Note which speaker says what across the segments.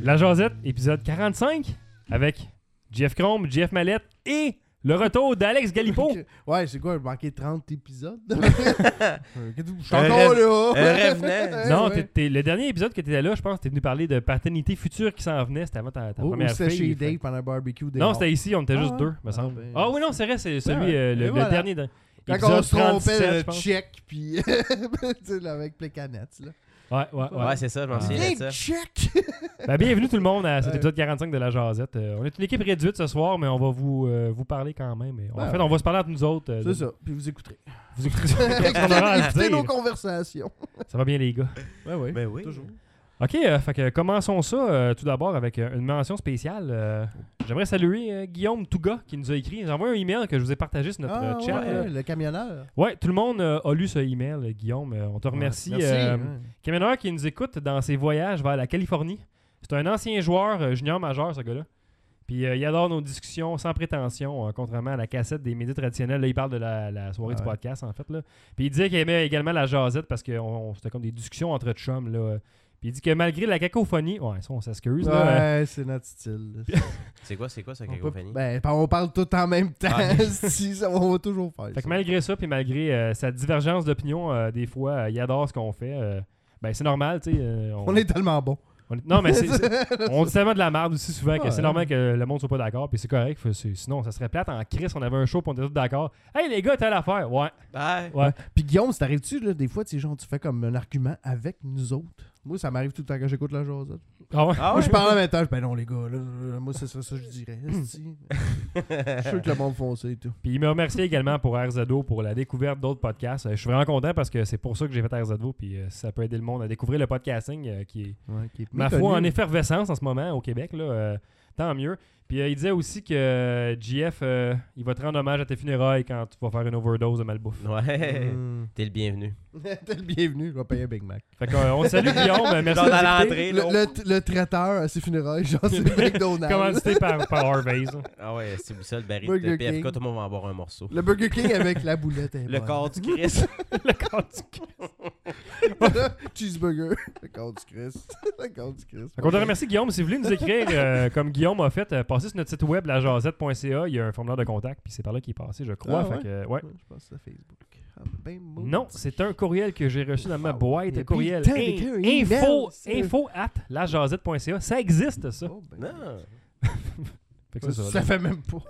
Speaker 1: La Josette, épisode 45, avec Jeff Crombe, Jeff Mallette et le retour d'Alex Galipo.
Speaker 2: Ok. Ouais, c'est quoi, manqué 30 épisodes? Euh, qu'est-ce que vous- Je suis
Speaker 3: Un
Speaker 2: encore
Speaker 3: rêve-
Speaker 2: là!
Speaker 3: un revenant.
Speaker 2: Eh,
Speaker 1: non,
Speaker 2: ouais.
Speaker 1: t'es- t'es- le dernier épisode que t'étais là, je pense, t'es venu parler de paternité future qui s'en venait. C'était avant ta, ta
Speaker 2: Ou- ou
Speaker 1: première
Speaker 2: Oh, c'était
Speaker 1: fille.
Speaker 2: chez
Speaker 1: Fait-
Speaker 2: Dave pendant un barbecue. des
Speaker 1: Non,
Speaker 2: morts.
Speaker 1: c'était ici, on était
Speaker 2: Ah
Speaker 1: juste
Speaker 2: ouais?
Speaker 1: deux, me
Speaker 2: Ah
Speaker 1: semble.
Speaker 2: ben,
Speaker 1: Ah oui, non, c'est vrai, c'est celui,
Speaker 2: ouais.
Speaker 1: euh, le,
Speaker 2: Et
Speaker 1: le
Speaker 2: voilà.
Speaker 1: dernier. dans-
Speaker 2: Quand on
Speaker 1: épisode
Speaker 2: se trompait euh,
Speaker 1: 37, je
Speaker 2: le
Speaker 1: pense.
Speaker 2: check, puis. tu sais, là, avec les canettes, là.
Speaker 1: Ouais, ouais, ouais.
Speaker 3: Ouais, c'est ça, je m'en
Speaker 1: Ah.
Speaker 3: souviens
Speaker 2: Hey,
Speaker 3: de ça.
Speaker 2: check!
Speaker 1: Ben, bienvenue tout le monde à cet
Speaker 2: Ouais.
Speaker 1: épisode 45 de La Jazette. on est une équipe réduite ce soir, mais on va vous, euh, vous parler quand même. Et on- en
Speaker 2: Ouais.
Speaker 1: fait, on va se parler entre nous autres. euh,
Speaker 2: C'est
Speaker 1: de-
Speaker 2: ça, puis vous écouterez.
Speaker 1: Vous écoutez ce qu'on aura à
Speaker 2: Écoutez
Speaker 1: dire.
Speaker 2: nos conversations.
Speaker 1: Ça va bien, les gars.
Speaker 2: Ouais, ouais.
Speaker 3: Ben oui.
Speaker 2: Toujours.
Speaker 1: OK, euh, fait que commençons ça euh, tout d'abord avec euh, une mention spéciale. euh, J'aimerais saluer euh, Guillaume Touga qui nous a écrit. J'ai envoyé un email que je vous ai partagé sur notre
Speaker 2: Ah,
Speaker 1: euh, chat.
Speaker 2: ouais,
Speaker 1: là. Ouais.
Speaker 2: le camionneur.
Speaker 1: tout le monde euh, a lu ce email, euh, Guillaume. Euh, on te remercie.
Speaker 2: Merci.
Speaker 1: euh,
Speaker 2: ouais.
Speaker 1: Camionneur qui nous écoute dans ses voyages vers la Californie. C'est un ancien joueur euh, junior majeur, ce gars-là. Puis euh, il adore nos discussions sans prétention, euh, contrairement à la cassette des médias traditionnels. Là, il parle de la, la soirée du
Speaker 2: Ah Ouais.
Speaker 1: podcast, en fait. Là. Puis il disait qu'il aimait également la jasette parce que on- on- c'était comme des discussions entre chums. Là. euh. Puis il dit que malgré la cacophonie, ouais, ça, on s'excuse. là, euh,
Speaker 2: Ouais, c'est notre style. là.
Speaker 3: C'est quoi, c'est quoi ça,
Speaker 2: On,
Speaker 3: Cacophonie?
Speaker 2: peut- ben, on parle tout en même temps.
Speaker 3: Ah.
Speaker 2: si, ça, on va toujours faire.
Speaker 1: Fait que
Speaker 2: ça.
Speaker 1: malgré ça, puis malgré euh, sa divergence d'opinion, euh, des fois, euh, il adore ce qu'on fait. euh, ben, c'est normal, tu sais. euh, on-
Speaker 2: On est tellement bon.
Speaker 1: on est- Non, mais c'est- c'est- On dit tellement de la merde aussi souvent que
Speaker 2: Ouais.
Speaker 1: c'est normal que le monde soit pas d'accord, puis c'est correct. faut- c'est- Sinon, ça serait plate en crise. On avait un show, puis on était tous d'accord. Hey les gars, telle affaire. Ouais.
Speaker 3: Ben,
Speaker 1: Ouais.
Speaker 2: Puis Guillaume, ça t'arrive-tu, là, des fois, tu sais, genre, tu fais comme un argument avec nous autres? Moi, ça m'arrive tout le temps quand j'écoute la chose.
Speaker 1: Ah ouais.
Speaker 3: Ah
Speaker 2: Moi,
Speaker 3: ouais?
Speaker 2: je parle en même temps, je dis, ben non, les gars, là, là, moi, ce serait ça, que je dirais. esti. Je suis sûr que le monde font ça et tout.
Speaker 1: Puis il me remercie également pour RZO pour la découverte d'autres podcasts. Euh, Je suis vraiment content parce que c'est pour ça que j'ai fait RZO, puis euh, ça peut aider le monde à découvrir le podcasting euh, qui est ma foi en effervescence en ce moment au Québec. Là, euh, tant mieux. Puis euh, il disait aussi que euh, GF, euh, il va te rendre hommage à tes funérailles quand tu vas faire une overdose de malbouffe.
Speaker 3: Ouais.
Speaker 2: Hmm.
Speaker 3: T'es le bienvenu.
Speaker 2: T'es le bienvenu, je vais payer un Big Mac.
Speaker 1: Fait qu'on on te salue Guillaume. Euh, Merci
Speaker 3: Genre à
Speaker 1: d'être
Speaker 3: l'entrée,
Speaker 2: Le,
Speaker 3: là.
Speaker 2: le, le traiteur à ses funérailles, genre, c'est le McDonald's.
Speaker 1: commandité par, par Harvey's.
Speaker 3: Ah ouais, c'est vous ça, le baril
Speaker 2: Burger
Speaker 3: de PFK,
Speaker 2: King.
Speaker 3: tout le monde va en boire un morceau.
Speaker 2: Le Burger King avec la boulette. est
Speaker 3: Le
Speaker 2: bonne.
Speaker 3: corps du Christ.
Speaker 1: Le corps du
Speaker 2: Cheeseburger. Le corps du Christ. Le corps du Christ.
Speaker 1: Fait qu'on te remercie, Guillaume. Si vous voulez nous écrire, euh, comme Guillaume a fait, euh, passez sur notre site web, lajazette.ca. Il y a un formulaire de contact, puis c'est par là qu'il est passé, je crois.
Speaker 2: Ah
Speaker 1: Fait
Speaker 2: ouais?
Speaker 1: que, euh, ouais.
Speaker 2: Je pense que c'est Facebook. Ah, ben, bon.
Speaker 1: Non, c'est un courriel que j'ai reçu dans ma
Speaker 2: Wow.
Speaker 1: boîte.
Speaker 2: Il a pris
Speaker 1: courriel
Speaker 2: le temps
Speaker 1: in-
Speaker 2: d'écrire un email,
Speaker 1: info,
Speaker 2: c'est-
Speaker 1: info at lajazette.ca. Ça existe, ça.
Speaker 2: Oh, ben,
Speaker 3: Non.
Speaker 1: Fait
Speaker 2: Ça,
Speaker 1: que c'est ça,
Speaker 2: ça
Speaker 1: là.
Speaker 2: fait même pas.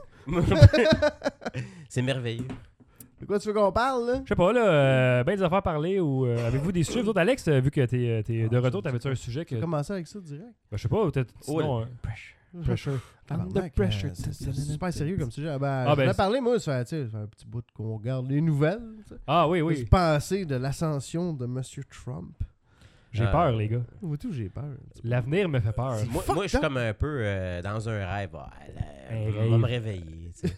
Speaker 3: c'est merveilleux.
Speaker 2: De quoi tu veux qu'on parle, là?
Speaker 1: Je sais pas, là, euh, ben des affaires à parler ou euh, avez-vous des sujets? Vous autres, Alex, euh, vu que t'es euh, t'es
Speaker 2: Ah,
Speaker 1: de retour,
Speaker 2: je-
Speaker 1: t'avais-tu un sujet que.
Speaker 2: J'ai commencé avec ça direct.
Speaker 1: Ben, je sais pas, ou peut-être.
Speaker 3: Oh,
Speaker 1: sinon,
Speaker 3: le
Speaker 1: euh,
Speaker 2: Pressure.
Speaker 3: Tabarnak, euh,
Speaker 2: C'est
Speaker 3: c'est-
Speaker 2: c'est super sérieux comme sujet. Ah ben,
Speaker 1: Ah, ben,
Speaker 2: je
Speaker 1: c'est-
Speaker 2: vais parler, moi, ça fait tu sais, un petit bout qu'on regarde les nouvelles. tu sais.
Speaker 1: Ah oui,
Speaker 2: Qu'est-ce
Speaker 1: oui.
Speaker 2: que pensez de l'ascension de M. Trump?
Speaker 1: J'ai
Speaker 3: Euh,
Speaker 1: peur, les gars.
Speaker 2: Moi, tout, j'ai peur. un petit peu.
Speaker 1: L'avenir me fait peur.
Speaker 3: Moi,
Speaker 2: fucked
Speaker 3: moi, je suis
Speaker 2: up.
Speaker 3: comme un peu euh, dans un rêve. Ah, là,
Speaker 1: Un
Speaker 3: on va
Speaker 1: rêve.
Speaker 3: me réveiller. tu sais.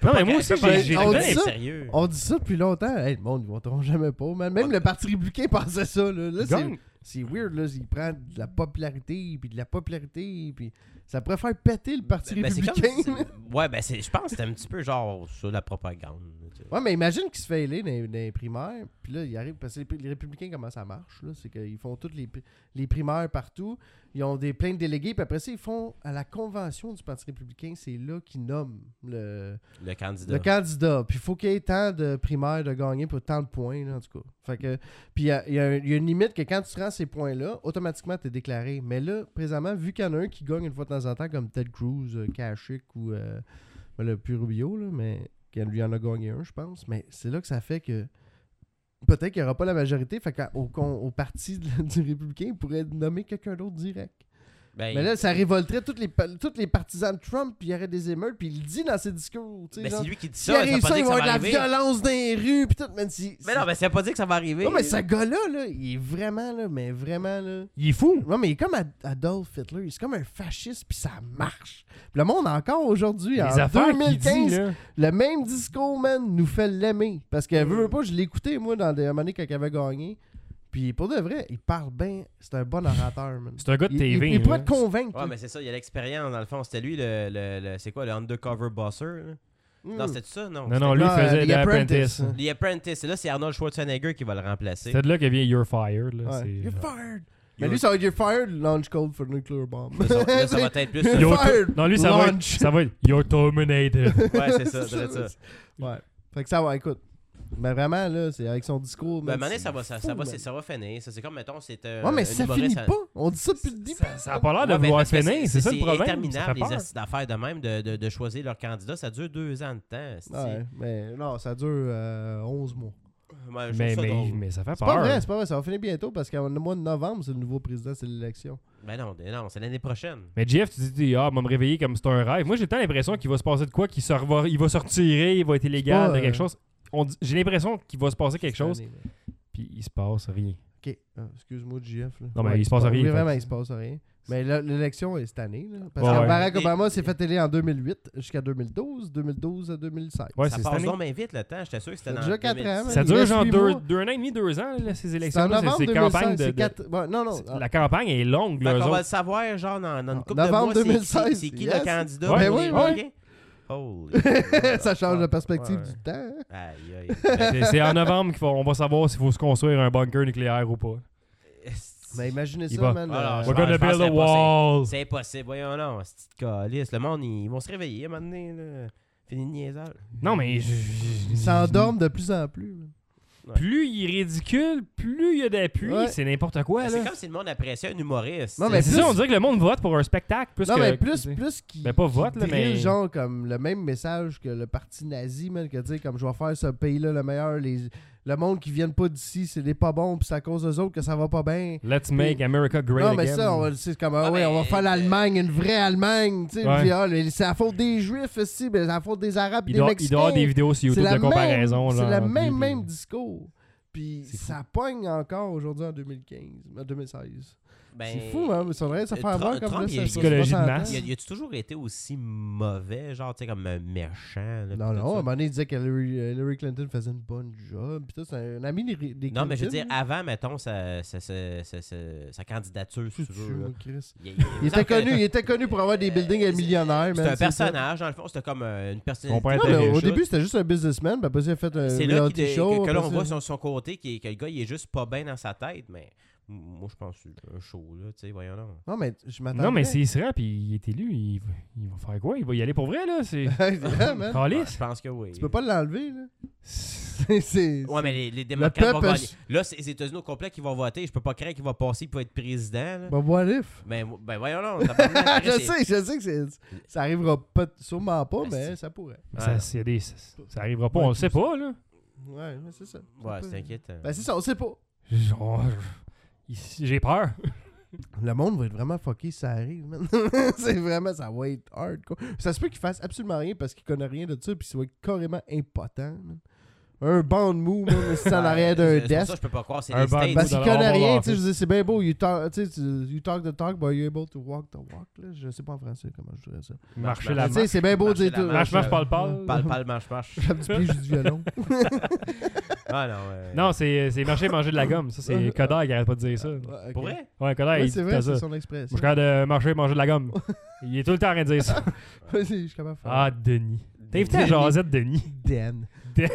Speaker 3: Je
Speaker 1: Non, mais moi aussi, j'ai- j'ai
Speaker 2: Ben, on
Speaker 3: rien
Speaker 2: dit ça.
Speaker 3: sérieux.
Speaker 2: On dit ça depuis longtemps. Hey, le monde, ils voteront jamais pas, man. Même
Speaker 3: Ah,
Speaker 2: le Parti républicain pensait ça. Là, Là, c'est-
Speaker 1: Gagne.
Speaker 2: c'est weird. Là. Il prend de la popularité, puis de la popularité, puis ça pourrait faire péter le Parti
Speaker 3: Ben, c'est comme-
Speaker 2: républicain. là.
Speaker 3: c'est- Ouais, ben c'est- je pense que c'est un petit peu genre sur la propagande. tu sais.
Speaker 2: Ouais, mais imagine qu'il se fait élire dans, les- dans les primaires, puis là, il arrive, parce que les, pri- les républicains, comment ça marche, là, c'est qu'ils font toutes les, pri- les primaires partout, ils ont des plein de délégués, puis après ça, ils font à la convention du Parti républicain, c'est là qu'ils nomment le,
Speaker 3: Le candidat.
Speaker 2: le candidat, puis il faut qu'il y ait tant de primaires de gagner pour tant de points, là, en tout cas. Fait que, puis il y a, il y a- il y a une limite que quand tu rends ces points-là, automatiquement, tu es déclaré. Mais là, présentement, vu qu'il y en a un qui gagne une fois de temps en temps, comme Ted Cruz, euh, Kashik ou euh, ben, le plus Rubio, là, mais qu'il y en- lui en a gagné un, je pense, mais c'est là que ça fait que peut-être qu'il n'y aura pas la majorité, fait qu'au con- au parti de- du républicain, il pourrait nommer quelqu'un d'autre direct.
Speaker 3: Ben,
Speaker 2: Mais là, ça révolterait tous les, pa- tous les partisans de Trump, puis il y aurait des émeutes, puis il le dit dans ses discours. tu sais,
Speaker 3: ben,
Speaker 2: genre,
Speaker 3: c'est lui qui dit
Speaker 2: si
Speaker 3: ça. Ça veut
Speaker 2: arrive
Speaker 3: pas
Speaker 2: ça,
Speaker 3: dire
Speaker 2: il
Speaker 3: que
Speaker 2: va y
Speaker 3: ça
Speaker 2: avoir de
Speaker 3: va
Speaker 2: la
Speaker 3: arriver.
Speaker 2: violence dans les rues, pis tout, man, si-
Speaker 3: Mais
Speaker 2: si-
Speaker 3: non, mais ça veut pas dire que ça va arriver.
Speaker 2: Non, mais ce gars-là, là, il est vraiment, là, mais vraiment, là...
Speaker 1: Il est fou.
Speaker 2: Non, mais il est comme Ad- Adolf Hitler, c'est comme un fasciste, puis ça marche. Pis le monde, encore aujourd'hui,
Speaker 1: Les
Speaker 2: en
Speaker 1: affaires qu'il
Speaker 2: 2015,
Speaker 1: dit, là.
Speaker 2: le même discours, man, nous fait l'aimer. Parce que, veux, veux pas, je l'écoutais, moi, dans des années quand il avait gagné. Puis pour de vrai, il parle bien, c'est un bon orateur, man.
Speaker 1: C'est un gars de
Speaker 2: Il-
Speaker 1: TV.
Speaker 2: Il, il pourrait
Speaker 1: là.
Speaker 2: te convaincre.
Speaker 3: Ouais, mais c'est ça, il y a l'expérience dans le fond. C'était lui le. le- le- c'est quoi, le undercover bosser là?
Speaker 2: Hmm.
Speaker 3: Non, c'était ça, non?
Speaker 1: Non, non, lui, il
Speaker 2: Non, euh,
Speaker 1: faisait
Speaker 2: The
Speaker 1: The
Speaker 2: Apprentice.
Speaker 1: Apprentice.
Speaker 3: c'était- The Apprentice. Et là, c'est Arnold Schwarzenegger qui va le remplacer.
Speaker 1: C'est euh, de là que vient You're Fired. Là.
Speaker 2: Ouais.
Speaker 1: C'est-
Speaker 2: You're fired! Mais lui, ça va être You're fired, launch code for nuclear bomb.
Speaker 3: Là, ça, va- là, ça va être plus.
Speaker 2: You're
Speaker 3: euh,
Speaker 1: Yo-
Speaker 2: fired.
Speaker 1: Non, lui, ça va, être,
Speaker 2: launch.
Speaker 1: ça va être You're terminated.
Speaker 3: Ouais, c'est ça, ça doit être ça.
Speaker 2: Ouais. Fait que ça va, écoute. Mais vraiment, là, c'est avec son discours.
Speaker 3: Ben, à un
Speaker 2: man,
Speaker 3: moment donné,
Speaker 2: c'est
Speaker 3: ça va, ça,
Speaker 2: fou,
Speaker 3: ça va,
Speaker 2: man.
Speaker 3: c'est- ça euh, va finir. Ça, C'est comme, mettons, c'est un.
Speaker 2: Ouais, mais
Speaker 3: un
Speaker 2: ça
Speaker 3: humoriste
Speaker 2: finit
Speaker 3: à-
Speaker 2: pas. On dit ça depuis le début.
Speaker 1: ça a pas l'air de
Speaker 3: Ouais, ben,
Speaker 1: vouloir
Speaker 3: parce que
Speaker 1: finir, c'est ça le problème.
Speaker 3: C'est
Speaker 1: ça
Speaker 3: interminable,
Speaker 1: fait peur.
Speaker 3: les astuces d'affaires de même de, de, de choisir leur candidat. Ça dure deux ans de temps. c'est-
Speaker 2: Ouais, mais non, ça dure euh, 11 mois.
Speaker 3: Ouais, je
Speaker 1: mais,
Speaker 3: trouve ça
Speaker 1: mais,
Speaker 3: drôle.
Speaker 1: mais ça fait
Speaker 2: C'est
Speaker 1: peur.
Speaker 2: pas vrai, c'est pas vrai. Ça va finir bientôt parce qu'au mois de novembre, c'est le nouveau président, c'est l'élection.
Speaker 3: Ben non, ben non, c'est l'année prochaine.
Speaker 1: Mais Jeff, tu dis, ah, va me réveiller comme c'est un rêve. Moi, j'ai tant l'impression qu'il va se passer de quoi, qu'il se revoit- il va se retirer, il va être illégal
Speaker 2: pas,
Speaker 1: de
Speaker 2: euh,
Speaker 1: quelque chose. On dit- J'ai l'impression qu'il va se passer quelque
Speaker 2: Cette
Speaker 1: chose,
Speaker 2: année, là.
Speaker 1: puis il se passe rien.
Speaker 2: Ok, Ah, excuse-moi, JF. là.
Speaker 1: Non, mais il se passe
Speaker 2: oui,
Speaker 1: rien,
Speaker 2: Oui,
Speaker 1: fait
Speaker 2: vraiment,
Speaker 1: que-
Speaker 2: il se passe rien. Mais là, l'élection est cette année. Là, parce
Speaker 1: Ouais,
Speaker 2: que
Speaker 1: ouais.
Speaker 2: Barack
Speaker 3: Et-
Speaker 2: Obama s'est fait élire en 2008 jusqu'à 2012, 2012 à 2016.
Speaker 1: Ouais,
Speaker 3: ça
Speaker 1: c'est cette
Speaker 3: passe
Speaker 1: année.
Speaker 3: donc bien vite le temps. J'étais sûr que c'était
Speaker 2: Ça
Speaker 3: dans.
Speaker 2: a déjà quatre
Speaker 3: 2006.
Speaker 2: ans,
Speaker 1: Ça
Speaker 2: Il
Speaker 1: dure
Speaker 2: reste
Speaker 1: genre
Speaker 2: huit
Speaker 1: deux,
Speaker 2: mois.
Speaker 1: deux ans et demi, deux ans, là, ces
Speaker 2: C'est en
Speaker 1: élections-là.
Speaker 2: novembre
Speaker 1: C'est
Speaker 2: 2016,
Speaker 1: campagne de.
Speaker 2: c'est
Speaker 1: de-
Speaker 2: quatre- ouais, non, non.
Speaker 1: c'est- La campagne est longue,
Speaker 3: Fait
Speaker 1: là, eux
Speaker 3: qu'on va le
Speaker 1: autres.
Speaker 3: savoir, genre, dans, dans une couple
Speaker 2: Novembre
Speaker 3: de mois. c'est qui-
Speaker 2: 2016,
Speaker 3: C'est qui,
Speaker 2: yes.
Speaker 3: le candidat
Speaker 1: Ouais,
Speaker 3: pour
Speaker 2: ouais,
Speaker 3: les
Speaker 2: ouais.
Speaker 3: Américains? Holy.
Speaker 2: ça change la perspective
Speaker 1: Ouais.
Speaker 2: du temps.
Speaker 3: Aïe, aïe. Ben,
Speaker 1: C'est c'est en novembre qu'on va savoir s'il faut se construire un bunker nucléaire ou pas.
Speaker 3: c'est-
Speaker 2: Mais Ben, imaginez
Speaker 1: Il
Speaker 2: ça,
Speaker 1: va.
Speaker 2: man.
Speaker 3: Voilà,
Speaker 2: euh,
Speaker 1: We're
Speaker 3: Ah, je
Speaker 1: gonna
Speaker 3: pense que
Speaker 1: build a
Speaker 3: c'est
Speaker 1: wall.
Speaker 3: C'est impossible, voyons non, c'est petite calice. Le monde, ils vont se réveiller à un moment donné, là. Fini de niaisage.
Speaker 1: Non, mais. je-
Speaker 2: Ils s'endorment de plus en plus. man.
Speaker 1: Plus il est ridicule, plus il y a d'appui.
Speaker 2: Ouais.
Speaker 1: C'est n'importe quoi,
Speaker 3: C'est
Speaker 1: là.
Speaker 3: comme si le monde appréciait un humoriste.
Speaker 2: Non,
Speaker 1: C'est
Speaker 2: mais plus-
Speaker 1: ça, on dirait que le monde vote pour un spectacle. Plus
Speaker 2: non,
Speaker 1: que-
Speaker 2: mais plus, plus qu'ils
Speaker 1: Ben, pas
Speaker 2: qu'ils
Speaker 1: vote, là,
Speaker 2: drillent,
Speaker 1: mais-
Speaker 2: genre comme le même message que le parti nazi, man, que dire comme je vais faire ce pays-là le meilleur, les... le monde qui viennent pas d'ici, c'est des pas bons, puis c'est à cause d'eux autres que ça va pas bien.
Speaker 1: Let's make America great
Speaker 2: non, mais
Speaker 1: again.
Speaker 2: ça, on va le- c'est comme, ah
Speaker 3: Ah,
Speaker 2: ouais,
Speaker 3: ben,
Speaker 2: on va faire
Speaker 3: euh,
Speaker 2: l'Allemagne, une vraie Allemagne, tu sais,
Speaker 1: Ouais.
Speaker 2: puis, ah, le- c'est la faute des Juifs aussi, mais c'est la faute des Arabes,
Speaker 1: Il
Speaker 2: des
Speaker 1: doit, il
Speaker 2: Mexicains.
Speaker 1: doit avoir des vidéos sur
Speaker 2: C'est
Speaker 1: YouTube
Speaker 2: la
Speaker 1: de comparaison.
Speaker 2: même-
Speaker 1: genre,
Speaker 2: C'est le
Speaker 1: entre
Speaker 2: même,
Speaker 1: lui,
Speaker 2: même
Speaker 1: puis-
Speaker 2: discours. Puis
Speaker 1: C'est
Speaker 2: ça pogne encore aujourd'hui en 2015, en 2016.
Speaker 3: Ben,
Speaker 2: c'est fou, hein? Mais ça devrait se
Speaker 3: le
Speaker 2: faire
Speaker 3: Trump-
Speaker 2: avoir comme
Speaker 3: Trump,
Speaker 2: là,
Speaker 3: il y a
Speaker 2: ça,
Speaker 3: une
Speaker 2: ça,
Speaker 1: psychologie de
Speaker 2: 60 ans.
Speaker 1: masse.
Speaker 3: Il a, il a-tu toujours été aussi mauvais, genre, tu sais, comme euh, méchant? là, pis
Speaker 2: Non,
Speaker 3: tout
Speaker 2: non, à un
Speaker 3: ça?
Speaker 2: moment donné, il disait que Hillary, Hillary Clinton faisait une bonne job. Puis tout, c'est un ami des, des
Speaker 3: Non, mais je veux
Speaker 2: Clinton,
Speaker 3: dire, avant, mettons, sa, sa, sa, sa, sa- sa candidature, si
Speaker 2: tu
Speaker 3: tu
Speaker 2: tues,
Speaker 3: veux. là.
Speaker 2: Chris.
Speaker 3: Il, il-
Speaker 2: Il
Speaker 3: me semble
Speaker 2: était,
Speaker 3: que-
Speaker 2: connu, il était connu pour avoir des buildings à millionnaires.
Speaker 3: Euh, C'est
Speaker 2: man,
Speaker 3: un
Speaker 2: ça.
Speaker 3: personnage, dans le fond, c'était comme euh, une
Speaker 1: On peut
Speaker 3: personnalité.
Speaker 1: être
Speaker 2: Non, mais
Speaker 1: riche,
Speaker 2: au
Speaker 1: là.
Speaker 2: début, c'était juste un businessman. Puis après ça, il a fait un
Speaker 3: C'est là
Speaker 2: reality
Speaker 3: qu'il est-
Speaker 2: show.
Speaker 3: que, que
Speaker 2: après
Speaker 3: là, on
Speaker 2: ça-
Speaker 3: voit son, son côté, qui, que le gars, il est juste pas bien dans sa tête, mais m- moi, je pense que c'est un show, là, tu sais, voyons donc.
Speaker 2: Non, mais je m'attendais.
Speaker 1: Non, mais s'il se rend puis il est élu, il, va- il va faire quoi Il va y aller pour vrai, là C'est.
Speaker 2: Ouais, man,
Speaker 3: Ouais,
Speaker 1: Calice
Speaker 3: je pense que oui.
Speaker 2: Tu peux pas l'enlever, là.
Speaker 1: C'est-
Speaker 2: C'est- c'est-
Speaker 3: Ouais, mais les, les démocrates vont
Speaker 2: peuple-
Speaker 3: gagner. Là, c'est les États-Unis au complet qui vont voter. Je peux pas craindre qu'il va passer pour être président. là.
Speaker 2: Bah, what if?
Speaker 3: Ben, ben voyons là.
Speaker 2: je sais, je sais que c'est- ça arrivera pas, sûrement pas,
Speaker 3: Ah,
Speaker 2: mais
Speaker 3: c'est-
Speaker 2: ça pourrait.
Speaker 1: Ça, c'est des- ça, ça arrivera pas, on le sait pas, là.
Speaker 2: Ouais, mais c'est ça. Ça
Speaker 3: Ouais,
Speaker 2: peut-
Speaker 3: c'est inquiétant.
Speaker 2: Ben, c'est ça, on sait pas.
Speaker 1: Genre, il- J'ai peur.
Speaker 2: Le monde va être vraiment fucké si ça arrive, man. c'est vraiment, ça va être hard. quoi. Ça se peut qu'il fasse absolument rien parce qu'il connaît rien de ça, puis ça va être carrément impotent, man. Un banc de mou, même si
Speaker 3: Ouais,
Speaker 2: en arrière d'un
Speaker 3: c'est pour ça
Speaker 2: desk.
Speaker 3: que je peux pas croire. C'est
Speaker 1: Un
Speaker 3: les
Speaker 1: banc de
Speaker 3: States.
Speaker 2: Parce
Speaker 1: Dans
Speaker 2: qu'il
Speaker 1: leur
Speaker 2: connaît
Speaker 1: Oval
Speaker 2: rien, tu
Speaker 1: Office.
Speaker 3: hein.
Speaker 2: sais, je dis, c'est bien beau, you talk, tu sais, tu- you talk the talk, but you're able to walk the walk, là. Je sais pas en français comment je dirais ça.
Speaker 1: Marcher la
Speaker 2: Tu sais,
Speaker 1: marche.
Speaker 2: c'est bien beau de
Speaker 3: marcher
Speaker 2: dire
Speaker 3: la
Speaker 2: tout.
Speaker 1: Marche, marche, parle,
Speaker 3: Parle,
Speaker 1: parle.
Speaker 3: parle, marche, marche.
Speaker 2: J'ai un petit pied, j'ai du violon.
Speaker 3: Ah non. euh,
Speaker 1: Non, c'est c'est marcher, manger de la gomme. Ça, c'est Kodak qui arrête pas de dire ça.
Speaker 2: Ouais, ok.
Speaker 3: Pour vrai?
Speaker 1: Ouais, Kodak,
Speaker 2: Ouais,
Speaker 1: il
Speaker 2: c'est
Speaker 1: dit
Speaker 2: vrai,
Speaker 1: ça.
Speaker 2: c'est
Speaker 1: Moi,
Speaker 2: son expression.
Speaker 1: je suis capable de marcher, manger de la gomme. Il est tout le temps en train de dire ça.
Speaker 2: Vas-y, je suis capable de faire.
Speaker 1: Ah, Denis. T'as invité à
Speaker 2: Denis.
Speaker 1: Josette, Denis.
Speaker 2: Dan.
Speaker 1: Den-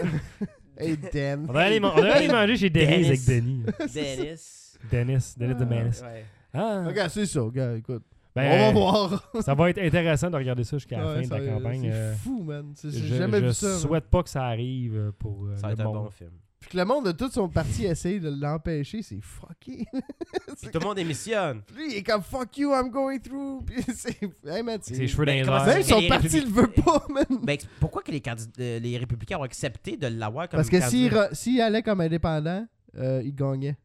Speaker 2: Hey, Dan.
Speaker 1: On devrait aller, man- on devrait aller manger chez Denis
Speaker 3: Dennis.
Speaker 1: avec Denis.
Speaker 3: Dennis.
Speaker 1: Dennis, Dennis de Menace.
Speaker 3: Ouais.
Speaker 1: Ah.
Speaker 2: Regarde, c'est ça, gars, écoute.
Speaker 1: Ben,
Speaker 2: On va voir.
Speaker 1: ça va être intéressant de regarder ça jusqu'à la
Speaker 2: Ouais,
Speaker 1: fin de
Speaker 2: ça-
Speaker 1: la campagne.
Speaker 2: C'est
Speaker 1: euh,
Speaker 2: fou, man. C'est- J'ai
Speaker 1: je
Speaker 2: jamais
Speaker 1: je
Speaker 2: vu ça. man.
Speaker 1: souhaite pas que ça arrive euh, pour euh,
Speaker 3: Ça va
Speaker 1: le
Speaker 3: être un
Speaker 1: monde.
Speaker 3: bon film.
Speaker 2: Puis que le monde de tout son parti essaye de l'empêcher, c'est fucké.
Speaker 3: Puis tout le monde émissionne.
Speaker 2: Puis lui, il est comme fuck you, I'm going through. Puis c'est. Hey, man,
Speaker 1: Avec
Speaker 2: c'est-
Speaker 1: Ses cheveux dans
Speaker 3: Mais
Speaker 1: les
Speaker 3: comment
Speaker 1: airs.
Speaker 2: Même
Speaker 3: Ouais.
Speaker 2: son
Speaker 3: Et les
Speaker 2: parti le veut pas, man.
Speaker 3: Ben, pourquoi que les, candid- euh, les républicains ont accepté de l'avoir comme
Speaker 2: Parce que s'il
Speaker 3: candidat?
Speaker 2: re- s'il allait comme indépendant, euh, il gagnait.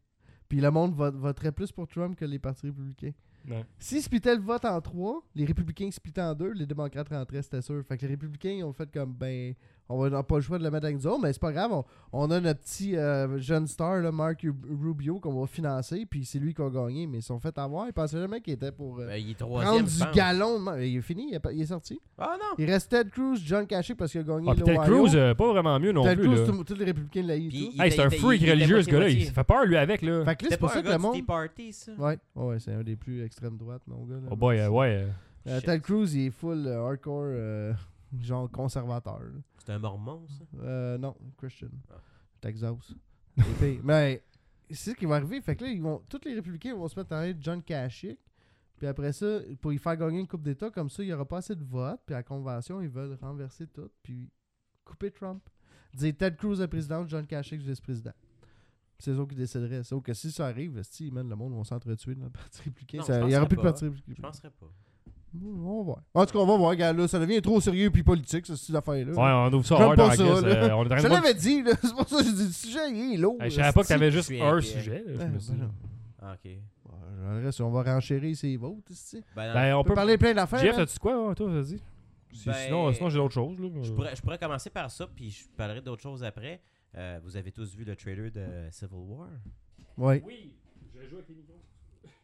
Speaker 2: Puis le monde vote- voterait plus pour Trump que les partis républicains.
Speaker 1: Non.
Speaker 2: Si splitait le vote en trois, les républicains splitaient en deux, les démocrates rentraient, c'était sûr. Fait que les républicains ils ont fait comme ben on va on a pas le choix de le mettre avec nous autres, mais c'est pas grave, on, on a notre petit euh, jeune star, là, Mark Rub- Rubio, qu'on va financer, puis c'est lui qui a gagné, mais ils se sont fait avoir. Ils pensaient jamais qu'il était pour euh,
Speaker 3: Ben, il est
Speaker 2: prendre
Speaker 3: troisième, je
Speaker 2: du
Speaker 3: pense.
Speaker 2: galon. man. Il est fini, il, a pas- il est sorti.
Speaker 3: Ah non!
Speaker 2: Il reste Ted Cruz, John Kasich parce qu'il a gagné
Speaker 1: Ah, puis Ted
Speaker 2: l'Ohio.
Speaker 1: Cruz, euh, pas vraiment mieux non
Speaker 2: Ted
Speaker 1: plus.
Speaker 2: Cruz,
Speaker 1: là.
Speaker 2: tout- tous les républicains l'haïssent.
Speaker 3: Puis
Speaker 2: tout.
Speaker 3: il-
Speaker 1: Hey, c'est un
Speaker 3: était-
Speaker 1: freak
Speaker 3: il était
Speaker 1: religieux, ce gars-là. Il
Speaker 3: moitié-moitié.
Speaker 1: fait peur, lui, avec.
Speaker 2: Fait
Speaker 1: là.
Speaker 2: que là, c'est
Speaker 3: C'était
Speaker 2: pour
Speaker 3: pas
Speaker 2: ça
Speaker 3: un
Speaker 2: que le
Speaker 3: gars
Speaker 2: monde.
Speaker 3: du Tea Party, ça?
Speaker 2: Ouais, ouais, c'est un des plus extrême droite, mon gars. là.
Speaker 1: Oh boy, euh, ouais.
Speaker 2: Euh,
Speaker 3: Shit.
Speaker 2: Ted Cruz, il est full euh, hardcore, euh, genre conservateur. là.
Speaker 3: C'est un mormon, ça?
Speaker 2: Euh, non, Christian.
Speaker 3: Ah.
Speaker 2: Texas. Et puis- mais c'est ce qui va arriver. Fait que là, ils vont, tous les républicains vont se mettre à être John Kasich. Puis après ça, pour y faire gagner une Coupe d'État, comme ça, il n'y aura pas assez de votes. Puis à la convention, ils veulent renverser tout. Puis couper Trump. Dire Ted Cruz est président, John Kasich vice-président. C'est eux qui décideraient. Sauf que si ça arrive, si, man, le monde va s'entretuer dans le Parti républicain.
Speaker 3: Non,
Speaker 2: Ça-
Speaker 3: je
Speaker 2: Il n'y aura
Speaker 3: penserais
Speaker 2: plus de
Speaker 3: pas.
Speaker 2: Parti
Speaker 3: Je
Speaker 2: républicain.
Speaker 3: penserais pas.
Speaker 2: On va voir. En tout cas, on va voir. Regarde, là, ça devient trop sérieux puis politique, ce style d'affaires-là.
Speaker 1: Ouais, on ouvre ça
Speaker 2: J'aime pas
Speaker 1: hard dans la
Speaker 2: ça,
Speaker 1: crise,
Speaker 2: là.
Speaker 1: euh, On est en
Speaker 2: Je
Speaker 1: train de-
Speaker 2: l'avais dit, là. c'est pour ça que j'ai dit le sujet, il est lourd.
Speaker 1: Hey, Je savais pas que t'avais juste
Speaker 3: Je suis
Speaker 1: un
Speaker 3: inquiet.
Speaker 1: sujet. là, je
Speaker 2: euh, Ouais,
Speaker 1: me suis dit.
Speaker 2: voilà.
Speaker 3: Ah, ok.
Speaker 2: Ouais, reste, on va renchérir ses votes, ici.
Speaker 3: Ben, non,
Speaker 1: Ben,
Speaker 2: On
Speaker 1: on
Speaker 2: peut
Speaker 1: peut.
Speaker 2: parler plein d'affaires.
Speaker 1: Jeff,
Speaker 2: hein.
Speaker 1: as-tu quoi, ouais, toi, vas-y? Si-
Speaker 3: Ben,
Speaker 1: Sinon, sinon j'ai d'autres choses. là.
Speaker 3: je, pourrais, je pourrais commencer par ça, puis je parlerai d'autres choses après. Euh, vous avez tous vu le trailer de Civil War?
Speaker 2: Ouais.
Speaker 1: Oui, je joue avec les micros.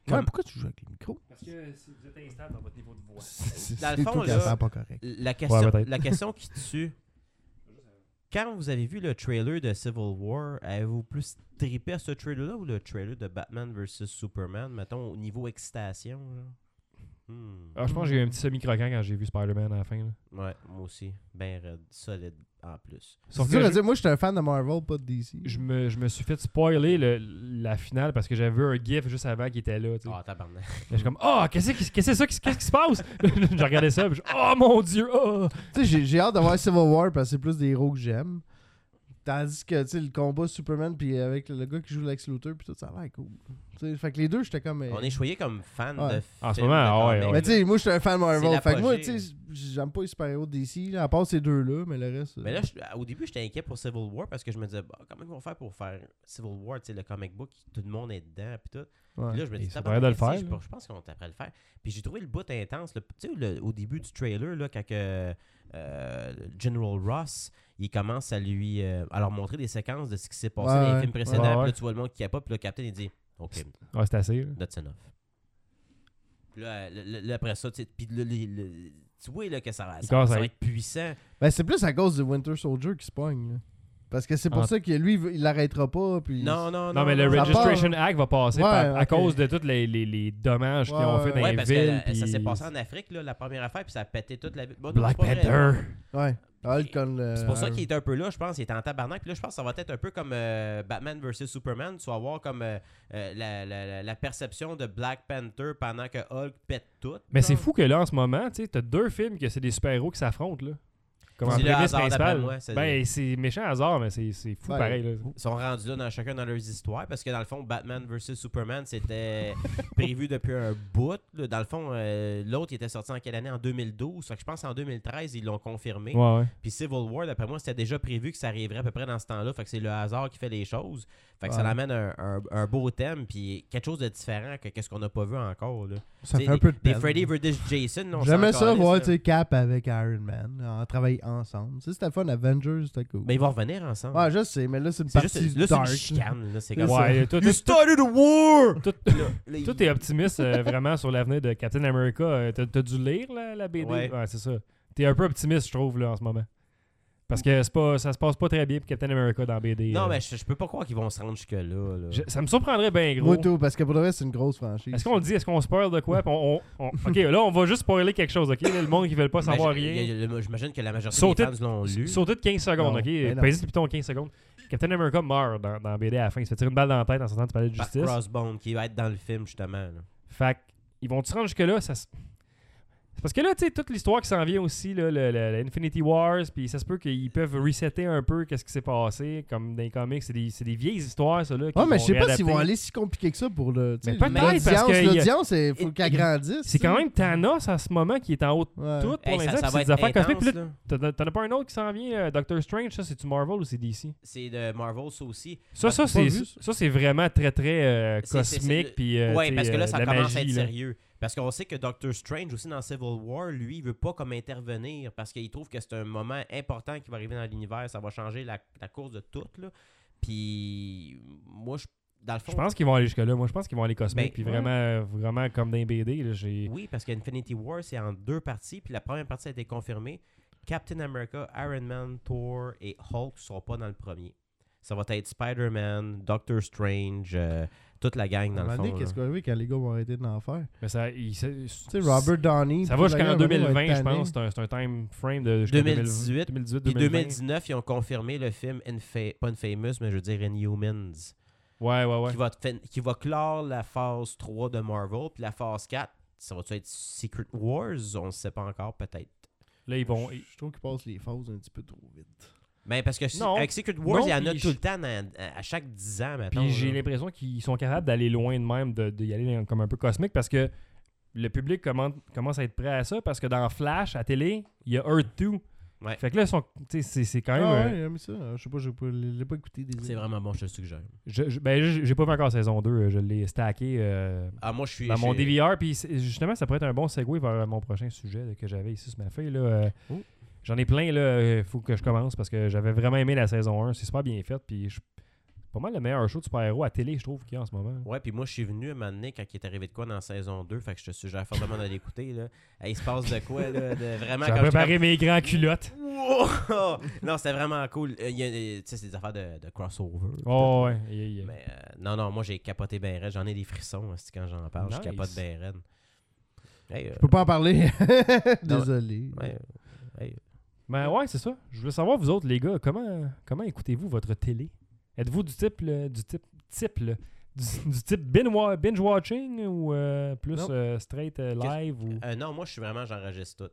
Speaker 2: Ouais, pourquoi tu joues avec les micros
Speaker 1: Parce que vous êtes instable dans votre niveau de voix.
Speaker 3: Dans le
Speaker 2: C'est
Speaker 3: fond,
Speaker 2: tout
Speaker 3: là-
Speaker 2: qu'elle pas correct.
Speaker 3: La question,
Speaker 1: peut-être.
Speaker 3: la question qui tue. Quand vous avez vu le trailer de Civil War, avez-vous plus trippé à ce trailer-là ou le trailer de Batman vs Superman, mettons, au niveau excitation? genre? Hmm.
Speaker 2: Ah.
Speaker 1: Ah, je pense que j'ai eu un petit semi-croquant quand j'ai vu Spider-Man à la fin. là.
Speaker 3: Ouais, moi aussi. Ben raide, solide en plus.
Speaker 1: Sauf
Speaker 2: C'est dur
Speaker 1: que
Speaker 2: à
Speaker 1: je-
Speaker 2: dire, moi, je suis un fan de Marvel, pas de DC.
Speaker 1: je me, je me suis fait spoiler le- la finale parce que j'avais vu un gif juste avant qui était là. tu sais.
Speaker 3: Ah, tabarnak.
Speaker 1: Et Je suis comme, oh, qu'est-ce qui, qu'est-ce que c'est ça? Qu'est-ce, qu'est-ce qui se passe? je regardais ça, puis je, oh mon dieu! ah!
Speaker 2: Tu sais, j'ai- j'ai hâte d'avoir Civil War parce que c'est plus des héros que j'aime. Tandis que, tu sais, le combat Superman puis avec le gars qui joue Lex Luthor puis tout, ça va être cool. Tu sais, fait que les deux, j'étais comme... euh,
Speaker 3: On est choyé comme fan
Speaker 2: Ouais.
Speaker 3: de
Speaker 1: En ce
Speaker 3: films
Speaker 1: moment,
Speaker 3: de
Speaker 1: ah ouais,
Speaker 3: comics,
Speaker 1: ouais.
Speaker 2: Mais tu sais, moi, je suis un fan de Marvel.
Speaker 3: C'est
Speaker 2: Fait que moi,
Speaker 3: l'apogée.
Speaker 2: tu sais, j'aime pas les super-héros d'ici, à part ces deux-là, mais le reste... euh,
Speaker 3: Mais Ben là, je- au début, j'étais inquiet pour Civil War parce que je me disais, bah, comment ils vont faire pour faire Civil War, tu sais, le comic book, tout le monde est dedans, puis tout.
Speaker 2: ouais.
Speaker 3: Puis là, je me
Speaker 1: Et
Speaker 3: dis,
Speaker 1: ils sont prêts
Speaker 3: tabarnak,
Speaker 1: de le
Speaker 3: si,
Speaker 1: faire,
Speaker 3: Je,
Speaker 1: là.
Speaker 3: je pense qu'on est prêts à le faire. Puis j'ai trouvé le bout intense. là. Tu sais, le- au début du trailer, là, quand que, euh, General Ross, il commence à lui euh, à leur montrer des séquences de ce qui s'est passé
Speaker 2: Ouais,
Speaker 3: dans les
Speaker 2: ouais.
Speaker 3: films précédents.
Speaker 1: Ouais,
Speaker 3: Puis
Speaker 1: ouais.
Speaker 3: là, tu vois le monde qui capote, puis le capitaine, il dit, OK,
Speaker 1: Ouais, c'est assez. là.
Speaker 3: that's enough. Puis là, le- le- le- après ça, tu sais, puis le- le- le- tu vois là, que ça va,
Speaker 1: Il
Speaker 3: ça va-
Speaker 1: commence à
Speaker 3: ça va
Speaker 1: être-
Speaker 3: être puissant.
Speaker 2: Ben, c'est plus à cause de Winter Soldier qui se pogne. là. Parce que c'est pour
Speaker 1: En-
Speaker 2: ça que lui, il veut- il l'arrêtera pas. Puis...
Speaker 3: Non, non, non.
Speaker 1: Non, mais le
Speaker 2: Ça
Speaker 1: Registration Act va passer
Speaker 2: Ouais,
Speaker 1: par- à
Speaker 2: ok.
Speaker 1: cause de tous les, les- les dommages qu'ils ont
Speaker 2: Ouais,
Speaker 1: fait dans
Speaker 3: Ouais,
Speaker 1: les
Speaker 3: parce que
Speaker 1: villes.
Speaker 3: la- ça s'est
Speaker 1: puis-
Speaker 3: passé en Afrique, là, la première affaire, puis ça a pété toute la ville. Bon,
Speaker 1: Black
Speaker 3: c'est pas vrai,
Speaker 1: Panther!
Speaker 2: Ouais. Ah, le
Speaker 3: C'est-
Speaker 2: con, euh,
Speaker 3: C'est pour ça
Speaker 2: Iron-
Speaker 3: qu'il est un peu là, je pense. Il est en tabarnak. Puis là, je pense que ça va être un peu comme euh, Batman vs Superman. Tu vas voir comme euh, euh, la, la- la- la perception de Black Panther pendant que Hulk pète tout.
Speaker 1: Mais c'est
Speaker 3: genre.
Speaker 1: fou que là, en ce moment, tu sais, t'as deux films que c'est des super-héros qui s'affrontent, là. Comme en
Speaker 3: C'est le
Speaker 1: prémisse
Speaker 3: hasard, d'après
Speaker 1: principale.
Speaker 3: moi, c'est-
Speaker 1: Ben, c'est méchant hasard, mais c'est, c'est fou
Speaker 2: Ouais.
Speaker 1: pareil, là.
Speaker 3: Ils sont rendus là dans chacun dans leurs histoires parce que dans le fond, Batman vs Superman, c'était prévu depuis un bout. là. Dans le fond, euh, l'autre, il était sorti en quelle année En 2012. Fait que je pense en 2013, ils l'ont confirmé.
Speaker 1: Ouais, ouais.
Speaker 3: Puis Civil War, d'après moi, c'était déjà prévu que ça arriverait à peu près dans ce temps-là. Fait que c'est le hasard qui fait les choses. Fait que ça
Speaker 2: Ouais.
Speaker 3: l'amène un, un- un beau thème, puis quelque chose de différent que quest ce qu'on n'a pas vu encore. Là.
Speaker 2: Ça
Speaker 3: T'sais,
Speaker 2: fait un
Speaker 3: des-
Speaker 2: peu de
Speaker 3: Des
Speaker 2: peine.
Speaker 3: Freddy vs. Jason, non
Speaker 2: J'aimais ça voir tu sais, Cap avec Iron Man, en travailler ensemble. Ça, c'était fun, Avengers, c'était cool.
Speaker 3: Mais ils vont revenir ensemble.
Speaker 2: Ouais, je sais, mais là, c'est une
Speaker 3: c'est
Speaker 2: partie
Speaker 3: juste là, c'est une
Speaker 2: dark.
Speaker 3: chicane. Là, c'est
Speaker 2: C'est
Speaker 3: comme
Speaker 2: ça.
Speaker 1: Ouais, tout,
Speaker 3: You started a war!
Speaker 1: Tout-
Speaker 3: Là, là, il-
Speaker 1: Tout est optimiste euh, vraiment sur l'avenir de Captain America. Euh, T'as t'as dû lire la, la BD?
Speaker 3: Ouais.
Speaker 1: c'est ça. T'es un peu optimiste, je trouve, là, en ce moment. Parce que c'est pas, ça se passe pas très bien pour Captain America dans BD.
Speaker 3: Non,
Speaker 1: euh.
Speaker 3: mais je, je peux pas croire qu'ils vont se rendre jusque-là. là.
Speaker 1: Je- ça me surprendrait bien gros.
Speaker 2: Moi, tout, parce que pour le reste, c'est une grosse franchise.
Speaker 1: Est-ce qu'on le dit? Est-ce qu'on spoil de quoi? Puis on- on- on- OK, là, on va juste spoiler quelque chose, OK? Là, le monde qui veut pas
Speaker 3: Mais
Speaker 1: savoir
Speaker 3: je- il y
Speaker 1: rien.
Speaker 3: a le- J'imagine que la majorité
Speaker 1: Sauter-
Speaker 3: des fans l'ont lu.
Speaker 1: Sauter de 15 secondes,
Speaker 2: Non, mais non.
Speaker 1: OK? Pèse le piton 15 secondes. Captain America meurt dans, dans BD à la fin. Il se fait tirer une balle dans la tête en sortant du palais de
Speaker 3: Par
Speaker 1: justice.
Speaker 3: Crossbone, qui va être dans le film, justement. là.
Speaker 1: Fait que, ils vont-tu rendre jusque-là? Ça... se- C'est Parce que là, tu sais, toute l'histoire qui s'en vient aussi, là, le, le- le Infinity Wars, puis ça se peut qu'ils peuvent resetter un peu qu'est-ce qui s'est passé, comme dans les comics. C'est des, c'est des vieilles histoires, ça, là.
Speaker 2: Ouais,
Speaker 1: qu'ils
Speaker 2: mais
Speaker 1: vont
Speaker 2: je sais pas s'ils
Speaker 1: réadapter.
Speaker 2: vont aller si compliqué que ça pour le. tu sais,
Speaker 1: Mais peut-être,
Speaker 2: l'audience.
Speaker 1: parce que il y a-
Speaker 2: L'audience, il faut qu'elle
Speaker 1: il-
Speaker 2: grandisse.
Speaker 1: C'est
Speaker 2: tu sais.
Speaker 1: quand même Thanos en ce moment qui est en haut de
Speaker 2: Ouais.
Speaker 1: tout pour
Speaker 3: Hey, ça,
Speaker 1: l'instant.
Speaker 3: ça
Speaker 1: puis
Speaker 3: va
Speaker 1: C'est
Speaker 3: être
Speaker 1: des affaires cosmiques.
Speaker 3: intense,
Speaker 1: Puis là, T'en
Speaker 3: là.
Speaker 1: t'en as pas un autre qui s'en vient, euh, Doctor Strange, ça c'est-tu Marvel ou c'est DC?
Speaker 3: C'est de Marvel, ça aussi.
Speaker 1: Ça,
Speaker 3: Ah,
Speaker 1: ça,
Speaker 2: t'as pas
Speaker 1: c'est,
Speaker 2: vu,
Speaker 1: ça, c'est vraiment très, très euh,
Speaker 3: C'est- c'est- c'est
Speaker 1: cosmique.
Speaker 3: le-
Speaker 1: Puis, euh,
Speaker 3: ouais,
Speaker 1: tu
Speaker 3: parce
Speaker 1: sais,
Speaker 3: que là,
Speaker 1: euh,
Speaker 3: ça
Speaker 1: la
Speaker 3: commence
Speaker 1: magie,
Speaker 3: à être
Speaker 1: là.
Speaker 3: sérieux. Parce qu'on sait que Doctor Strange, aussi dans Civil War, lui, il veut pas comme intervenir parce qu'il trouve que c'est un moment important qui va arriver dans l'univers. Ça va changer la, la course de tout. Là. Puis, moi, je, dans le fond,
Speaker 1: Je pense qu'ils vont aller jusque-là. Moi, je pense qu'ils vont aller cosmique.
Speaker 3: Ben,
Speaker 1: puis
Speaker 3: ouais.
Speaker 1: vraiment, euh, vraiment comme dans les BD. là, j'ai...
Speaker 3: oui, parce qu'Infinity War, c'est en deux parties. Puis la première partie a été confirmée. Captain America, Iron Man, Thor et Hulk ne seront pas dans le premier. Ça va être Spider-Man, Doctor Strange, euh, toute la gang
Speaker 2: À un
Speaker 3: dans le
Speaker 2: moment
Speaker 3: fond.
Speaker 2: donné,
Speaker 3: là.
Speaker 2: qu'est-ce qu'on va arriver quand les gars vont arrêter de l'en faire?
Speaker 1: Mais ça, il- ça-
Speaker 2: Tu sais, Robert Downey.
Speaker 1: ça
Speaker 2: puis
Speaker 1: va
Speaker 2: tout, la
Speaker 1: jusqu'en
Speaker 2: gang, à un moment
Speaker 1: 2020,
Speaker 2: donné,
Speaker 1: je
Speaker 2: va être
Speaker 1: pense. C'est un, c'est un time frame de jusqu'en
Speaker 3: 2018,
Speaker 1: 2018,
Speaker 3: Puis
Speaker 1: 2020.
Speaker 3: 2019, ils ont confirmé le film Infa- pas Infamous, mais je veux dire Inhumans.
Speaker 1: Ouais, ouais, ouais.
Speaker 3: qui, va te fin- qui va clore la phase 3 de Marvel. Puis la phase 4, ça va-tu être Secret Wars On ne sait pas encore, peut-être.
Speaker 1: Là, ils vont.
Speaker 2: je, je trouve qu'ils passent les phases un petit peu trop vite.
Speaker 3: Mais Ben, parce que si-
Speaker 1: Non.
Speaker 3: avec Secret Wars,
Speaker 1: Non,
Speaker 3: il y en a
Speaker 1: puis
Speaker 3: tout
Speaker 1: je-
Speaker 3: le temps, dans- à, à chaque 10 ans maintenant.
Speaker 1: Puis j'ai
Speaker 3: là.
Speaker 1: l'impression qu'ils sont capables d'aller loin de même, d'y de, d'y aller dans- comme un peu cosmique parce que le public commente- commence à être prêt à ça parce que dans Flash, à télé, il y a Earth 2.
Speaker 3: Ouais.
Speaker 1: Fait que là, ils sont- tu sais, c'est c'est quand même.
Speaker 2: Ah
Speaker 1: euh,
Speaker 2: ouais, j'aime ça. Je sais pas, je l'ai pas écouté. désolé.
Speaker 3: C'est vraiment bon, je te le suggère.
Speaker 1: je- je- ben, j'ai j'ai pas vu encore saison 2, euh, je l'ai stacké euh,
Speaker 3: Ah, moi, je suis.
Speaker 1: dans mon
Speaker 3: je-
Speaker 1: DVR. Puis c'est- justement, ça pourrait être un bon segue vers euh, mon prochain sujet là, que j'avais ici sur ma feuille. là. Euh,
Speaker 2: Oh.
Speaker 1: J'en ai plein, là. euh, faut que je commence parce que j'avais vraiment aimé la saison 1. C'est super bien fait. Puis je- pas mal le meilleur show de super-héros à télé, je trouve, qu'il y a en ce moment.
Speaker 3: Ouais, puis moi, je suis venu à un moment donné quand il est arrivé de quoi dans saison 2. Fait que je te suggère fortement d'aller écouter. Là. Eh, Il se passe de quoi, là de Vraiment,
Speaker 1: J'ai
Speaker 3: quand j'étais
Speaker 1: préparé mes grands culottes.
Speaker 3: comme, Wow! Non, c'était vraiment cool. Euh, il y a- euh, Tu sais, c'est des affaires de, de crossover.
Speaker 1: Oh, ouais. Il y a- il y a-
Speaker 3: Mais euh, non, non, moi, j'ai capoté bien raide. J'en ai des frissons hein, c'est quand j'en parle.
Speaker 1: Nice.
Speaker 3: Je capote bien raide. Hey, euh,
Speaker 2: Je peux pas en parler.
Speaker 3: Non,
Speaker 2: Désolé.
Speaker 3: ouais, euh, hey,
Speaker 1: Ben ouais, c'est ça. Je voulais savoir, vous autres, les gars, comment, comment écoutez-vous votre télé? Êtes-vous du type, là, du type, type, là, du, du type binge- binge-watching ou euh, plus
Speaker 2: Non.
Speaker 1: euh, straight euh, live? Ou...
Speaker 3: euh, non, moi, je suis vraiment, j'enregistre tout.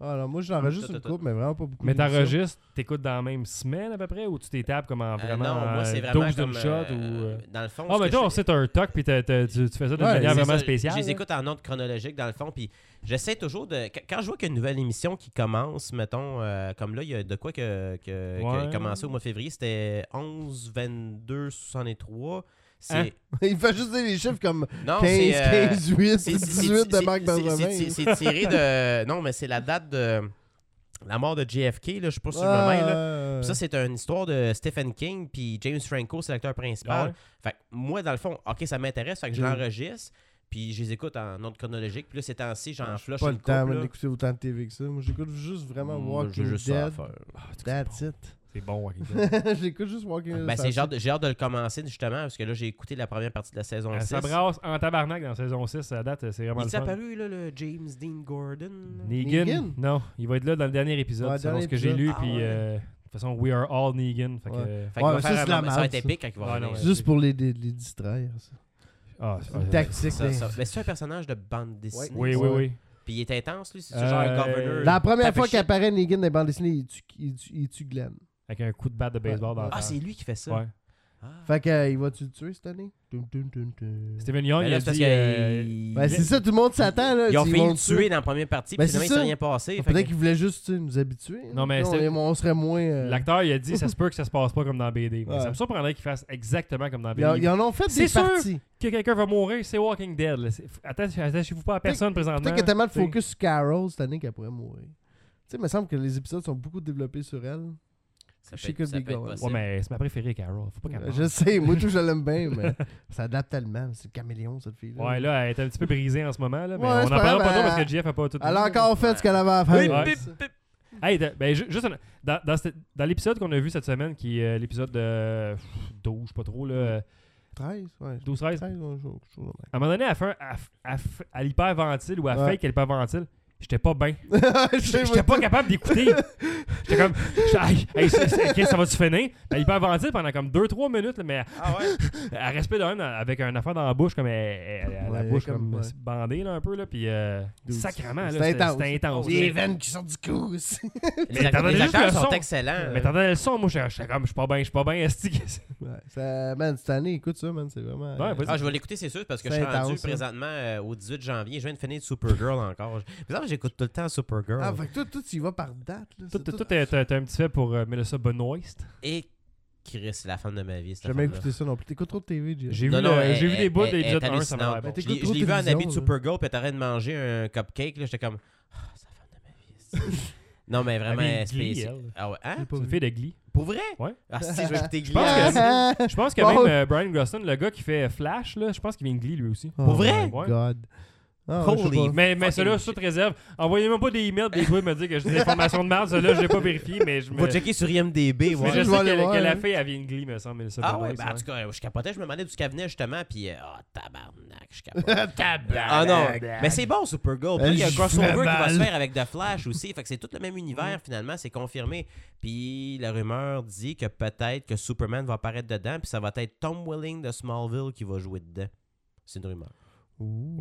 Speaker 2: Ah, alors moi, j'enregistre
Speaker 3: Tout,
Speaker 2: une
Speaker 3: tout,
Speaker 2: coupe, mais vraiment pas beaucoup.
Speaker 1: Mais
Speaker 2: d'émissions.
Speaker 1: t'enregistres, t'écoutes dans la même semaine à peu près ou tu t'étapes comme en
Speaker 3: Euh,
Speaker 1: Ah, vraiment
Speaker 3: non, moi, c'est
Speaker 1: euh,
Speaker 3: vraiment.
Speaker 1: 12
Speaker 3: Comme,
Speaker 1: d'une shot
Speaker 3: euh,
Speaker 1: ou... euh,
Speaker 3: Dans le fond.
Speaker 1: Ah,
Speaker 3: ce
Speaker 1: mais
Speaker 3: que
Speaker 1: toi,
Speaker 3: je-
Speaker 1: on sait un toc puis t'as- t'as- tu, tu fais ça d'une
Speaker 2: Ouais,
Speaker 1: manière
Speaker 2: c'est
Speaker 1: vraiment
Speaker 3: ça,
Speaker 1: spéciale.
Speaker 3: Je les
Speaker 1: là.
Speaker 3: écoute en ordre chronologique, dans le fond, puis j'essaie toujours de... qu- Quand je vois qu'il y a une nouvelle émission qui commence, mettons, euh, comme là, il y a de quoi que, que, que
Speaker 1: Ouais.
Speaker 3: commencé au mois de février, c'était 11, 22, 63... C'est...
Speaker 1: Hein?
Speaker 2: Il fait juste dire les chiffres comme 15,
Speaker 3: Non, c'est... euh,
Speaker 2: 15, 8,
Speaker 3: c'est- c'est- c'est-
Speaker 2: 18 de
Speaker 3: c'est-
Speaker 2: Marc
Speaker 3: c'est-
Speaker 2: Benjamin.
Speaker 3: c'est- C'est c'est tiré de... Non, mais c'est la date de... La mort de JFK, là, je sais pas si je me mêle, là. Puis
Speaker 2: Euh.
Speaker 3: Ça, c'est une histoire de Stephen King, puis James Franco, c'est l'acteur
Speaker 1: Ah
Speaker 3: principal.
Speaker 1: ouais?
Speaker 3: Fait que moi, dans le fond, OK, ça m'intéresse, fait que je
Speaker 2: Mm.
Speaker 3: l'enregistre, puis je les écoute en ordre chronologique, puis là, ces temps-ci, j'en flush
Speaker 2: Ah, pas
Speaker 3: une
Speaker 2: le temps
Speaker 3: couple,
Speaker 2: moi,
Speaker 3: là.
Speaker 2: d'écouter autant de TV que ça. Moi, j'écoute juste vraiment
Speaker 3: Mm, j'ai
Speaker 2: Walking
Speaker 3: juste ça à
Speaker 2: Dead.
Speaker 3: faire.
Speaker 1: Ah, tu-
Speaker 2: That's it.
Speaker 1: C'est bon, Walking Dead.
Speaker 2: j'écoute juste Walking Dead.
Speaker 3: Ben,
Speaker 2: ça
Speaker 3: c'est- j'ai
Speaker 2: fait-
Speaker 3: hâte, de- j'ai hâte de le commencer, justement, parce que là, j'ai écouté la première partie de la saison
Speaker 2: Ah,
Speaker 1: Euh,
Speaker 3: 6.
Speaker 1: Ça brasse en tabarnak dans saison 6, à date, c'est vraiment
Speaker 3: Il
Speaker 1: le
Speaker 3: s'est
Speaker 1: fun.
Speaker 3: apparu, là, le James Dean Gordon. là?
Speaker 1: Negan?
Speaker 2: Negan?
Speaker 1: Non, il va être là dans le dernier épisode,
Speaker 2: Ouais,
Speaker 1: selon
Speaker 2: dernier
Speaker 1: ce que j'ai
Speaker 2: épisode.
Speaker 1: lu.
Speaker 3: Ah
Speaker 1: puis,
Speaker 3: ouais.
Speaker 1: euh, de toute façon, we are all Negan. Fait que,
Speaker 2: Ouais.
Speaker 1: euh,
Speaker 3: Fait qu'il
Speaker 2: Ouais,
Speaker 3: va
Speaker 2: ça,
Speaker 3: faire
Speaker 2: c'est
Speaker 3: un
Speaker 2: de la
Speaker 3: moment- ça va
Speaker 2: merde,
Speaker 3: être épique quand il va
Speaker 1: Ah, non,
Speaker 3: revenir.
Speaker 1: ouais.
Speaker 2: Juste pour les, les, les distraire. ça.
Speaker 1: ah, c'est-
Speaker 2: Une tactique.
Speaker 3: Ça,
Speaker 2: mais-
Speaker 3: ça- Mais c'est un personnage de bande dessinée.
Speaker 1: Oui, oui, oui.
Speaker 3: Puis il est intense, lui. C'est
Speaker 1: Euh,
Speaker 3: genre un governor.
Speaker 2: La première
Speaker 3: Tape
Speaker 2: fois
Speaker 3: shit.
Speaker 2: qu'apparaît Negan dans les bandes dessinées, il tue, il tue, il tue Glenn.
Speaker 1: Avec un coup de batte de baseball dans le
Speaker 3: Ah,
Speaker 1: temps.
Speaker 3: c'est lui qui fait ça.
Speaker 1: Ouais.
Speaker 3: Ah.
Speaker 2: Fait que, euh, il va-tu le tuer cette année? Dun, dun, dun, dun.
Speaker 1: Stephen Young, il
Speaker 3: Mais Ben là,
Speaker 1: a
Speaker 3: c'est parce
Speaker 1: dit...
Speaker 3: qu'il-
Speaker 1: euh,
Speaker 2: Ben, c'est ça, tout le monde s'attend. là.
Speaker 3: Ils ont
Speaker 2: Ils
Speaker 3: failli
Speaker 2: vont
Speaker 3: le tuer dans la première partie,
Speaker 2: Ben,
Speaker 3: puis finalement,
Speaker 2: c'est
Speaker 3: il s'est
Speaker 2: ça.
Speaker 3: rien passé. fait
Speaker 2: Peut-être
Speaker 3: que-
Speaker 2: qu'ils voulaient juste tu sais, nous habituer.
Speaker 1: Non, mais
Speaker 2: on,
Speaker 1: c'est-
Speaker 2: on serait moins. euh,
Speaker 1: L'acteur, il a dit, ça se peut que ça se passe pas comme dans BD. Mais
Speaker 2: Ouais.
Speaker 1: Ça me surprendrait qu'il fasse exactement comme dans
Speaker 2: Ils, en,
Speaker 1: BD.
Speaker 2: ils en ont fait
Speaker 1: C'est
Speaker 2: des
Speaker 1: sûr.
Speaker 2: parties.
Speaker 1: Que quelqu'un va mourir, c'est Walking Dead. là. C'est- Attache- Attachez-vous pas à personne présentement.
Speaker 2: Peut-être qu'il y a tellement de
Speaker 1: T'sais.
Speaker 2: focus sur Carol cette année qu'elle pourrait mourir. Tu sais, il me semble que les épisodes sont beaucoup développés sur elle.
Speaker 3: Ça
Speaker 2: Je
Speaker 3: peut
Speaker 2: sais
Speaker 3: être-
Speaker 2: que
Speaker 3: ça
Speaker 2: des
Speaker 3: peut être
Speaker 2: gars,
Speaker 1: Ouais,
Speaker 3: possible.
Speaker 1: mais c'est ma préférée, Carol. Faut pas qu'elle
Speaker 2: Euh, Je
Speaker 1: meure.
Speaker 2: sais, moi tout je l'aime bien, mais ça adapte tellement. C'est le caméléon, cette fille-là.
Speaker 1: Ouais, là, elle est un petit peu brisée en ce moment. Là, mais
Speaker 2: Ouais,
Speaker 1: on en
Speaker 2: c'est pas
Speaker 1: parlera
Speaker 2: grave,
Speaker 1: pas trop parce
Speaker 2: elle-
Speaker 1: que JF a pas tout
Speaker 2: Elle a encore fait ce qu'elle avait à
Speaker 1: Oui,
Speaker 2: faire.
Speaker 1: Ouais. Hey, de- ben, ju- juste un- dans, dans cette- dans l'épisode qu'on a vu cette semaine, qui est euh, l'épisode de pff, 12, je sais pas trop, là, euh,
Speaker 2: 13, ouais.
Speaker 1: 12, 13,
Speaker 2: 13, ouais, je- je- je- ouais.
Speaker 1: à un moment donné, elle, fait un- elle f- elle f- elle hyperventile ou elle
Speaker 2: Ouais.
Speaker 1: fake hyperventile. J'étais pas bien.
Speaker 2: Je sais,
Speaker 1: J'étais
Speaker 2: moi,
Speaker 1: pas capable d'écouter. J'étais comme, Aïe, hey, c'est- c'est- ok, ça va-tu finir? Ben, Elle hyperventile pendant comme 2-3 minutes, là, mais
Speaker 3: Ah ouais?
Speaker 1: elle, elle respire de même dans- avec un affaire dans la bouche, comme elle, elle- elle a la
Speaker 2: Ouais,
Speaker 1: bouche
Speaker 2: comme-
Speaker 1: comme,
Speaker 2: ouais.
Speaker 1: bandée là, un peu. Là, puis, euh,
Speaker 2: Dude,
Speaker 1: sacrément, là,
Speaker 2: c'était
Speaker 1: c'était
Speaker 2: intense.
Speaker 1: c'était intense.
Speaker 2: Il y a Les veines qui sortent du cou aussi.
Speaker 3: Les
Speaker 1: t'en
Speaker 3: act-
Speaker 1: donnais
Speaker 3: les
Speaker 1: juste
Speaker 3: acteurs
Speaker 1: le
Speaker 3: sont
Speaker 1: son.
Speaker 3: excellents.
Speaker 1: Mais t'entendais le son, moi, j'étais j'étais comme, je suis pas bien, je suis pas bien, esti.
Speaker 2: Ouais, ça- man, cette année, écoute ça, man, c'est vraiment.
Speaker 1: Ouais, vas-y.
Speaker 3: Ah, je vais l'écouter, c'est sûr, parce que je
Speaker 2: C'est
Speaker 3: suis rendu
Speaker 2: intense, ça.
Speaker 3: présentement euh, au 18 janvier. Je viens de finir Supergirl encore. Par exemple, j'écoute tout le temps Supergirl.
Speaker 2: Ah, fait que toi, toi, tu y vas par date. Là,
Speaker 1: Toi,
Speaker 2: c'est
Speaker 1: toi-
Speaker 2: tout-
Speaker 1: toi, t'as t'as- t'as un petit fait pour euh, Melissa Benoist.
Speaker 3: Et Chris, c'est la femme de ma vie. cette
Speaker 2: J'ai jamais
Speaker 3: femme-là.
Speaker 2: écouté ça non plus. T'écoutes trop de TV, Jay.
Speaker 1: J'ai vu,
Speaker 3: Non,
Speaker 1: le-
Speaker 3: non, elle-
Speaker 1: j'ai vu
Speaker 3: elle-
Speaker 1: des bouts de
Speaker 3: elle- elle
Speaker 1: l'épisode
Speaker 3: est
Speaker 1: 1, ça m'a l'air
Speaker 3: hallucinante.
Speaker 1: bon.
Speaker 2: Mais
Speaker 3: Je l'ai-
Speaker 2: t'écoutes
Speaker 3: je l'ai vu
Speaker 2: trop
Speaker 3: en habit de
Speaker 2: télévision,
Speaker 3: Supergirl, puis t'arrêtes de manger un cupcake. là, J'étais comme, ah, c'est la femme de ma vie. c'est- Non, mais vraiment,
Speaker 1: Elle est Glee,
Speaker 3: spécial.
Speaker 1: elle.
Speaker 3: Ah ouais, hein?
Speaker 2: J'ai pas
Speaker 1: C'est une
Speaker 2: vu.
Speaker 1: fille de Glee.
Speaker 3: Pour vrai?
Speaker 1: Ouais.
Speaker 3: Ah, si, je vais écouter
Speaker 1: pense
Speaker 3: Glee. en-
Speaker 1: que-
Speaker 2: Ah!
Speaker 1: Je pense que
Speaker 2: Bon.
Speaker 1: même euh, Brian Grosson, le gars qui fait Flash, là, je pense qu'il vient de Glee lui aussi.
Speaker 2: Oh
Speaker 3: Pour vrai?
Speaker 2: my
Speaker 1: Ouais.
Speaker 2: God. Ah, ouais, je sais
Speaker 3: Holy
Speaker 2: pas.
Speaker 1: Mais, mais
Speaker 3: fucking
Speaker 1: ceux-là, sous
Speaker 3: shit.
Speaker 1: toute réserve, envoyez-moi pas des emails des fois me dire que j'ai des informations de merde. Ceux-là, je l'ai pas vérifié, mais je me.
Speaker 3: Faut checker sur IMDB.
Speaker 1: mais
Speaker 3: voir.
Speaker 1: je
Speaker 2: Je
Speaker 1: sais
Speaker 2: vais aller
Speaker 1: que,
Speaker 2: voir,
Speaker 1: que la
Speaker 2: hein.
Speaker 1: fille, elle vient de Glee, me semble. Elizabeth
Speaker 3: Ah ouais,
Speaker 1: Banks,
Speaker 3: ben, en tout cas, je capotais, je me demandais du cabinet justement, puis euh, ah tabarnak, je capote. Ah non,
Speaker 2: Tabarnak.
Speaker 3: mais c'est bon Supergirl. Puis là, Il y a un
Speaker 2: Je
Speaker 3: crossover
Speaker 2: fais
Speaker 3: qui va
Speaker 2: mal.
Speaker 3: se faire avec The Flash aussi, fait que c'est tout le même univers finalement, c'est confirmé. Puis la rumeur dit que peut-être que Superman va apparaître dedans, puis ça va être Tom Welling de Smallville qui va jouer dedans. C'est une rumeur.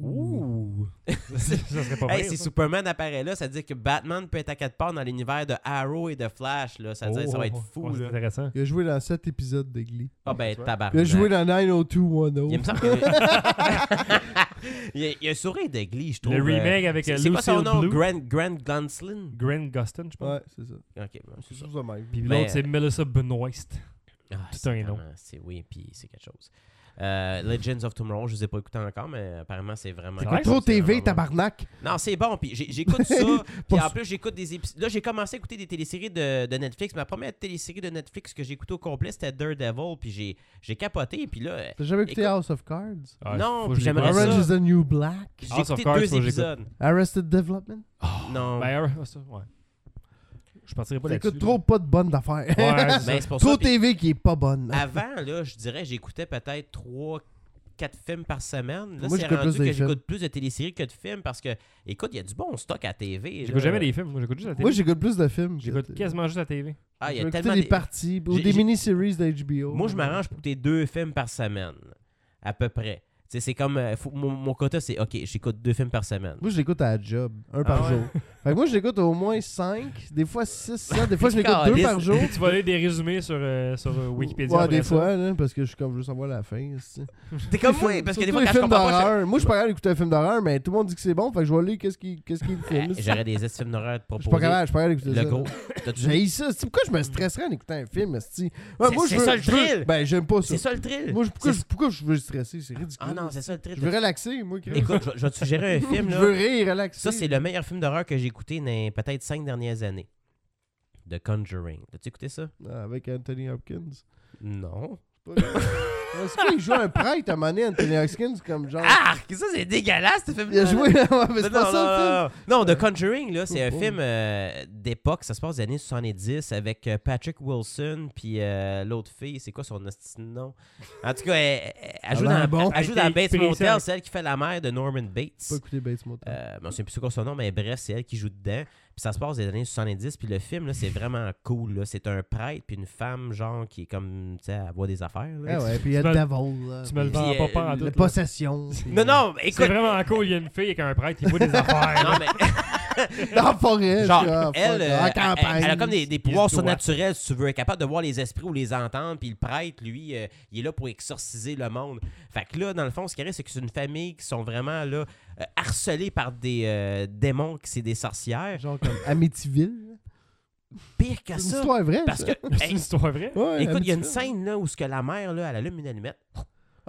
Speaker 1: Ouh. ça serait pas
Speaker 3: Hey,
Speaker 1: pire,
Speaker 3: si
Speaker 1: ça.
Speaker 3: Superman apparaît là, ça veut dire que Batman peut être à quatre parts dans l'univers de Arrow et de Flash. Là. Ça veut dire que ça va être
Speaker 1: Oh,
Speaker 3: fou.
Speaker 1: ouais, c'est
Speaker 3: là.
Speaker 1: intéressant.
Speaker 2: Il a joué dans 7 épisodes de Glee.
Speaker 3: Ah ben,
Speaker 2: Il a
Speaker 3: tabarnak.
Speaker 2: joué dans
Speaker 3: Il
Speaker 2: 90210.
Speaker 3: me semble que- il, a, il a souri de Glee, je trouve.
Speaker 1: Le
Speaker 3: Euh,
Speaker 1: remake avec
Speaker 3: C'est
Speaker 1: euh,
Speaker 3: c'est quoi son
Speaker 1: Lucille
Speaker 3: nom?
Speaker 1: Blue.
Speaker 3: Grant, Grant Glanslin?
Speaker 1: Grant Gustin, je pense.
Speaker 2: Ouais, c'est ça.
Speaker 3: Ok, ben, c'est
Speaker 2: C'est
Speaker 3: ça.
Speaker 2: ça, Mike.
Speaker 1: Puis
Speaker 3: Mais-
Speaker 1: l'autre, c'est Melissa Benoist.
Speaker 3: Ah,
Speaker 1: Tout
Speaker 3: c'est
Speaker 1: un nom.
Speaker 3: vraiment- C'est oui, puis c'est quelque chose. Euh, Legends of Tomorrow, je ne les ai pas écoutés encore, mais apparemment c'est vraiment.
Speaker 1: T'écoutes
Speaker 3: quelque
Speaker 2: Trop
Speaker 3: chose, c'est
Speaker 2: TV,
Speaker 3: vraiment bon.
Speaker 2: tabarnak.
Speaker 3: Non, c'est bon, puis j'ai- j'écoute ça, puis
Speaker 2: Pas
Speaker 3: en
Speaker 2: sûr.
Speaker 3: plus j'écoute des épisodes. Là, j'ai commencé à écouter des téléséries de, de Netflix. Ma première télésérie de Netflix que j'ai écoutée au complet, c'était Daredevil, puis j'ai- j'ai capoté, puis là, euh,
Speaker 2: T'as jamais écouté
Speaker 3: Écoute-
Speaker 2: House of Cards?
Speaker 1: Ah,
Speaker 3: Non,
Speaker 1: faut que
Speaker 3: puis
Speaker 1: je
Speaker 3: j'aimerais
Speaker 1: l'écoute.
Speaker 3: ça.
Speaker 2: Orange is the New Black?
Speaker 3: j'ai
Speaker 1: House of
Speaker 3: écouté
Speaker 1: Cards, Ah, faut
Speaker 3: deux
Speaker 1: que j'écoute.
Speaker 3: épisodes.
Speaker 2: Arrested Development?
Speaker 3: Non,
Speaker 1: Ben, euh, ça, ouais. Je partirais pas là-dessus.
Speaker 2: T'écoutes trop pas de bonnes affaires.
Speaker 1: Ouais, c'est ça.
Speaker 3: mais Ben, c'est pour ça.
Speaker 2: trop
Speaker 3: puis-
Speaker 2: TV qui est pas bonne.
Speaker 3: Avant, là, je dirais, j'écoutais peut-être 3 4 films par semaine. Là,
Speaker 2: Moi,
Speaker 3: c'est
Speaker 2: j'écoute
Speaker 3: rendu
Speaker 2: plus des
Speaker 3: que
Speaker 2: films.
Speaker 3: j'écoute plus de téléséries que de films parce que, écoute, il y a du bon stock à TV. là.
Speaker 1: J'écoute jamais des films. Moi, j'écoute juste la
Speaker 2: Moi,
Speaker 1: télé.
Speaker 2: j'écoute euh, plus de films. que
Speaker 1: J'écoute
Speaker 2: de-
Speaker 1: quasiment juste la télé.
Speaker 3: Ah, il y
Speaker 2: Je vais
Speaker 3: a
Speaker 2: écouter
Speaker 3: tellement
Speaker 2: des
Speaker 3: des-
Speaker 2: parties ou
Speaker 3: J'ai-
Speaker 2: des
Speaker 3: j'ai-
Speaker 2: mini-series d'HBO.
Speaker 3: Moi, je m'arrange pour tes deux films par semaine, à peu près. Tu sais, c'est comme. euh, faut- mon, mon quota, c'est OK, j'écoute deux films par semaine.
Speaker 2: Moi, je l'écoute à la job, un par
Speaker 3: Ah ouais?
Speaker 2: jour. Fait que moi, je l'écoute au moins 5, des fois 6, 7, des fois, je l'écoute deux
Speaker 3: Caliste.
Speaker 2: par jour.
Speaker 1: Tu vas lire des résumés sur, euh, sur euh, Wikipédia.
Speaker 2: Ouais,
Speaker 1: après
Speaker 2: des
Speaker 1: ça.
Speaker 2: fois, là, parce que je suis comme, je veux savoir la fin. c'est-
Speaker 3: T'es comme
Speaker 2: Les
Speaker 3: moi,
Speaker 2: films-
Speaker 3: parce que des
Speaker 2: surtout
Speaker 3: fois,
Speaker 2: les
Speaker 3: quand je
Speaker 2: films
Speaker 3: comprends pas,
Speaker 2: d'horreur. Moi, je suis pas capable d'écouter un film d'horreur, mais tout le monde dit que c'est bon, fait que je vais lire qu'est-ce qu'il qu'est-ce qu'il
Speaker 3: je-
Speaker 2: filme. Je
Speaker 3: j'aurais des estis films d'horreur à te
Speaker 2: suis pas
Speaker 3: proposer.
Speaker 2: capable, je suis pas capable d'écouter ça.
Speaker 3: Le gros. T'as-tu-
Speaker 2: J'ai ça. C'est pourquoi je me stresserais en écoutant un film, esti? Ouais,
Speaker 3: C'est-
Speaker 2: moi, je
Speaker 3: c'est
Speaker 2: veux-
Speaker 3: ça, le
Speaker 2: je veux-
Speaker 3: thrill.
Speaker 2: Ben, j'aime pas ça.
Speaker 3: C'est ça le thrill.
Speaker 2: Moi, je- pourquoi,
Speaker 3: C'est-
Speaker 2: je, pourquoi je veux stresser? C'est ridicule.
Speaker 3: Ah non, c'est ça le thrill.
Speaker 2: je veux relaxer, moi. Chris.
Speaker 3: Écoute, je, je vais te suggérer un film.
Speaker 2: je
Speaker 3: Là.
Speaker 2: veux rire, relaxer.
Speaker 3: Ça, c'est le meilleur film d'horreur que j'ai écouté dans les peut-être cinq dernières années. The Conjuring. T'as-tu écouté ça?
Speaker 2: Ah, Avec Anthony Hopkins.
Speaker 3: Non.
Speaker 2: Est-ce qu'il joue un prêtre à Mané, Anthony Hopkins, comme genre.
Speaker 3: Arc! Ça, c'est dégueulasse, ce film
Speaker 2: Il a joué. ouais, Ah! mais
Speaker 3: Non,
Speaker 2: c'est
Speaker 3: non,
Speaker 2: pas ça,
Speaker 3: non, non. Non, The Conjuring, là, c'est un
Speaker 2: Oh.
Speaker 3: film euh, d'époque, ça se passe des années 70 avec euh, Patrick Wilson puis euh, l'autre fille, c'est quoi son hostie de nom? En tout cas, elle, elle- elle joue,
Speaker 2: a
Speaker 3: dans,
Speaker 2: l'air bon.
Speaker 3: elle joue dans Bates
Speaker 1: Puis c'est
Speaker 3: Motel,
Speaker 1: avec-
Speaker 3: celle qui fait la mère de Norman
Speaker 2: le film. Pas
Speaker 3: Bates.
Speaker 2: écouté Bates Motel.
Speaker 3: Euh, bon, c'est plus quoi son nom, mais bref, c'est elle qui joue dedans. Puis ça se passe des années 70. Puis le film, là, c'est vraiment cool. là. C'est un prêtre, puis une femme, genre, qui est comme, tu sais, elle voit des affaires. là.
Speaker 2: Ah ouais, puis il y a
Speaker 1: tu me-
Speaker 2: Devil. là,
Speaker 1: Tu me le
Speaker 2: puis-
Speaker 1: vends
Speaker 3: Puis,
Speaker 1: pas
Speaker 3: euh,
Speaker 1: pas en
Speaker 2: La
Speaker 1: tout. là.
Speaker 2: possession.
Speaker 3: Non, non,
Speaker 1: C'est
Speaker 3: écoute.
Speaker 1: vraiment cool. Il y a une fille avec un prêtre qui voit des affaires.
Speaker 3: Non, mais
Speaker 2: Dans la forêt.
Speaker 3: genre,
Speaker 2: puis, ah, fuck,
Speaker 3: elle, euh,
Speaker 2: en
Speaker 3: elle-
Speaker 2: campagne.
Speaker 3: elle a comme des, des
Speaker 1: se
Speaker 3: pouvoirs
Speaker 1: doit.
Speaker 3: surnaturels, si tu veux. Elle est capable de voir les esprits ou les entendre. Puis le prêtre, lui, euh, il est là pour exorciser le monde. Fait que là, dans le fond, ce qui arrive, c'est que c'est une famille qui sont vraiment là, euh, harcelées par des euh, démons, qui c'est des sorcières.
Speaker 2: Genre comme Amityville.
Speaker 3: Pire que
Speaker 2: C'est une
Speaker 3: ça.
Speaker 2: histoire vraie.
Speaker 3: Parce
Speaker 2: ça.
Speaker 3: que,
Speaker 1: C'est
Speaker 3: hey,
Speaker 1: une histoire vraie.
Speaker 2: Ouais,
Speaker 3: écoute, il y a une
Speaker 2: Amityville.
Speaker 3: scène là, où ce que la mère, là, elle allume une allumette.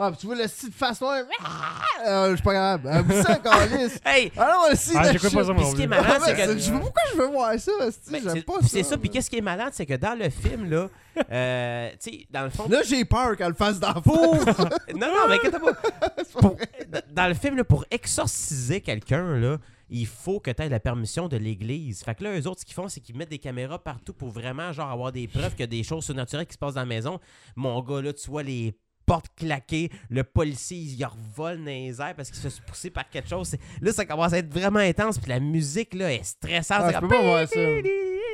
Speaker 2: Ah, puis tu vois le site face noire. Ah, euh, je suis pas capable. Un boussin encore lisse.
Speaker 3: Hey!
Speaker 2: Allons, le site.
Speaker 1: Ah, j'écoute pas ça,
Speaker 3: Puis
Speaker 1: moi.
Speaker 3: ce qui est
Speaker 1: non plus.
Speaker 3: marrant, c'est
Speaker 2: Ah, ben,
Speaker 3: que.
Speaker 2: je- Pourquoi je veux voir ça? esti?
Speaker 3: Mais
Speaker 2: J'aime
Speaker 3: c'est-
Speaker 2: pas
Speaker 3: puis
Speaker 2: ça.
Speaker 3: c'est ça, puis qu'est-ce qui est malade, c'est que dans le film, là, euh, tu sais, dans le fond,
Speaker 2: Là, j'ai peur qu'elle le fasse dans la
Speaker 3: pour. non, non, mais inquiète pas. Pour- Dans le film, là, pour exorciser quelqu'un, là, il faut que tu aies la permission de l'église. Fait que là, eux autres, ce qu'ils font, c'est qu'ils mettent des caméras partout pour vraiment, genre, avoir des preuves qu'il y a des choses surnaturelles qui se passent dans la maison. Mon gars, là, tu vois les portes claquées, le policier, il revole dans les airs parce qu'il se fait pousser par quelque chose. C'est- Là, ça commence à être vraiment intense, puis la musique, là, est stressante.
Speaker 2: Ah,
Speaker 3: C'est
Speaker 2: je peux
Speaker 3: comme-
Speaker 2: pas voir ça.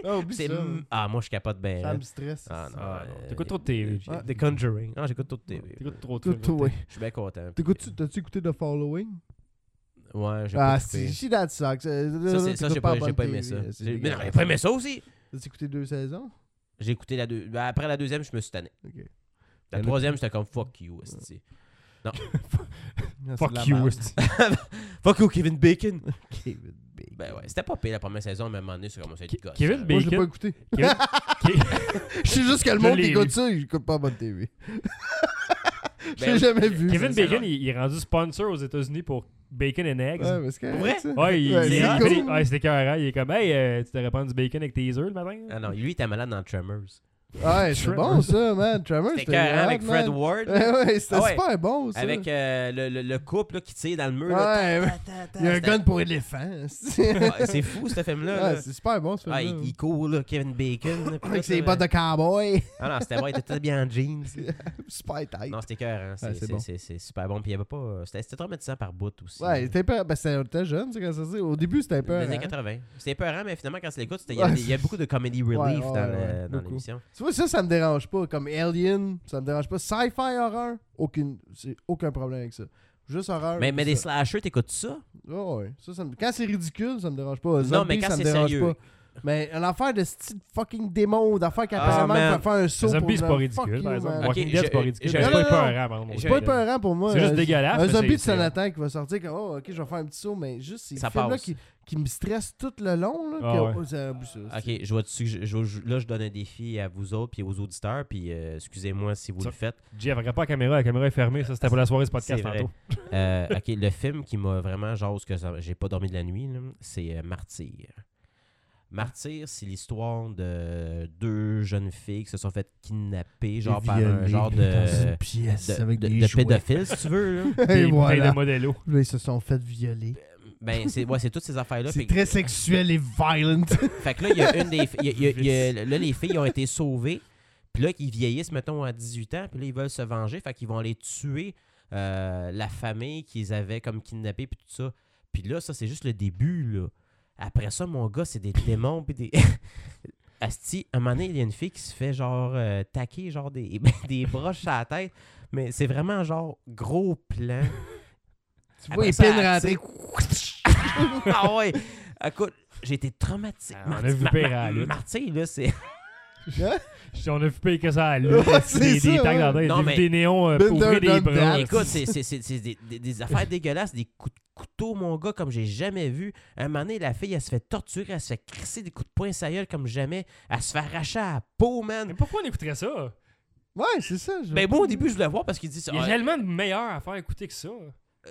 Speaker 2: Ah, oublie
Speaker 3: C'est-
Speaker 2: ça.
Speaker 3: Ah, moi, je capote bien.
Speaker 2: Ça
Speaker 3: là.
Speaker 2: me stresse.
Speaker 3: Ah, non.
Speaker 1: Hein? Ah, non.
Speaker 3: euh,
Speaker 1: T'écoutes trop de TV.
Speaker 2: Ouais.
Speaker 3: The Conjuring. Ah, j'écoute tout TV.
Speaker 1: T'écoutes trop de
Speaker 2: Tout, tout,
Speaker 1: films.
Speaker 2: ouais.
Speaker 3: Je suis bien content.
Speaker 2: T'écoutes-tu- T'as-tu écouté The Following?
Speaker 3: Ouais, j'ai
Speaker 2: Ah,
Speaker 3: pas
Speaker 2: si,
Speaker 3: trippé.
Speaker 2: si, that sucks.
Speaker 3: Ça,
Speaker 2: Ça,
Speaker 3: c'est- ça j'ai pas, j'ai pas aimé ça. J'ai- Mais non, j'ai pas aimé ça aussi.
Speaker 2: T'as-tu écouté deux saisons?
Speaker 3: J'ai écouté la deux. ben, Après la deuxième, je me suis tanné.
Speaker 2: Ok.
Speaker 3: La
Speaker 2: Ben, le-
Speaker 3: troisième, j'étais comme fuck you. esti.
Speaker 2: Non, c'est de la
Speaker 1: Fuck you.
Speaker 2: merde.
Speaker 1: esti.
Speaker 3: Fuck you, Kevin Bacon.
Speaker 2: Kevin Bacon.
Speaker 3: Ben ouais, c'était pas pire la première saison, mais à un moment donné, c'est commencé à être
Speaker 1: Ke-
Speaker 3: gosse.
Speaker 1: Kevin
Speaker 2: Moi, je l'ai pas
Speaker 1: Bacon.
Speaker 2: écouté.
Speaker 1: Kevin- Ke-
Speaker 2: Je sais juste que le
Speaker 1: Je
Speaker 2: monde
Speaker 1: l'ai
Speaker 2: qui
Speaker 1: vu.
Speaker 2: écoute ça, il écoute pas bonne TV. Je
Speaker 3: Ben,
Speaker 2: l'ai jamais vu.
Speaker 1: Kevin
Speaker 3: c'est
Speaker 1: Bacon,
Speaker 3: ça.
Speaker 1: il il est rendu sponsor aux États-Unis pour Bacon and Eggs.
Speaker 2: Ouais, mais c'est correct,
Speaker 3: Vrai?
Speaker 2: ça.
Speaker 1: Ouais, il,
Speaker 2: Ouais,
Speaker 1: il-
Speaker 3: c'est
Speaker 1: il-
Speaker 2: cool.
Speaker 1: il- ouais, c'était carré. Il est comme, hey, euh, tu devrais prendre du bacon avec tes œufs le matin?
Speaker 3: Ah non, lui, il était malade dans Tremors.
Speaker 2: Ouais, c'est bon ça, man. Tremors,
Speaker 3: C'était carré
Speaker 2: hot,
Speaker 3: avec Fred
Speaker 2: man.
Speaker 3: Ward. là.
Speaker 2: Ouais, ouais, c'était
Speaker 3: Ah ouais.
Speaker 2: super bon ça.
Speaker 3: Avec euh, le, le- le couple là, qui tire dans le mur. là.
Speaker 2: Ouais, ouais.
Speaker 3: Ta, ta, ta,
Speaker 2: il y a un
Speaker 3: c'était-
Speaker 2: gun pour éléphant. c'est-
Speaker 3: Ah, C'est fou, ce film-là.
Speaker 2: Ouais,
Speaker 3: là.
Speaker 2: c'est super bon ce
Speaker 3: Ah,
Speaker 2: film.
Speaker 3: il, il court, là, Kevin Bacon. là, puis tout
Speaker 2: Avec
Speaker 3: ça,
Speaker 2: ses
Speaker 3: là.
Speaker 2: bottes de cowboy.
Speaker 3: Ah non, c'était bon, il était tout bien en jeans.
Speaker 2: super tight.
Speaker 3: Non, c'était cœur. Hein. C'est,
Speaker 2: Ouais, c'est
Speaker 3: c'est,
Speaker 2: bon.
Speaker 3: c'est- c'est super bon. Puis il y avait pas. euh, C'était, c'était traumatisant par bout aussi.
Speaker 2: Ouais, il était un peu. Ben, c'était- on était jeune, tu sais, quand ça se dit. Au début, c'était un
Speaker 3: Les
Speaker 2: peu.
Speaker 3: années
Speaker 2: hein.
Speaker 3: 80. C'était peurant, mais finalement, quand tu l'écoutes, c'était- il y a-
Speaker 2: Ouais.
Speaker 3: il y a beaucoup de comedy relief
Speaker 2: Ouais, ouais,
Speaker 3: dans, le-
Speaker 2: ouais,
Speaker 3: dans
Speaker 2: beaucoup. Ah,
Speaker 3: l'émission.
Speaker 2: Tu vois, ça, ça me dérange pas. Comme Alien, ça me dérange pas. Sci-fi horreur, aucune... c'est aucun problème avec ça. Juste horreur.
Speaker 3: Mais, mais
Speaker 2: ça.
Speaker 3: des slashers, t'écoutes ça?
Speaker 2: Ouais, ouais. Ça, ça me- Quand c'est ridicule, ça me dérange pas. Zombie,
Speaker 3: mais quand
Speaker 2: ça me
Speaker 3: c'est
Speaker 2: dérange pas.
Speaker 3: sérieux.
Speaker 2: Mais une affaire de style fucking démon, d'affaire qui
Speaker 3: Ah,
Speaker 2: apparemment
Speaker 3: man. Ah,
Speaker 2: peut faire un saut.
Speaker 1: Les zombies,
Speaker 2: pour
Speaker 1: c'est
Speaker 2: une-
Speaker 1: pas
Speaker 2: Fuck
Speaker 1: ridicule,
Speaker 2: you,
Speaker 1: par exemple.
Speaker 2: man.
Speaker 3: Ok,
Speaker 1: Walking Dead,
Speaker 3: je-
Speaker 1: c'est pas ridicule.
Speaker 3: je-
Speaker 1: mais C'est
Speaker 2: non,
Speaker 1: pas
Speaker 2: non,
Speaker 1: épeurant, par exemple.
Speaker 3: je-
Speaker 2: C'est
Speaker 1: Walking
Speaker 2: pas
Speaker 1: Dead.
Speaker 2: épeurant pour moi.
Speaker 1: C'est juste
Speaker 2: Un-
Speaker 1: dégueulasse,
Speaker 2: Un
Speaker 1: mais
Speaker 2: zombie
Speaker 1: c'est-
Speaker 2: de
Speaker 1: c'est-
Speaker 2: Sanatan qui va sortir, comme, oh, ok, je vais faire un petit saut, mais juste ces
Speaker 3: Ça
Speaker 2: films-là
Speaker 3: passe.
Speaker 2: qui, qui me stressent tout le long. Là,
Speaker 1: Ah,
Speaker 2: que-
Speaker 1: ouais.
Speaker 2: oh, c'est un bout, ça. c'est-
Speaker 3: Ok, je vais te suggé- je vais- je- là, je donne un défi à vous autres puis aux auditeurs. Puis euh, excusez-moi si vous
Speaker 1: Ça-
Speaker 3: le faites.
Speaker 1: Jeff, regarde pas la caméra, la caméra est fermée. Ça, c'était pour la soirée ce podcast
Speaker 3: C'est vrai.
Speaker 1: tantôt.
Speaker 3: Euh, ok, le film qui m'a vraiment genre que ça- j'ai pas dormi de la nuit, là, c'est euh, Martyr. Martyr, c'est l'histoire de deux jeunes filles qui se sont fait kidnapper genre par un
Speaker 2: Violés
Speaker 3: genre de,
Speaker 2: dans une pièce
Speaker 3: de,
Speaker 2: avec
Speaker 3: de-
Speaker 2: des
Speaker 3: de
Speaker 2: jouets.
Speaker 3: pédophiles, si tu veux. là.
Speaker 2: Et
Speaker 1: Des bouteilles
Speaker 2: voilà.
Speaker 1: de Modelo.
Speaker 2: Là, ils se sont fait violer.
Speaker 3: Ben, c'est ouais, c'est toutes ces affaires-là.
Speaker 2: C'est
Speaker 3: Fait,
Speaker 2: très sexuel et violent.
Speaker 3: fait que là, il y a une des. fi- il y a- il y a- il y a- là, les filles ont été sauvées. Puis là, ils vieillissent, mettons, à 18 ans. Puis là, ils veulent se venger. Fait qu'ils vont aller tuer euh, la famille qu'ils avaient comme kidnappée. Puis tout ça. Puis là, ça, c'est juste le début. là. Après ça, mon gars, c'est des démons. Puis des. Asti, à un moment donné, il y a une fille qui se fait genre euh, taquer, genre des, ben, des broches à la tête. Mais c'est vraiment genre gros plan.
Speaker 2: tu vois,
Speaker 3: Après
Speaker 2: les
Speaker 3: ça,
Speaker 2: pins
Speaker 3: elle
Speaker 2: rentrés.
Speaker 3: ah ouais! Écoute, j'ai été traumatisé.
Speaker 1: Ah, on a vu pire à la lutte.
Speaker 3: Marty, là, c'est.
Speaker 1: Si on a vu pire que ça à l'eau,
Speaker 2: Ouais, c'est
Speaker 1: des, des
Speaker 2: ça,
Speaker 1: tags
Speaker 2: ouais.
Speaker 1: dans la tête,
Speaker 3: Non,
Speaker 1: des-
Speaker 3: mais-
Speaker 1: des néons euh,
Speaker 2: Been
Speaker 1: pour
Speaker 2: there,
Speaker 1: ouvrir des
Speaker 2: done that.
Speaker 1: bras.
Speaker 3: Écoute, c'est c'est- c'est- c'est des, des- des affaires dégueulasses, des coups de couteau, mon gars, comme j'ai jamais vu. un moment donné, la fille, elle se fait torturer, elle se fait crisser des coups de poing sa gueule comme jamais. Elle se fait arracher à la peau, man.
Speaker 1: Mais pourquoi on écouterait ça?
Speaker 2: Ouais, c'est ça. je-
Speaker 3: Ben moi, au début, je voulais voir parce qu'il dit ça.
Speaker 1: Il y a
Speaker 3: Ah,
Speaker 1: tellement de meilleurs à faire écouter que ça.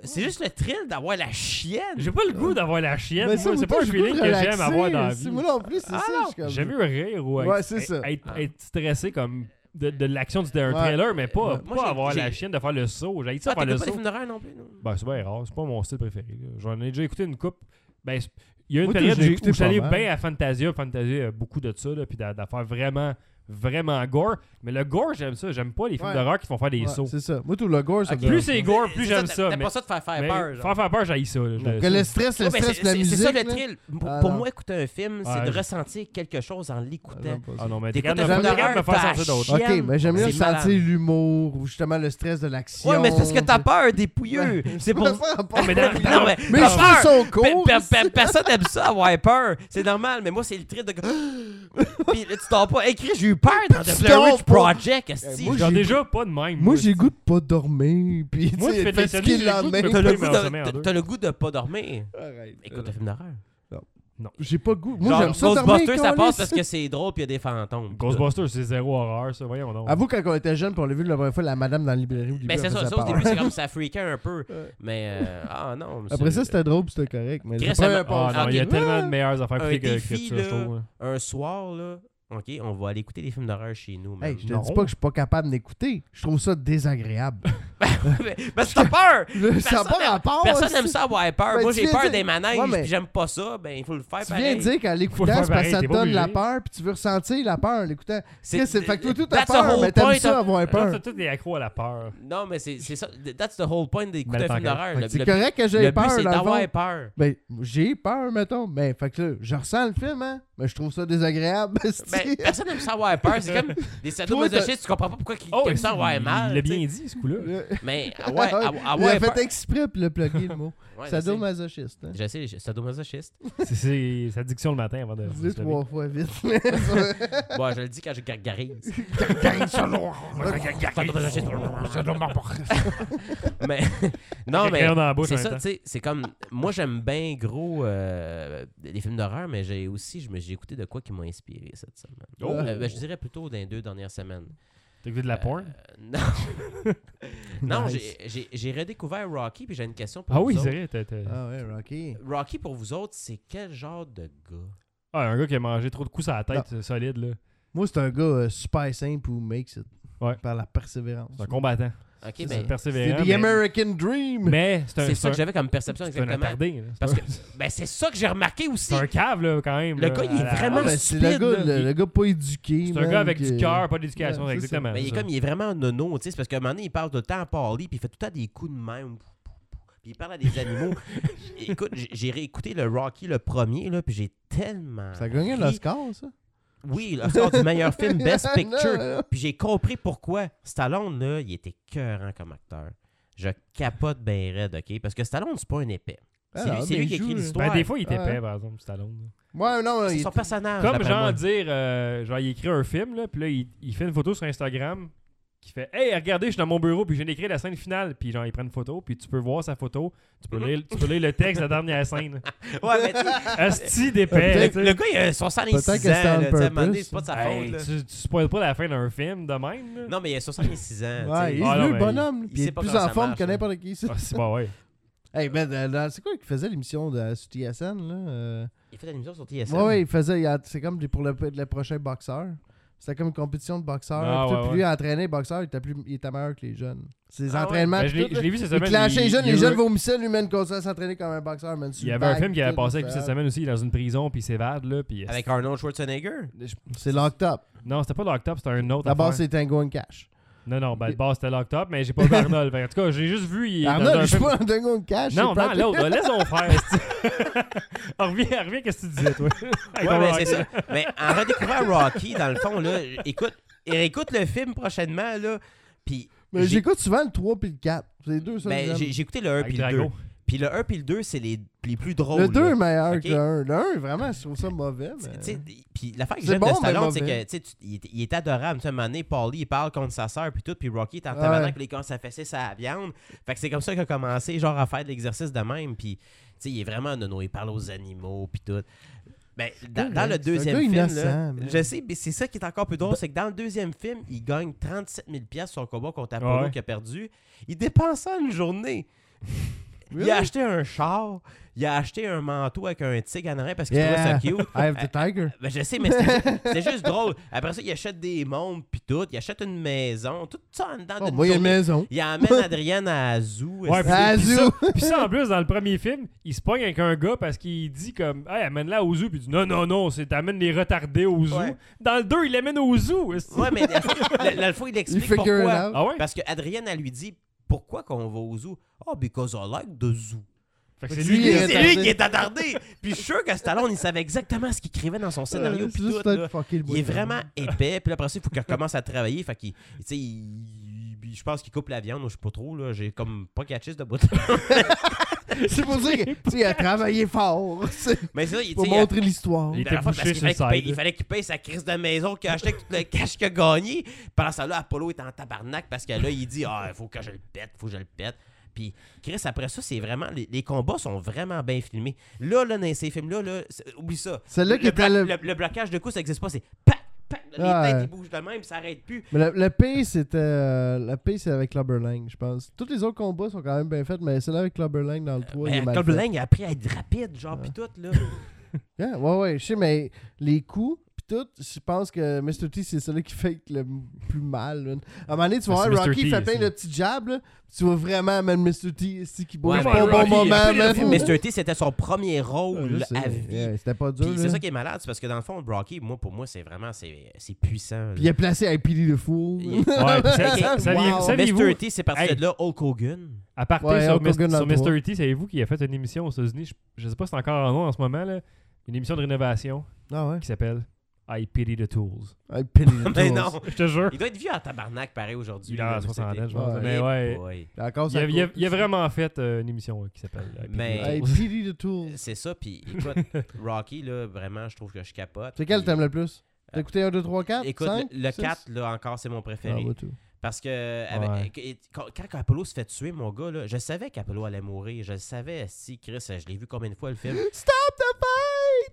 Speaker 3: C'est juste le thrill d'avoir la chienne.
Speaker 1: J'ai pas le goût d'avoir la chienne.
Speaker 2: Mais
Speaker 1: moi.
Speaker 2: ça, moi,
Speaker 1: c'est pas
Speaker 2: toi,
Speaker 1: un
Speaker 2: je veux
Speaker 1: feeling que
Speaker 2: relaxer,
Speaker 1: j'aime avoir dans la
Speaker 2: c'est-
Speaker 1: vie.
Speaker 2: Moi non plus, c'est
Speaker 3: Ah
Speaker 2: ça.
Speaker 3: non,
Speaker 2: je suis comme-
Speaker 1: J'aime mieux rire ou
Speaker 2: Ouais,
Speaker 1: être,
Speaker 2: c'est ça.
Speaker 1: être-
Speaker 3: Ah.
Speaker 1: être stressé comme de, de l'action du d'un
Speaker 2: Ouais.
Speaker 1: trailer, mais pas,
Speaker 3: Ouais. Moi,
Speaker 1: pas
Speaker 3: j'ai-
Speaker 1: avoir
Speaker 3: j'ai-
Speaker 1: la chienne de faire le saut. J'ai ça
Speaker 3: Ah,
Speaker 1: faire le
Speaker 3: t'écoutes pas des
Speaker 1: saut.
Speaker 3: films d'horreur non plus, non?
Speaker 1: Ben, c'est bien rare. C'est pas mon style préféré. là. J'en ai déjà écouté une coupe. Ben, c'est- il y a une
Speaker 2: Moi,
Speaker 1: période
Speaker 2: j'ai
Speaker 1: où
Speaker 2: écouté
Speaker 1: où j'allais
Speaker 2: pas mal.
Speaker 1: bien à Fantasia. Fantasia, a beaucoup de ça, là, puis d'a- d'affaires vraiment, vraiment gore. Mais le gore, j'aime ça. J'aime pas les films
Speaker 2: Ouais.
Speaker 1: d'horreur qui font faire des
Speaker 2: Ouais,
Speaker 1: sauts.
Speaker 2: C'est ça. Moi, tout le gore, ça
Speaker 3: Ok.
Speaker 2: me dérange
Speaker 1: Plus c'est
Speaker 2: pas.
Speaker 1: gore, plus j'aime ça.
Speaker 3: T'aimes
Speaker 1: mais-
Speaker 3: pas ça de faire faire
Speaker 1: mais
Speaker 3: peur, genre.
Speaker 1: Faire faire peur, j'haïs ça. là. Je-
Speaker 2: Que le stress, le
Speaker 3: Ouais, mais
Speaker 2: stress,
Speaker 3: c'est-
Speaker 2: la
Speaker 3: c'est-
Speaker 2: musique.
Speaker 3: C'est ça le
Speaker 2: là.
Speaker 3: thrill. Pour,
Speaker 2: Ah,
Speaker 3: pour
Speaker 2: non.
Speaker 3: moi, écouter un film, c'est
Speaker 1: Ouais,
Speaker 3: de
Speaker 1: je-
Speaker 3: ressentir quelque chose en
Speaker 2: Ah,
Speaker 3: l'écoutant.
Speaker 2: j'aime pas ça.
Speaker 1: Ah non, mais t'es
Speaker 3: T'écoutes
Speaker 1: capable
Speaker 3: un
Speaker 1: de
Speaker 3: film
Speaker 1: t'es capable de me
Speaker 3: d'horreur,
Speaker 1: faire
Speaker 3: t'as
Speaker 1: sortir d'autres.
Speaker 3: la chienne.
Speaker 2: Ok, mais j'aime mieux
Speaker 3: C'est malade.
Speaker 2: sentir l'humour ou justement le stress de l'action.
Speaker 3: Ouais, mais c'est parce que t'as peur des pouilleux. C'est pour.
Speaker 2: ça. a pas-
Speaker 1: Mais dans-
Speaker 3: Non, mais.
Speaker 2: Mes
Speaker 3: t'as
Speaker 2: cheveux
Speaker 3: peur.
Speaker 2: sont
Speaker 3: Pe-
Speaker 2: courts.
Speaker 3: pe- pe- personne n'aime ça, avoir peur. C'est normal, mais moi, c'est le trip de. Puis là, tu t'en pas. Écrit, j'ai eu peur dans The
Speaker 2: Tu
Speaker 3: Blair
Speaker 2: dors
Speaker 3: Witch
Speaker 2: pas.
Speaker 3: Project.
Speaker 2: Eh,
Speaker 3: esti.
Speaker 2: moi,
Speaker 1: J'en ai
Speaker 2: j'ai-
Speaker 1: déjà pas de même.
Speaker 2: Moi, j'ai goût de pas dormir. Puis, tu
Speaker 1: Moi, je
Speaker 2: sais,
Speaker 1: fais de l'insomnie,
Speaker 2: fatigué
Speaker 1: j'ai
Speaker 2: le
Speaker 1: le goût de me
Speaker 2: lendemain.
Speaker 3: T'as le,
Speaker 1: Oui,
Speaker 3: goût
Speaker 1: mais on
Speaker 3: de-
Speaker 1: se met en
Speaker 3: t'as-
Speaker 1: deux.
Speaker 3: t'as le goût de pas dormir.
Speaker 2: Arrête.
Speaker 3: Écoute un film d'horreur.
Speaker 2: J'ai pas goût. Moi,
Speaker 3: Genre,
Speaker 2: j'aime ça dormir.
Speaker 3: Ghostbusters, ça passe
Speaker 2: câlisse.
Speaker 3: parce que c'est drôle puis il y a des fantômes.
Speaker 1: Ghostbusters, c'est zéro horreur, ça. Voyons donc.
Speaker 2: Avoue, quand on était jeune, puis on l'a vu la première fois, la madame dans la librairie. au début,
Speaker 3: Ben, c'est
Speaker 2: elle
Speaker 3: ça,
Speaker 2: faisait
Speaker 3: ça, au
Speaker 2: peur.
Speaker 3: début, c'est comme ça freakait un peu.
Speaker 2: Ouais.
Speaker 3: Mais, euh, ah non. mais
Speaker 2: Après
Speaker 3: c'est-
Speaker 2: ça, c'était drôle, puis c'était correct. Mais
Speaker 3: Chris,
Speaker 2: la première
Speaker 3: elle m'a-
Speaker 1: Ah
Speaker 2: passe-
Speaker 1: non, il y a
Speaker 2: Ok.
Speaker 1: tellement de meilleures affaires
Speaker 3: Un
Speaker 1: que, que
Speaker 3: défi,
Speaker 1: ça, je
Speaker 3: là.
Speaker 1: trouve. hein.
Speaker 3: Un soir, là, OK, on va aller écouter des films d'horreur chez nous. man.
Speaker 2: Hey, je te
Speaker 1: Non.
Speaker 2: dis pas que je suis pas capable d'écouter. Je trouve ça désagréable.
Speaker 3: Parce que t'as
Speaker 2: Là,
Speaker 3: peur!
Speaker 2: ça n'a
Speaker 3: Personne
Speaker 2: pas
Speaker 3: aime-
Speaker 2: rapport.
Speaker 3: Personne
Speaker 2: là,
Speaker 3: n'aime ça avoir peur.
Speaker 2: Ben,
Speaker 3: Moi,
Speaker 2: tu
Speaker 3: j'ai
Speaker 2: viens
Speaker 3: peur
Speaker 2: dire-
Speaker 3: des manèges,
Speaker 2: Ouais, mais-
Speaker 3: puis j'aime pas ça. Ben, il faut le faire
Speaker 2: c'est- Tu viens
Speaker 3: pareil.
Speaker 2: de dire qu'en
Speaker 1: Faut le
Speaker 2: l'écoutant, c'est
Speaker 1: faire
Speaker 2: parce que ça
Speaker 1: pareil,
Speaker 2: te
Speaker 1: t'es
Speaker 2: donne
Speaker 1: pas
Speaker 2: la
Speaker 1: obligé.
Speaker 2: peur, puis tu veux ressentir la peur en l'écoutant. Chris, C'est fait que toi, tout ta
Speaker 3: That's the
Speaker 2: peur,
Speaker 3: whole
Speaker 2: mais t'aimes
Speaker 3: point
Speaker 2: ça
Speaker 3: of-
Speaker 2: avoir
Speaker 1: Toi,
Speaker 2: peur.
Speaker 1: t'as- toi, t'es accro à la peur.
Speaker 3: Non, mais c'est c'est ça. That's the whole point d'écouter
Speaker 1: Mais
Speaker 3: un film
Speaker 1: t'en-
Speaker 3: d'horreur.
Speaker 2: Fait
Speaker 3: Le,
Speaker 2: que C'est
Speaker 3: le-
Speaker 2: correct que
Speaker 3: le
Speaker 2: j'ai
Speaker 3: but,
Speaker 2: peur,
Speaker 3: c'est
Speaker 2: dans le fond.
Speaker 3: d'avoir peur.
Speaker 2: Ben, j'ai peur, mettons. Ben, fait que là, je ressens le film, hein. Mais je trouve ça désagréable. esti.
Speaker 3: Ben, personne n'aime ça avoir peur. C'est comme des sadomasochistes, tu comprends pas pourquoi ils aiment ça avoir
Speaker 1: Oh, il
Speaker 3: mal.
Speaker 1: il l'a
Speaker 3: tu sais.
Speaker 1: bien dit, ce coup-là.
Speaker 2: Le-
Speaker 3: Mais
Speaker 2: Il
Speaker 3: avoir, avoir,
Speaker 2: a
Speaker 3: avoir peur.
Speaker 2: fait exprès pour le plugger, le mot.
Speaker 3: Ouais, je sais.
Speaker 2: Sadomasochiste, hein.
Speaker 3: Je sais, je- sadomasochiste.
Speaker 1: C'est- C'est sa diction le matin avant de. de
Speaker 2: Dis-le
Speaker 1: se lever.
Speaker 2: trois fois vite.
Speaker 3: Bon, je le dis quand je gargarise. Sadomasochiste. mais non
Speaker 1: Avec un crayon
Speaker 3: mais
Speaker 1: dans la bouche
Speaker 3: c'est
Speaker 1: en même
Speaker 3: ça
Speaker 1: temps.
Speaker 3: tu sais c'est comme moi j'aime bien gros euh, les films d'horreur mais j'ai aussi je me- j'ai écouté de quoi qui m'a inspiré cette semaine
Speaker 1: Oh.
Speaker 3: Euh, ben, je dirais plutôt dans les deux dernières semaines
Speaker 1: T'as écouté de la porn?
Speaker 3: Euh, non non
Speaker 2: Nice.
Speaker 3: j'ai- j'ai j'ai redécouvert Rocky puis j'ai une question pour
Speaker 1: Ah
Speaker 3: vous
Speaker 1: oui, c'est
Speaker 3: autres.
Speaker 1: vrai. t'as- t'as-
Speaker 2: Ah ouais, Rocky.
Speaker 3: Rocky pour vous autres c'est quel genre de gars
Speaker 1: Ah, un gars qui a mangé trop de coups à la tête, c'est solide, là.
Speaker 2: Moi, c'est un gars euh, super simple who makes it.
Speaker 1: Ouais.
Speaker 2: Par la persévérance.
Speaker 1: C'est un combattant.
Speaker 3: Ok,
Speaker 1: C'est
Speaker 3: ben,
Speaker 2: C'est
Speaker 1: persévérant.
Speaker 2: the
Speaker 1: mais-
Speaker 2: American Dream.
Speaker 1: Mais c'est un.
Speaker 3: c'est ça
Speaker 1: un-
Speaker 3: que j'avais comme perception
Speaker 1: C'est un
Speaker 3: exactement.
Speaker 1: attardé. là. C'est
Speaker 3: Parce
Speaker 1: un-
Speaker 3: que ben, c'est ça que j'ai remarqué aussi.
Speaker 1: C'est un cave, là, quand même.
Speaker 3: Le
Speaker 1: là,
Speaker 3: gars, il est
Speaker 1: à la-
Speaker 3: vraiment
Speaker 2: Ah, ben, c'est le
Speaker 3: stupide,
Speaker 2: gars,
Speaker 3: là.
Speaker 2: le, le gars pas éduqué.
Speaker 1: C'est un
Speaker 2: man,
Speaker 1: gars avec
Speaker 2: que-
Speaker 1: du cœur, pas d'éducation.
Speaker 2: Ouais, c'est
Speaker 1: exactement.
Speaker 3: Mais Ben, il est
Speaker 1: c'est ça.
Speaker 3: comme il est vraiment nono, tu sais, c'est parce qu'à un moment donné, il parle tout le temps à Paulie, puis il fait tout le temps des coups de même. Pou, pou, pou. Puis il parle à des animaux. Écoute, j'ai- j'ai réécouté le Rocky le premier, là, puis j'ai tellement.
Speaker 2: Ça a gagné
Speaker 3: ri.
Speaker 2: l'Oscar, ça.
Speaker 3: Oui, l'Oscar du meilleur film, Best Picture.
Speaker 2: Non, non.
Speaker 3: Puis j'ai compris pourquoi Stallone, là, il était cœurant comme acteur. Je capote ben raide, OK? Parce que Stallone, c'est pas un épais. C'est
Speaker 2: Ah,
Speaker 3: lui, c'est
Speaker 2: mais
Speaker 3: lui
Speaker 2: il
Speaker 3: qui
Speaker 2: joue,
Speaker 3: écrit
Speaker 2: là.
Speaker 3: l'histoire.
Speaker 1: Ben, des fois, il était
Speaker 2: Ouais.
Speaker 1: épais, par exemple, Stallone.
Speaker 2: Ouais, non,
Speaker 3: C'est
Speaker 2: Ah, il
Speaker 3: son
Speaker 2: était-
Speaker 3: personnage.
Speaker 1: Comme
Speaker 3: d'après
Speaker 1: genre
Speaker 3: moi.
Speaker 1: dire, euh, genre, il écrit un film, là, puis là, il, il fait une photo sur Instagram qui fait Hey, regardez, je suis dans mon bureau, puis je viens d'écrire la scène finale, puis genre, il prend une photo, puis tu peux voir sa photo, tu peux lire, tu peux lire le texte de la dernière scène.
Speaker 3: Ouais, mais tu sais,
Speaker 1: Asti d'épais.
Speaker 3: le, le gars, il a 66 ans.
Speaker 2: Peut-être que
Speaker 3: là,
Speaker 2: c'était on
Speaker 3: tu sais, à un moment donné,
Speaker 2: purpose.
Speaker 3: C'est pas de sa faute.
Speaker 1: Hey,
Speaker 3: là.
Speaker 1: tu, tu spoil pas la fin d'un film de même, là?
Speaker 3: Non, mais il a 66 ans.
Speaker 2: Ouais,
Speaker 3: tu
Speaker 2: il
Speaker 3: sais.
Speaker 1: Ah,
Speaker 2: est
Speaker 1: non,
Speaker 2: vieux, le
Speaker 1: mais
Speaker 3: il-
Speaker 2: bonhomme.
Speaker 3: il
Speaker 2: Puis il
Speaker 3: sait
Speaker 2: est
Speaker 3: pas
Speaker 2: plus
Speaker 3: comment
Speaker 2: en
Speaker 3: ça
Speaker 2: forme
Speaker 3: marche, hein.
Speaker 2: que
Speaker 3: là.
Speaker 2: n'importe qui. ça.
Speaker 1: Ah, c'est bon, ouais.
Speaker 2: Hey, ben, dans- dans- c'est quoi qui faisait l'émission de sur TSN, là? euh?
Speaker 3: Il a fait une émission sur TSN.
Speaker 2: Ouais, ouais, il faisait. il a- C'est comme des- pour le, le prochain boxeur. C'était comme une compétition de boxeurs.
Speaker 1: Ah,
Speaker 2: puis tout,
Speaker 1: ouais,
Speaker 2: puis
Speaker 1: ouais.
Speaker 2: lui, entraîner les boxeurs, il était, plus, il était meilleur que les jeunes. Ses
Speaker 3: Ah, ouais.
Speaker 2: entraînements.
Speaker 1: Ben,
Speaker 2: puis
Speaker 1: je l'ai
Speaker 2: tout,
Speaker 1: je
Speaker 2: là,
Speaker 1: l'ai vu cette
Speaker 2: il
Speaker 1: semaine.
Speaker 2: clashait les
Speaker 1: il-
Speaker 2: jeunes,
Speaker 1: il y a
Speaker 2: les
Speaker 1: eu-
Speaker 2: jeunes vomissaient, lui, man, continuait à s'entraîner comme un boxeur, man. sur
Speaker 1: Il y
Speaker 2: le
Speaker 1: avait un
Speaker 2: bac,
Speaker 1: film qui avait
Speaker 2: tout,
Speaker 1: passé avec lui
Speaker 2: ça.
Speaker 1: cette semaine aussi, dans une prison, puis c'est vade, là, puis...
Speaker 3: Avec Arnold Schwarzenegger.
Speaker 2: C'est locked up.
Speaker 1: Non, c'était pas Locked Up, c'était un autre
Speaker 2: D'abord,
Speaker 1: affaire.
Speaker 2: c'est Tango and Cash.
Speaker 1: Non, non, ben, de base, c'était Locked Up, mais j'ai pas vu Arnold. Fait que, En tout cas, j'ai juste vu... Il, est dans
Speaker 2: Arnold,
Speaker 1: un
Speaker 2: je suis
Speaker 1: film-
Speaker 2: pas un Tango and Cash.
Speaker 1: Non,
Speaker 2: c'est
Speaker 1: non,
Speaker 2: Brad-
Speaker 1: l'autre, laisse-on faire. esti. reviens, reviens, qu'est-ce que tu disais, toi? Avec
Speaker 3: Ouais,
Speaker 1: ton
Speaker 3: mais
Speaker 1: rock.
Speaker 3: c'est ça. Mais en redécouvrant Rocky, dans le fond, là, écoute, écoute le film prochainement, là. Puis.
Speaker 2: Mais j'écoute souvent le 3 puis le 4. C'est les deux, ça. que
Speaker 3: ben,
Speaker 2: j'aime.
Speaker 3: j'ai j'ai écouté le 1
Speaker 1: Avec
Speaker 3: puis le 2.
Speaker 1: Drago.
Speaker 3: Puis le 1 puis le 2, c'est les, les plus drôles.
Speaker 2: Le 2
Speaker 3: là.
Speaker 2: est meilleur
Speaker 3: Ok.
Speaker 2: que le 1. Le 1, vraiment, je trouve ça mauvais.
Speaker 3: Tu
Speaker 2: mais-
Speaker 3: sais, Puis l'affaire que
Speaker 2: Ben C'est
Speaker 3: j'aime
Speaker 2: bon,
Speaker 3: de
Speaker 2: mais
Speaker 3: Stallone, c'est que
Speaker 2: mauvais.
Speaker 3: tu sais, tu- il est- il est adorable. Tu sais, à un moment donné, Paulie, il parle contre sa sœur, puis tout, puis Rocky est en tabarnak,
Speaker 2: Ouais.
Speaker 3: puis il commence à fesser sa viande. Fait que c'est comme ça qu'il a commencé, genre, à faire de l'exercice de même. Puis, tu sais, il est vraiment nono, il parle aux animaux, puis tout. Ben, dans,
Speaker 2: correct,
Speaker 3: dans le
Speaker 2: c'est un
Speaker 3: deuxième
Speaker 2: gars
Speaker 3: film,
Speaker 2: innocent,
Speaker 3: là,
Speaker 2: man. Ben
Speaker 3: je sais, mais c'est ça qui est encore plus drôle, c'est que dans le deuxième film, il gagne 37 000 pièces sur son combat contre Apollo
Speaker 1: Ouais.
Speaker 3: qui a perdu. Il dépense ça en une journée. Il
Speaker 2: Really?
Speaker 3: a acheté un char, il a acheté un manteau avec un tigre en arrière parce qu'il trouvait
Speaker 2: Yeah.
Speaker 3: ça cute.
Speaker 2: I have the tiger.
Speaker 3: Ben, je sais, mais c'était c'était juste drôle. Après ça, il achète des montres, puis tout. Il achète une maison, tout ça en dedans.
Speaker 2: Oh,
Speaker 3: d'une
Speaker 2: moi, il y a une
Speaker 3: journée.
Speaker 2: maison.
Speaker 3: il emmène Adrienne à Zoo.
Speaker 1: Ouais,
Speaker 3: est-ce
Speaker 1: puis-
Speaker 3: que-
Speaker 2: Ah,
Speaker 1: puis
Speaker 2: Zou.
Speaker 1: ça- puis ça, en plus, dans le premier film, il se pogne avec un gars parce qu'il dit comme Hey, amène-la au zoo. Puis il dit Non, non, non, c'est t'amènes les retardés au zoo.
Speaker 3: Ouais.
Speaker 1: Dans le 2, il l'amène au zoo. esti.
Speaker 3: Ouais, mais la, la- la fois, il
Speaker 2: You
Speaker 3: explique
Speaker 2: figure it
Speaker 3: pourquoi.
Speaker 2: out.
Speaker 1: Ah ouais?
Speaker 3: Parce que Adrienne, elle lui dit pourquoi qu'on va au zoo. Oh, because I like the zoo.
Speaker 1: Fait que c'est
Speaker 2: Lui,
Speaker 1: lui qui
Speaker 2: il
Speaker 1: est-
Speaker 2: est-
Speaker 3: C'est lui
Speaker 2: attardé.
Speaker 3: qui est attardé. Puis je suis sûr que Stallone, il savait exactement ce qu'il écrivait dans son scénario.
Speaker 2: Euh,
Speaker 3: puis
Speaker 2: c'est
Speaker 3: tout,
Speaker 2: juste peut-être
Speaker 3: là.
Speaker 2: fucké le
Speaker 3: Il est
Speaker 2: bout de
Speaker 3: vraiment
Speaker 2: la-
Speaker 3: épais. Puis là, après ça, il faut qu'il recommence à travailler. Fait qu'il, tu sais, il- il- je pense qu'il coupe la viande. ou Je sais pas trop. Là. J'ai comme pas catché ce bout.
Speaker 2: C'est pour dire que, tu sais, il a travaillé fort. c'est-
Speaker 3: Mais c'est ça, il, tu
Speaker 2: Pour
Speaker 3: sais, il a-
Speaker 2: montrer l'histoire.
Speaker 1: Il
Speaker 3: la
Speaker 1: était
Speaker 3: fois,
Speaker 1: bouché
Speaker 3: parce qu'il
Speaker 1: sur le
Speaker 3: fallait qu'il paye-
Speaker 1: side.
Speaker 3: Il fallait qu'il paye sa crise de maison qu'il a acheté avec tout le cash qu'il a gagné. Pendant ça, là, Apollo est en tabarnak parce que là, il dit Ah, il faut que je le pète, faut que je le pète. Puis, Chris, après ça, c'est vraiment. Les, les combats sont vraiment bien filmés. Là, là, dans ces films-là, là, c'est- oublie ça.
Speaker 2: Celle-là
Speaker 3: Le-
Speaker 2: qui
Speaker 3: le,
Speaker 2: était
Speaker 3: bla-
Speaker 2: le-
Speaker 3: le, le blocage de coups, ça n'existe pas. C'est pac, pac. Les
Speaker 2: Ouais.
Speaker 3: têtes, ils bougent de même, ça arrête plus.
Speaker 2: Mais le, le pire, c'était. euh, le pire, c'est avec Clubberlang, je pense. Tous les autres combats sont quand même bien faits, mais celui avec Clubberlang dans le 3, il est
Speaker 3: Mais
Speaker 2: mal
Speaker 3: Cobb
Speaker 2: fait.
Speaker 3: Euh, Lang, il a appris à être rapide, genre, pis tout, là.
Speaker 2: Yeah, ouais, ouais, je sais, mais les coups, pis tout, je pense que Mr. T, c'est celui qui fait le m- plus mal. là. À un moment donné, tu vas
Speaker 3: Ben,
Speaker 1: Ah, c'est
Speaker 2: voir,
Speaker 1: Mr.
Speaker 2: Rocky
Speaker 1: T,
Speaker 2: fait plein
Speaker 1: c'est-
Speaker 2: de petits jabs, là, pis tu vois vraiment, man, Mr. T, ici, qui bouge
Speaker 3: Ouais, mais
Speaker 2: pas au bon
Speaker 1: Rocky,
Speaker 2: moment,
Speaker 1: il a fait
Speaker 2: man.
Speaker 1: des-
Speaker 2: Ouais,
Speaker 3: Mr. T, c'était son premier
Speaker 2: je
Speaker 3: rôle
Speaker 2: sais,
Speaker 3: à vie.
Speaker 2: yeah, C'était pas dur. hein.
Speaker 3: Puis c'est
Speaker 2: là.
Speaker 3: ça qui est malade, c'est parce que dans le fond, Rocky, moi, pour moi, c'est vraiment, c'est c'est puissant. là.
Speaker 2: Pis il a placé à Pili le fou.
Speaker 3: Il est-
Speaker 1: Ouais, puis ça-
Speaker 3: Ok.
Speaker 1: ça- saviez-
Speaker 2: Wow.
Speaker 1: Saviez-vous,
Speaker 3: Mr. T, c'est parti
Speaker 1: Hey.
Speaker 3: de là, Hulk Hogan.
Speaker 1: à partir
Speaker 2: Ouais,
Speaker 1: sur,
Speaker 2: Hulk Hogan
Speaker 1: Mis- sur
Speaker 2: dans le
Speaker 1: Mr. T, savez-vous qu'il a fait une émission aux États-Unis je, je sais pas si c'est encore en nom en ce moment, là, une émission de rénovation
Speaker 2: Ah ouais.
Speaker 1: qui s'appelle I Pity the Tools.
Speaker 2: I pity the
Speaker 3: Mais
Speaker 2: tools.
Speaker 3: non,
Speaker 1: Je te jure.
Speaker 3: il doit être vieux en tabarnak, pareil, aujourd'hui.
Speaker 1: Il a
Speaker 3: là, Mr. T.
Speaker 1: 60 ans, je
Speaker 2: pense.
Speaker 3: Eh
Speaker 1: Mais ouais.
Speaker 3: boy.
Speaker 2: Puis encore,
Speaker 1: Il
Speaker 2: ça
Speaker 1: a, il a-
Speaker 2: coupe.
Speaker 1: il a vraiment fait euh, une émission euh, qui s'appelle euh,
Speaker 2: I
Speaker 1: Pity the
Speaker 3: Mais-
Speaker 1: Tools.
Speaker 2: pity the tools.
Speaker 3: C'est ça, puis écoute, Rocky, là, vraiment, je trouve que je capote.
Speaker 2: C'est quel
Speaker 3: Puis,
Speaker 2: t'aimes le plus T'as écouté 1, 2, 3, 4
Speaker 3: Écoute,
Speaker 2: cinq,
Speaker 3: le, le
Speaker 2: six?
Speaker 3: 4, là, encore, c'est mon
Speaker 2: Ah,
Speaker 3: préféré.
Speaker 2: bah, tout.
Speaker 3: Parce que avec- et- quand, quand Apollo se fait tuer, mon gars, là, je savais qu'Apollo allait mourir. Je le savais, si, Chris, je l'ai vu combien de fois le film.
Speaker 2: Stop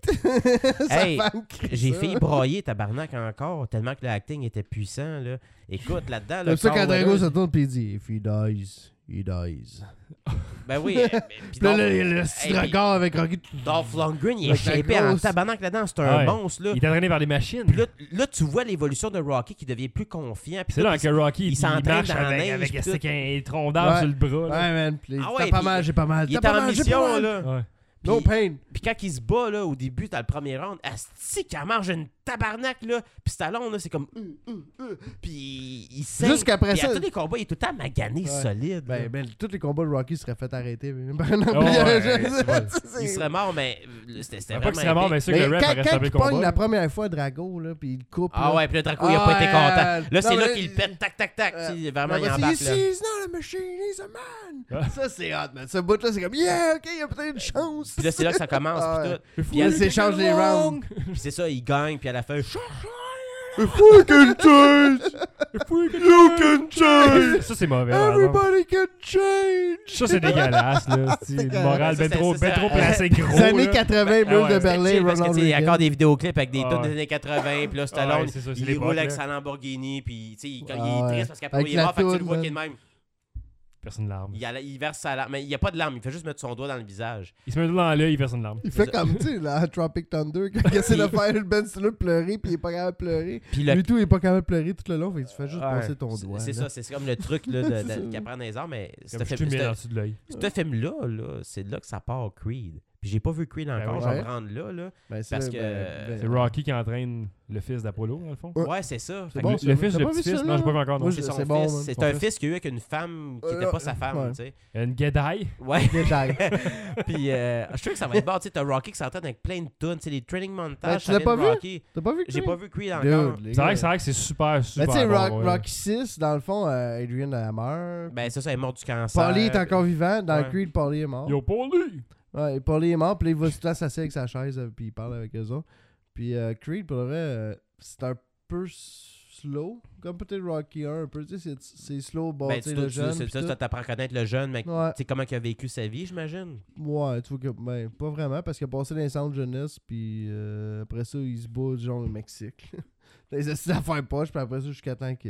Speaker 2: the fight Sa
Speaker 3: Hey,
Speaker 2: femme crie
Speaker 3: J'ai
Speaker 2: ça.
Speaker 3: fait broyer tabarnak encore, tellement que le acting était puissant. Là. Écoute, là-dedans. là,
Speaker 2: C'est ça
Speaker 3: Carl
Speaker 2: quand
Speaker 3: Weathers-
Speaker 2: Drago se tourne et il dit If he dies, He dies.
Speaker 3: Ben oui. euh, mais- puis
Speaker 2: Puis là,
Speaker 3: Dolph-
Speaker 2: là, il y a le petit
Speaker 3: Hey, puis
Speaker 2: regard avec Rocky.
Speaker 3: Dolph Lundgren, il est
Speaker 2: Avec la
Speaker 3: shapé en
Speaker 2: grosse-
Speaker 3: tabarnak là-dedans. C'est
Speaker 1: Ah
Speaker 3: un
Speaker 1: ouais.
Speaker 3: monstre, là.
Speaker 1: Il est entraîné par des machines.
Speaker 3: Puis là, là, tu vois l'évolution de Rocky qui devient plus confiant. Puis
Speaker 1: C'est là
Speaker 3: il
Speaker 1: que Rocky il,
Speaker 3: s'entraîne
Speaker 1: marche
Speaker 3: dans la
Speaker 1: avec,
Speaker 3: neige,
Speaker 1: avec
Speaker 3: puis
Speaker 1: c'est
Speaker 3: tout.
Speaker 1: qu'un- un tronc d'arbre
Speaker 2: Ouais.
Speaker 1: sur le bras.
Speaker 2: Ouais,
Speaker 1: là.
Speaker 2: man. Puis
Speaker 3: Ah
Speaker 2: t'as
Speaker 3: ouais,
Speaker 2: pas
Speaker 3: puis
Speaker 2: mal, j'ai pas mal.
Speaker 3: il est
Speaker 2: T'as pas
Speaker 3: en
Speaker 2: mal, j'ai pas
Speaker 3: mission,
Speaker 2: mal.
Speaker 3: là.
Speaker 1: Ouais.
Speaker 2: No
Speaker 3: Puis-
Speaker 2: pain.
Speaker 3: Puis quand il se bat là, au début, dans le premier round, asti qu'elle mange une tabarnak là. Puis Stallone là, c'est comme Hum, hum, hum. puis il saigne.
Speaker 2: Jusqu'après
Speaker 3: Puis à
Speaker 2: ça-
Speaker 3: tous les combats, il est tout le temps magané
Speaker 2: Ouais.
Speaker 3: solide. là.
Speaker 2: Ben, ben, tous les combats de Rocky seraient fait arrêter. mais- par un
Speaker 1: ouais, ouais, c'est bon.
Speaker 2: c'est-
Speaker 3: il serait mort, mais euh, c'était c'était
Speaker 1: Pas
Speaker 3: vraiment.
Speaker 1: que c'est mort,
Speaker 3: épique.
Speaker 1: mais sûr que
Speaker 2: Mais
Speaker 1: le rap
Speaker 2: quand,
Speaker 1: aurait
Speaker 2: quand
Speaker 1: stoppé le
Speaker 2: il pogne
Speaker 1: combat.
Speaker 2: la première fois Drago, là, puis il le coupe.
Speaker 3: Ah
Speaker 2: là.
Speaker 3: ouais, puis le Draco, il a pas
Speaker 2: Ah
Speaker 3: été
Speaker 2: ouais.
Speaker 3: content. Là, c'est
Speaker 2: Non,
Speaker 3: là
Speaker 2: mais-
Speaker 3: qu'il pète, tac, tac, tac.
Speaker 2: Euh,
Speaker 3: puis vraiment,
Speaker 2: Non,
Speaker 3: il
Speaker 2: mais
Speaker 3: embarque
Speaker 2: c'est,
Speaker 3: là.
Speaker 2: He's not a machine, he's a man.
Speaker 1: Ah.
Speaker 2: ça, c'est hot, man. Ce bout-là, c'est comme, yeah, OK, il y a peut-être une chance.
Speaker 3: Puis là, c'est là que ça commence.
Speaker 2: Ah
Speaker 3: puis
Speaker 2: ouais.
Speaker 3: tout.
Speaker 2: il y a les échanges des rounds.
Speaker 3: Puis c'est ça, il gagne, puis à la fin,
Speaker 2: Fucking change! You can change!
Speaker 1: Ça, c'est mauvais. par exemple.
Speaker 2: Everybody can change!
Speaker 1: Ça, c'est dégueulasse, là. c'est-tu. Le moral,
Speaker 3: Ça,
Speaker 1: ben
Speaker 3: c'est-
Speaker 1: trop,
Speaker 3: ça,
Speaker 1: ben
Speaker 3: c'est-
Speaker 1: trop
Speaker 3: euh,
Speaker 1: placé gros.
Speaker 2: Les années
Speaker 1: là.
Speaker 3: Ben,
Speaker 2: 80,
Speaker 1: Ah
Speaker 2: mule
Speaker 1: ouais.
Speaker 2: de
Speaker 3: Tu sais,
Speaker 2: Berlin,
Speaker 3: parce que, tu
Speaker 2: Ronald
Speaker 3: sais, il y a encore
Speaker 2: Reagan.
Speaker 3: des vidéoclips avec des
Speaker 1: Ah
Speaker 3: tonnes
Speaker 1: ouais.
Speaker 3: des années 80, puis là,
Speaker 1: Ah
Speaker 3: Stallone,
Speaker 1: ouais, c'est ça, c'est
Speaker 3: il
Speaker 1: l'époque,
Speaker 3: roule avec
Speaker 1: là.
Speaker 3: sa Lamborghini, puis tu sais, il, quand
Speaker 2: Ah
Speaker 3: il est
Speaker 2: ouais.
Speaker 3: triste parce qu'après,
Speaker 2: Avec
Speaker 3: il est mort,
Speaker 2: la
Speaker 3: fait que tu le
Speaker 2: toune,
Speaker 3: vois
Speaker 2: là.
Speaker 3: qu'il est de même.
Speaker 1: Personne larme.
Speaker 3: Il, a la- il verse sa larme, mais il n'y a pas de larme, il fait juste mettre son doigt dans le visage.
Speaker 1: Il se met dans l'œil, personne larme.
Speaker 2: Il fait comme, tu sais, la Tropic Thunder, quand il essaie de faire le Ben Stiller pleurer, puis il est pas capable de pleurer.
Speaker 3: Puis
Speaker 2: Lui, tout, il est pas capable de pleurer tout le long, fait que tu fais juste
Speaker 3: Ouais.
Speaker 2: passer ton
Speaker 3: C'est-
Speaker 2: doigt.
Speaker 3: C'est
Speaker 2: là.
Speaker 3: ça, c'est c'est comme le truc là, de, de- qu'apprend dans les arts, mais
Speaker 1: Comme
Speaker 3: ce
Speaker 1: je te mets
Speaker 3: film-
Speaker 1: dans-dessus de l'œil.
Speaker 2: Euh.
Speaker 3: ce- ce film-là, là, c'est là que ça part Creed. Puis j'ai pas vu Creed
Speaker 1: Ben
Speaker 3: encore,
Speaker 1: oui.
Speaker 3: je vais
Speaker 2: Ouais.
Speaker 3: me rendre là. là.
Speaker 2: Ben, c'est
Speaker 3: Parce
Speaker 2: là,
Speaker 3: que,
Speaker 2: ben, ben,
Speaker 1: C'est Rocky qui entraîne le fils d'Apollo, dans le fond.
Speaker 2: Ouais.
Speaker 3: Ouais, c'est ça. Fait
Speaker 2: C'est
Speaker 3: que
Speaker 2: bon,
Speaker 1: le,
Speaker 2: ça,
Speaker 1: le
Speaker 2: oui.
Speaker 1: fils,
Speaker 2: T'as
Speaker 1: le
Speaker 2: pas vu
Speaker 1: petit-fils,
Speaker 2: celui-là?
Speaker 1: non, je pas vu encore. non.
Speaker 2: Moi,
Speaker 3: C'est
Speaker 2: je-
Speaker 3: son
Speaker 2: c'est bon,
Speaker 3: fils.
Speaker 2: man.
Speaker 3: C'est
Speaker 2: Son
Speaker 3: un
Speaker 2: fils.
Speaker 3: fils qu'il y a eu avec une femme qui
Speaker 2: Euh,
Speaker 3: n'était pas sa femme,
Speaker 2: ouais.
Speaker 3: tu sais.
Speaker 1: Une Gedai.
Speaker 3: Ouais.
Speaker 2: Jedi.
Speaker 3: Puis euh, je trouve que ça va être bon. Tu sais, t'as Rocky qui s'entend avec plein de tunes. Tu sais, les training montages.
Speaker 2: Ben, tu
Speaker 3: ça
Speaker 2: l'as
Speaker 3: vient de
Speaker 2: pas vu?
Speaker 3: Rocky.
Speaker 2: T'as pas vu que
Speaker 3: J'ai
Speaker 2: lui?
Speaker 3: pas vu Creed
Speaker 2: Dude,
Speaker 3: encore.
Speaker 2: les
Speaker 1: C'est vrai,
Speaker 2: gars.
Speaker 1: que- c'est vrai que c'est super,
Speaker 2: Ben,
Speaker 1: super.
Speaker 2: tu sais,
Speaker 1: bon,
Speaker 2: Rock-
Speaker 1: ouais.
Speaker 2: Rocky 6, dans le fond, euh, Adrian elle meurt.
Speaker 3: Ben, ça, ça est mort du cancer.
Speaker 2: Paulie est encore vivant. Dans
Speaker 3: Ouais.
Speaker 2: Creed, Paulie est mort.
Speaker 1: Yo, pour lui!
Speaker 2: Ouais, et Paulie est mort, puis là, il va tout s'asseoir avec sa chaise, euh, puis il parle avec eux autres. Puis euh, Creed, pour le vrai, euh, c'est un peu slow, comme peut-être Rocky 1, un peu, tu sais, c'est- c'est slow, bon,
Speaker 3: Ben,
Speaker 2: tu
Speaker 3: tu,
Speaker 2: sais,
Speaker 3: tu-
Speaker 2: le jeune.
Speaker 3: c'est
Speaker 2: puis
Speaker 3: ça,
Speaker 2: tout.
Speaker 3: ça t'apprends à connaître le jeune, mais tu
Speaker 2: Ouais,
Speaker 3: sais comment il a vécu sa vie, j'imagine.
Speaker 2: ouais, tu vois que, ben, pas vraiment, parce qu'il a passé dans les centres jeunesse, puis euh, après ça, il se bat, genre, au Mexique. Dans les assises à faire poche, puis après ça, jusqu'à temps que.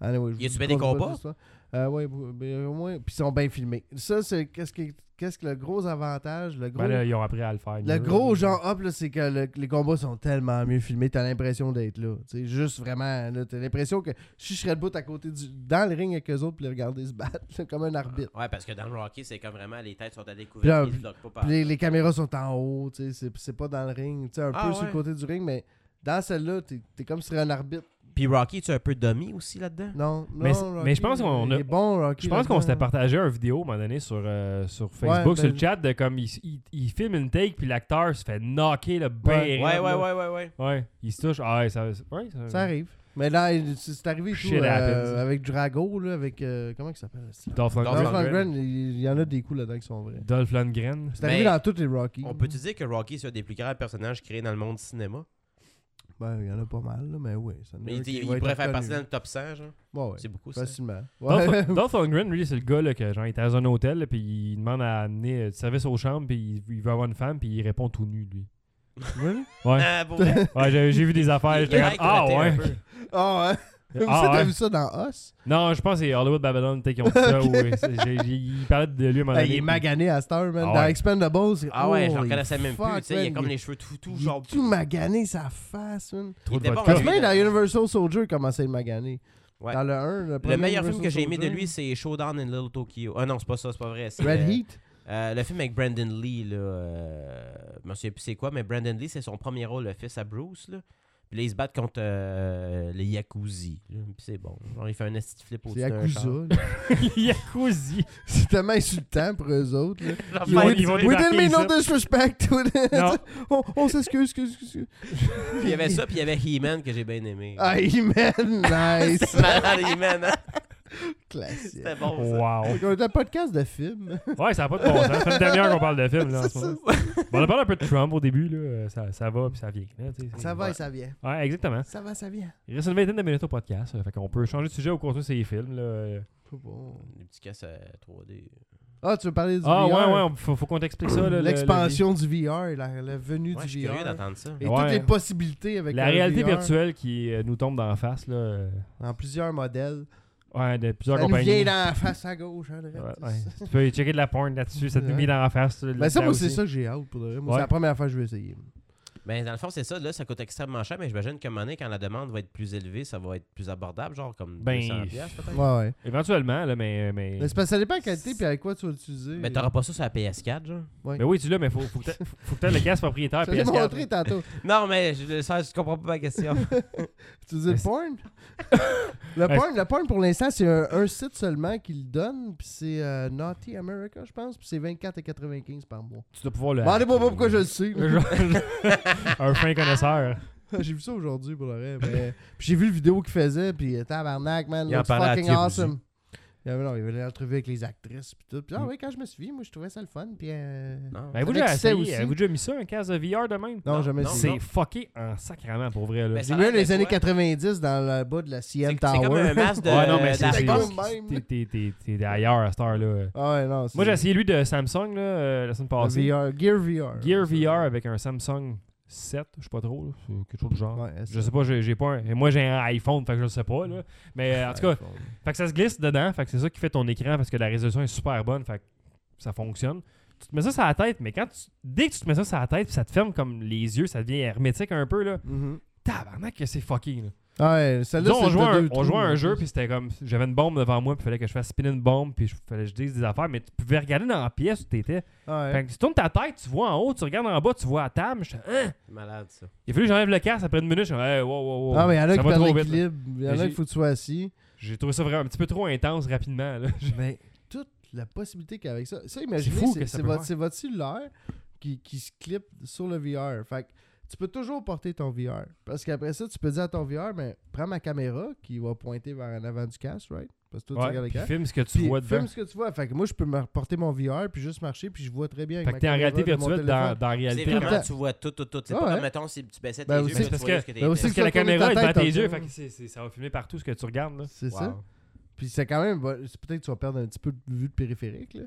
Speaker 2: Anyway, je
Speaker 3: Y a-tu
Speaker 2: vous
Speaker 3: bien des
Speaker 2: raconte pas
Speaker 3: combats?
Speaker 2: l'histoire. Euh, ouais, ben, au moins, puis ils sont bien filmés. Ça, c'est qu'est-ce que, qu'est-ce que le gros avantage, le gros.
Speaker 1: Ben là, ils ont appris à le faire.
Speaker 2: Le
Speaker 1: mieux,
Speaker 2: gros
Speaker 1: là.
Speaker 2: genre hop, là, c'est que le- les combats sont tellement mieux filmés, t'as l'impression d'être là. C'est juste vraiment, là, t'as l'impression que si je serais debout à côté du. dans le ring avec eux autres, puis les regarder se battre, là, comme un arbitre.
Speaker 3: Ouais, parce que dans le Rocky, c'est comme vraiment les têtes sont à
Speaker 2: Puis là,
Speaker 3: découvert. Ils se bloquent pas par.
Speaker 2: Puis les, les caméras sont en haut, tu sais, c'est- c'est pas dans le ring, tu sais, un
Speaker 3: bah. Ah,
Speaker 2: peu sur
Speaker 3: ouais.
Speaker 2: le côté du ring, mais dans celle-là, t'es es comme si tu serais un arbitre.
Speaker 3: Puis Rocky, tu es un peu dummy aussi là-dedans.
Speaker 2: Non, non,
Speaker 1: Mais c'est-
Speaker 2: Rocky,
Speaker 1: mais je pense qu'on
Speaker 2: il
Speaker 1: a-
Speaker 2: est bon, Rocky,
Speaker 1: Je pense qu'on
Speaker 2: là-dedans.
Speaker 1: s'était partagé un vidéo à un moment donné sur, euh, sur
Speaker 2: Ouais,
Speaker 1: Facebook, sur
Speaker 2: ben-
Speaker 1: le chat, de comme il, il, il filme une take, puis l'acteur se fait knocker le bain.
Speaker 2: Ouais.
Speaker 3: Ouais, ouais, ouais, ouais, ouais.
Speaker 1: Ouais, il se touche. Ah, ouais, ça, ça- ouais, ça-
Speaker 2: Ça arrive. Mais là, il- c'est arrivé tout,
Speaker 1: Shit
Speaker 2: euh,
Speaker 1: happens.
Speaker 2: avec Drago, là, avec. euh, comment il s'appelle ça?
Speaker 1: Dolph Lundgren.
Speaker 2: Dolph Lundgren, il il y en a des coups là-dedans qui sont vrais.
Speaker 1: Dolph Lundgren.
Speaker 2: C'est arrivé
Speaker 3: Mais-
Speaker 2: dans toutes les Rocky.
Speaker 3: On peut-tu dire que Rocky, c'est un des plus grands personnages créés dans le monde du cinéma?
Speaker 2: Ben, il y en a pas mal, là, mais oui. Ça
Speaker 3: Mais il, il pourrait faire partie dans le top 100, genre.
Speaker 2: Ouais, ouais,
Speaker 3: C'est beaucoup, ça.
Speaker 2: facilement. Ouais.
Speaker 1: Dolph, Dolph Lundgren, lui, c'est le gars là, que genre, il est dans un hôtel, là, puis il demande à amener euh, du service aux chambres, puis il, il veut avoir une femme, puis il répond tout nu, lui.
Speaker 2: Really?
Speaker 1: Ouais,
Speaker 3: Ah, pour vrai.
Speaker 1: ouais j'ai j'ai vu des affaires.
Speaker 3: Il-
Speaker 1: j'étais
Speaker 3: il
Speaker 1: comme,
Speaker 3: like
Speaker 1: ah
Speaker 3: raté un
Speaker 1: ouais.
Speaker 3: peu.
Speaker 2: Ah ouais.
Speaker 1: Ah
Speaker 2: ça, t'as
Speaker 1: ouais.
Speaker 2: vu ça dans Us?
Speaker 1: Non, je pense que c'est Hollywood Babylon peut-être, qui ont dit ça.
Speaker 2: Ok.
Speaker 1: ouais. C'est- j'ai- j'ai- il parlait de lui à un moment
Speaker 2: Ben,
Speaker 1: donné.
Speaker 2: il est
Speaker 1: puis-
Speaker 2: magané à Star, man.
Speaker 1: Ah
Speaker 2: dans
Speaker 1: ouais.
Speaker 2: Expendables, c'est-
Speaker 3: Ah ouais, je
Speaker 2: oh,
Speaker 3: le reconnaissais
Speaker 2: il
Speaker 3: même
Speaker 2: fuck,
Speaker 3: plus. Tu sais, il a
Speaker 2: man,
Speaker 3: comme
Speaker 2: il-
Speaker 3: les cheveux tout, tout,
Speaker 2: il est
Speaker 3: genre.
Speaker 2: tout magané sa face, man.
Speaker 1: Trop de
Speaker 3: était bon,
Speaker 1: vodka.
Speaker 3: hein,
Speaker 2: Même
Speaker 3: le-
Speaker 2: dans Universal Soldier, il commençait à le maganer.
Speaker 3: Ouais.
Speaker 2: Dans le 1, le,
Speaker 3: Le
Speaker 2: premier
Speaker 3: meilleur film
Speaker 2: Universal
Speaker 3: que j'ai aimé de
Speaker 2: Soldier,
Speaker 3: lui, c'est Showdown in Little Tokyo. Ah non, c'est pas ça, c'est pas vrai. c'est,
Speaker 2: Red
Speaker 3: euh,
Speaker 2: Heat.
Speaker 3: euh, le film avec Brandon Lee, là. euh, je me souviens plus c'est quoi, mais Brandon Lee, c'est son premier rôle, le fils à Bruce, là. Puis là, il se bat contre euh, les Yakuzi. là. Puis c'est bon. Genre, il fait un esti de flip au-dessus
Speaker 2: C'est
Speaker 3: d'un
Speaker 2: Yakuza.
Speaker 3: char.
Speaker 2: là.
Speaker 3: hein.
Speaker 1: Jacuzzi.
Speaker 2: C'est tellement insultant pour eux autres. là.
Speaker 3: Genre,
Speaker 1: Ils vont-
Speaker 3: fait-
Speaker 1: ils vont
Speaker 2: We didn't
Speaker 1: débarquer
Speaker 2: mean no
Speaker 1: ici.
Speaker 2: disrespect.
Speaker 1: Non.
Speaker 2: on on s'excuse, excuse, excuse.
Speaker 3: Puis il y avait ça, puis il y avait He-Man que j'ai bien aimé.
Speaker 2: Ah, man, nice.
Speaker 3: C'est malade, He-Man, hein?
Speaker 2: Classique.
Speaker 3: C'était bon, ça.
Speaker 1: Wow.
Speaker 2: On est un podcast de film.
Speaker 1: Ouais, ça n'a pas de bon sens. Ça fait une demi-heure qu'on parle de film, là, en ce moment. Bon, on a parlé un peu de Trump au début, là. Euh, Ça, ça va, puis ça vient. là, tu sais, c'est-
Speaker 2: Ça va et ça vient.
Speaker 1: Ouais, exactement.
Speaker 2: Ça va, ça vient.
Speaker 1: Il reste une vingtaine de minutes au podcast. euh, Fait qu'on peut changer de sujet au cours de ces films, là. euh.
Speaker 3: Des petits euh, casses à 3D.
Speaker 2: Ah, tu veux parler du
Speaker 1: Ah,
Speaker 2: VR?
Speaker 1: ouais, ouais, on- faut, faut qu'on t'explique ça, là, le- le-
Speaker 2: L'expansion du VR, la, la venue
Speaker 3: Ouais, je
Speaker 2: du
Speaker 3: suis
Speaker 2: VR.
Speaker 3: curieux d'entendre ça.
Speaker 2: Et
Speaker 1: Ouais.
Speaker 2: toutes les possibilités avec
Speaker 1: la
Speaker 2: le
Speaker 1: réalité
Speaker 2: VR
Speaker 1: virtuelle qui euh, nous tombe dans la face, là. euh.
Speaker 2: En plusieurs modèles.
Speaker 1: Ouais, de plusieurs
Speaker 2: Ça nous
Speaker 1: compagnies.
Speaker 2: vient dans la face à gauche. hein, le
Speaker 1: Ouais,
Speaker 2: reste,
Speaker 1: ouais.
Speaker 2: c'est ça.
Speaker 1: Tu peux checker de la porn là-dessus, ça te
Speaker 2: Ouais.
Speaker 1: met dans la face. là,
Speaker 2: Ben ça,
Speaker 1: là
Speaker 2: moi,
Speaker 1: aussi.
Speaker 2: c'est ça que j'ai hâte pour de vrai. Moi,
Speaker 1: Ouais.
Speaker 2: c'est la première fois que je vais essayer.
Speaker 3: Ben, dans le fond, c'est ça. Là, ça coûte extrêmement cher, mais j'imagine qu'à un moment donné, quand la demande va être plus élevée, ça va être plus abordable, genre comme
Speaker 1: Ben,
Speaker 3: 200 piastres, peut-être.
Speaker 2: Ouais, ouais.
Speaker 1: Éventuellement, là, mais. euh, Mais,
Speaker 2: Mais c'est parce que ça dépend de la qualité puis avec quoi tu vas l'utiliser.
Speaker 3: Mais t'auras pas ça sur la PS4, genre?
Speaker 1: Mais oui, tu l'as, mais faut, faut, que t'a- faut que t'aies le casque propriétaire
Speaker 2: Je te l'ai
Speaker 1: PS4.
Speaker 2: montré tantôt.
Speaker 3: Non, mais je, ça, je comprends pas ma question.
Speaker 2: Tu dis
Speaker 1: Mais
Speaker 2: le
Speaker 1: c'est-
Speaker 2: porn? le
Speaker 1: Ouais.
Speaker 2: porn? Le porn, pour l'instant, c'est un, un site seulement qui le donne. Puis c'est euh, Naughty America, je pense. Puis c'est 24,95 par mois.
Speaker 1: Tu dois pouvoir le.
Speaker 2: Demandez-moi pas pourquoi je le sais.
Speaker 1: Un fin connaisseur.
Speaker 2: j'ai vu ça aujourd'hui pour le vrai. mais- Puis j'ai vu le vidéo qu'il faisait. Puis euh, tabarnak, man.
Speaker 3: Il en
Speaker 2: looks
Speaker 3: parlait à
Speaker 2: fucking
Speaker 3: Thierry
Speaker 2: awesome. Il y avait, non, il y avait l'entrevue avec les actrices. Puis tout. Puis ah
Speaker 1: Mm.
Speaker 2: oui, quand je me suis vu, moi, je trouvais ça le fun. Puis. euh,
Speaker 3: Non.
Speaker 1: Ben, vous
Speaker 2: Avec
Speaker 1: déjà
Speaker 2: ça
Speaker 1: essayé,
Speaker 2: aussi.
Speaker 1: avez-vous déjà mis ça, un casque de VR de même?
Speaker 2: Non,
Speaker 3: Non,
Speaker 2: jamais
Speaker 3: non,
Speaker 2: essayé.
Speaker 1: C'est fucké en sacrament pour vrai. Là.
Speaker 3: Mais
Speaker 2: J'ai
Speaker 3: Ça
Speaker 2: vu
Speaker 3: a l'air
Speaker 2: les
Speaker 3: de
Speaker 2: années
Speaker 3: quoi?
Speaker 2: 90 dans le bas de la CN
Speaker 3: C'est c'est
Speaker 2: Tower.
Speaker 3: comme un masque de.
Speaker 1: Ouais, non, mais
Speaker 3: de
Speaker 1: c'est-
Speaker 3: la
Speaker 1: c'est-
Speaker 3: France.
Speaker 2: même.
Speaker 1: T'es- T'es t'es- t'es ailleurs à cette heure-là.
Speaker 2: Ah ouais, non. c'est-
Speaker 1: Moi, j'ai essayé lui de Samsung là, euh, la semaine
Speaker 2: le
Speaker 1: passée.
Speaker 2: VR, Gear VR.
Speaker 1: Gear VR avec un Samsung 7, je sais pas trop, là, c'est quelque chose du genre.
Speaker 2: Ouais,
Speaker 1: euh, Je sais pas, j'ai j'ai pas un. et Moi, j'ai un iPhone, fait que je le sais pas. Là. Mais euh, en tout cas, fait que ça se glisse dedans, fait que c'est ça qui fait ton écran parce que la résolution est super bonne, fait que ça fonctionne. Tu te mets ça sur la tête, mais quand tu- dès que tu te mets ça sur la tête, puis ça te ferme comme les yeux, ça devient hermétique un peu là.
Speaker 2: Mhm.
Speaker 1: Tabarnak que c'est fucking. Là.
Speaker 2: Ouais, celle-là,
Speaker 1: Disons,
Speaker 2: c'est
Speaker 1: on jouait,
Speaker 2: de
Speaker 1: un,
Speaker 2: deux
Speaker 1: on
Speaker 2: trous,
Speaker 1: jouait à un
Speaker 2: là.
Speaker 1: jeu, puis c'était comme. J'avais une bombe devant moi, puis fallait que je fasse spin une bombe, puis je- fallait que je dise des affaires, mais tu pouvais regarder dans la pièce où t'étais.
Speaker 2: Ouais.
Speaker 1: Fait que tu tournes ta tête, tu vois en haut, tu regardes en bas, tu vois à table. j'étais, Hein?
Speaker 3: Malade, ça.
Speaker 1: Il a fallu que j'enlève le casque après une minute. Je suis hey, wow, wow, wow.
Speaker 2: Ah, mais il y en a
Speaker 1: ça
Speaker 2: qui
Speaker 1: va
Speaker 2: perdent
Speaker 1: trop vite, là.
Speaker 2: l'équilibre. Il y en
Speaker 1: Mais
Speaker 2: a
Speaker 1: j'ai-
Speaker 2: qui faut que tu sois assis.
Speaker 1: J'ai trouvé ça vraiment un petit peu trop intense rapidement. Là.
Speaker 2: Mais toute la possibilité qu'avec ça. Ça, imaginez,
Speaker 1: fou
Speaker 2: c'est-
Speaker 1: que ça
Speaker 2: c'est
Speaker 1: peut
Speaker 2: votre,
Speaker 1: faire.
Speaker 2: c'est votre cellulaire qui, qui se clip sur le VR. Fait que tu peux toujours porter ton VR. Parce qu'après ça, tu peux dire à ton VR, mais prends ma caméra qui va pointer vers en avant du casque, right? Parce que toi, tu
Speaker 1: Ouais,
Speaker 2: regardes le
Speaker 1: puis
Speaker 2: casque.
Speaker 1: filme ce que tu
Speaker 2: Puis
Speaker 1: vois
Speaker 2: filme
Speaker 1: dedans.
Speaker 2: ce que tu vois. Fait que moi, je peux me porter mon VR puis juste marcher puis je vois très bien. avec
Speaker 1: Fait
Speaker 2: ma
Speaker 1: que t'es en
Speaker 2: caméra
Speaker 1: réalité
Speaker 2: de mon
Speaker 1: virtuelle
Speaker 2: téléphone.
Speaker 1: dans, dans la
Speaker 3: C'est
Speaker 1: réalité.
Speaker 2: le
Speaker 3: vraiment,
Speaker 2: temps.
Speaker 3: tu vois tout, tout, tout. C'est
Speaker 2: Ah
Speaker 3: pas
Speaker 2: ouais.
Speaker 3: comme, mettons, si tu baissais tes
Speaker 2: Ben,
Speaker 3: yeux,
Speaker 2: aussi,
Speaker 3: mais tu
Speaker 1: parce
Speaker 3: voyais ce que t'étais.
Speaker 2: ben, aussi,
Speaker 1: Parce que
Speaker 2: tu
Speaker 1: la
Speaker 2: vas tourner
Speaker 1: caméra est
Speaker 2: ta
Speaker 1: devant
Speaker 2: tête
Speaker 1: tes
Speaker 2: un
Speaker 1: yeux,
Speaker 2: peu.
Speaker 1: fait que c'est- c'est- ça va filmer partout ce que tu regardes. Là.
Speaker 2: C'est ça.
Speaker 3: Wow.
Speaker 2: Puis c'est quand même. bon, c'est Peut-être que tu vas perdre un petit peu de vue de périphérique. là.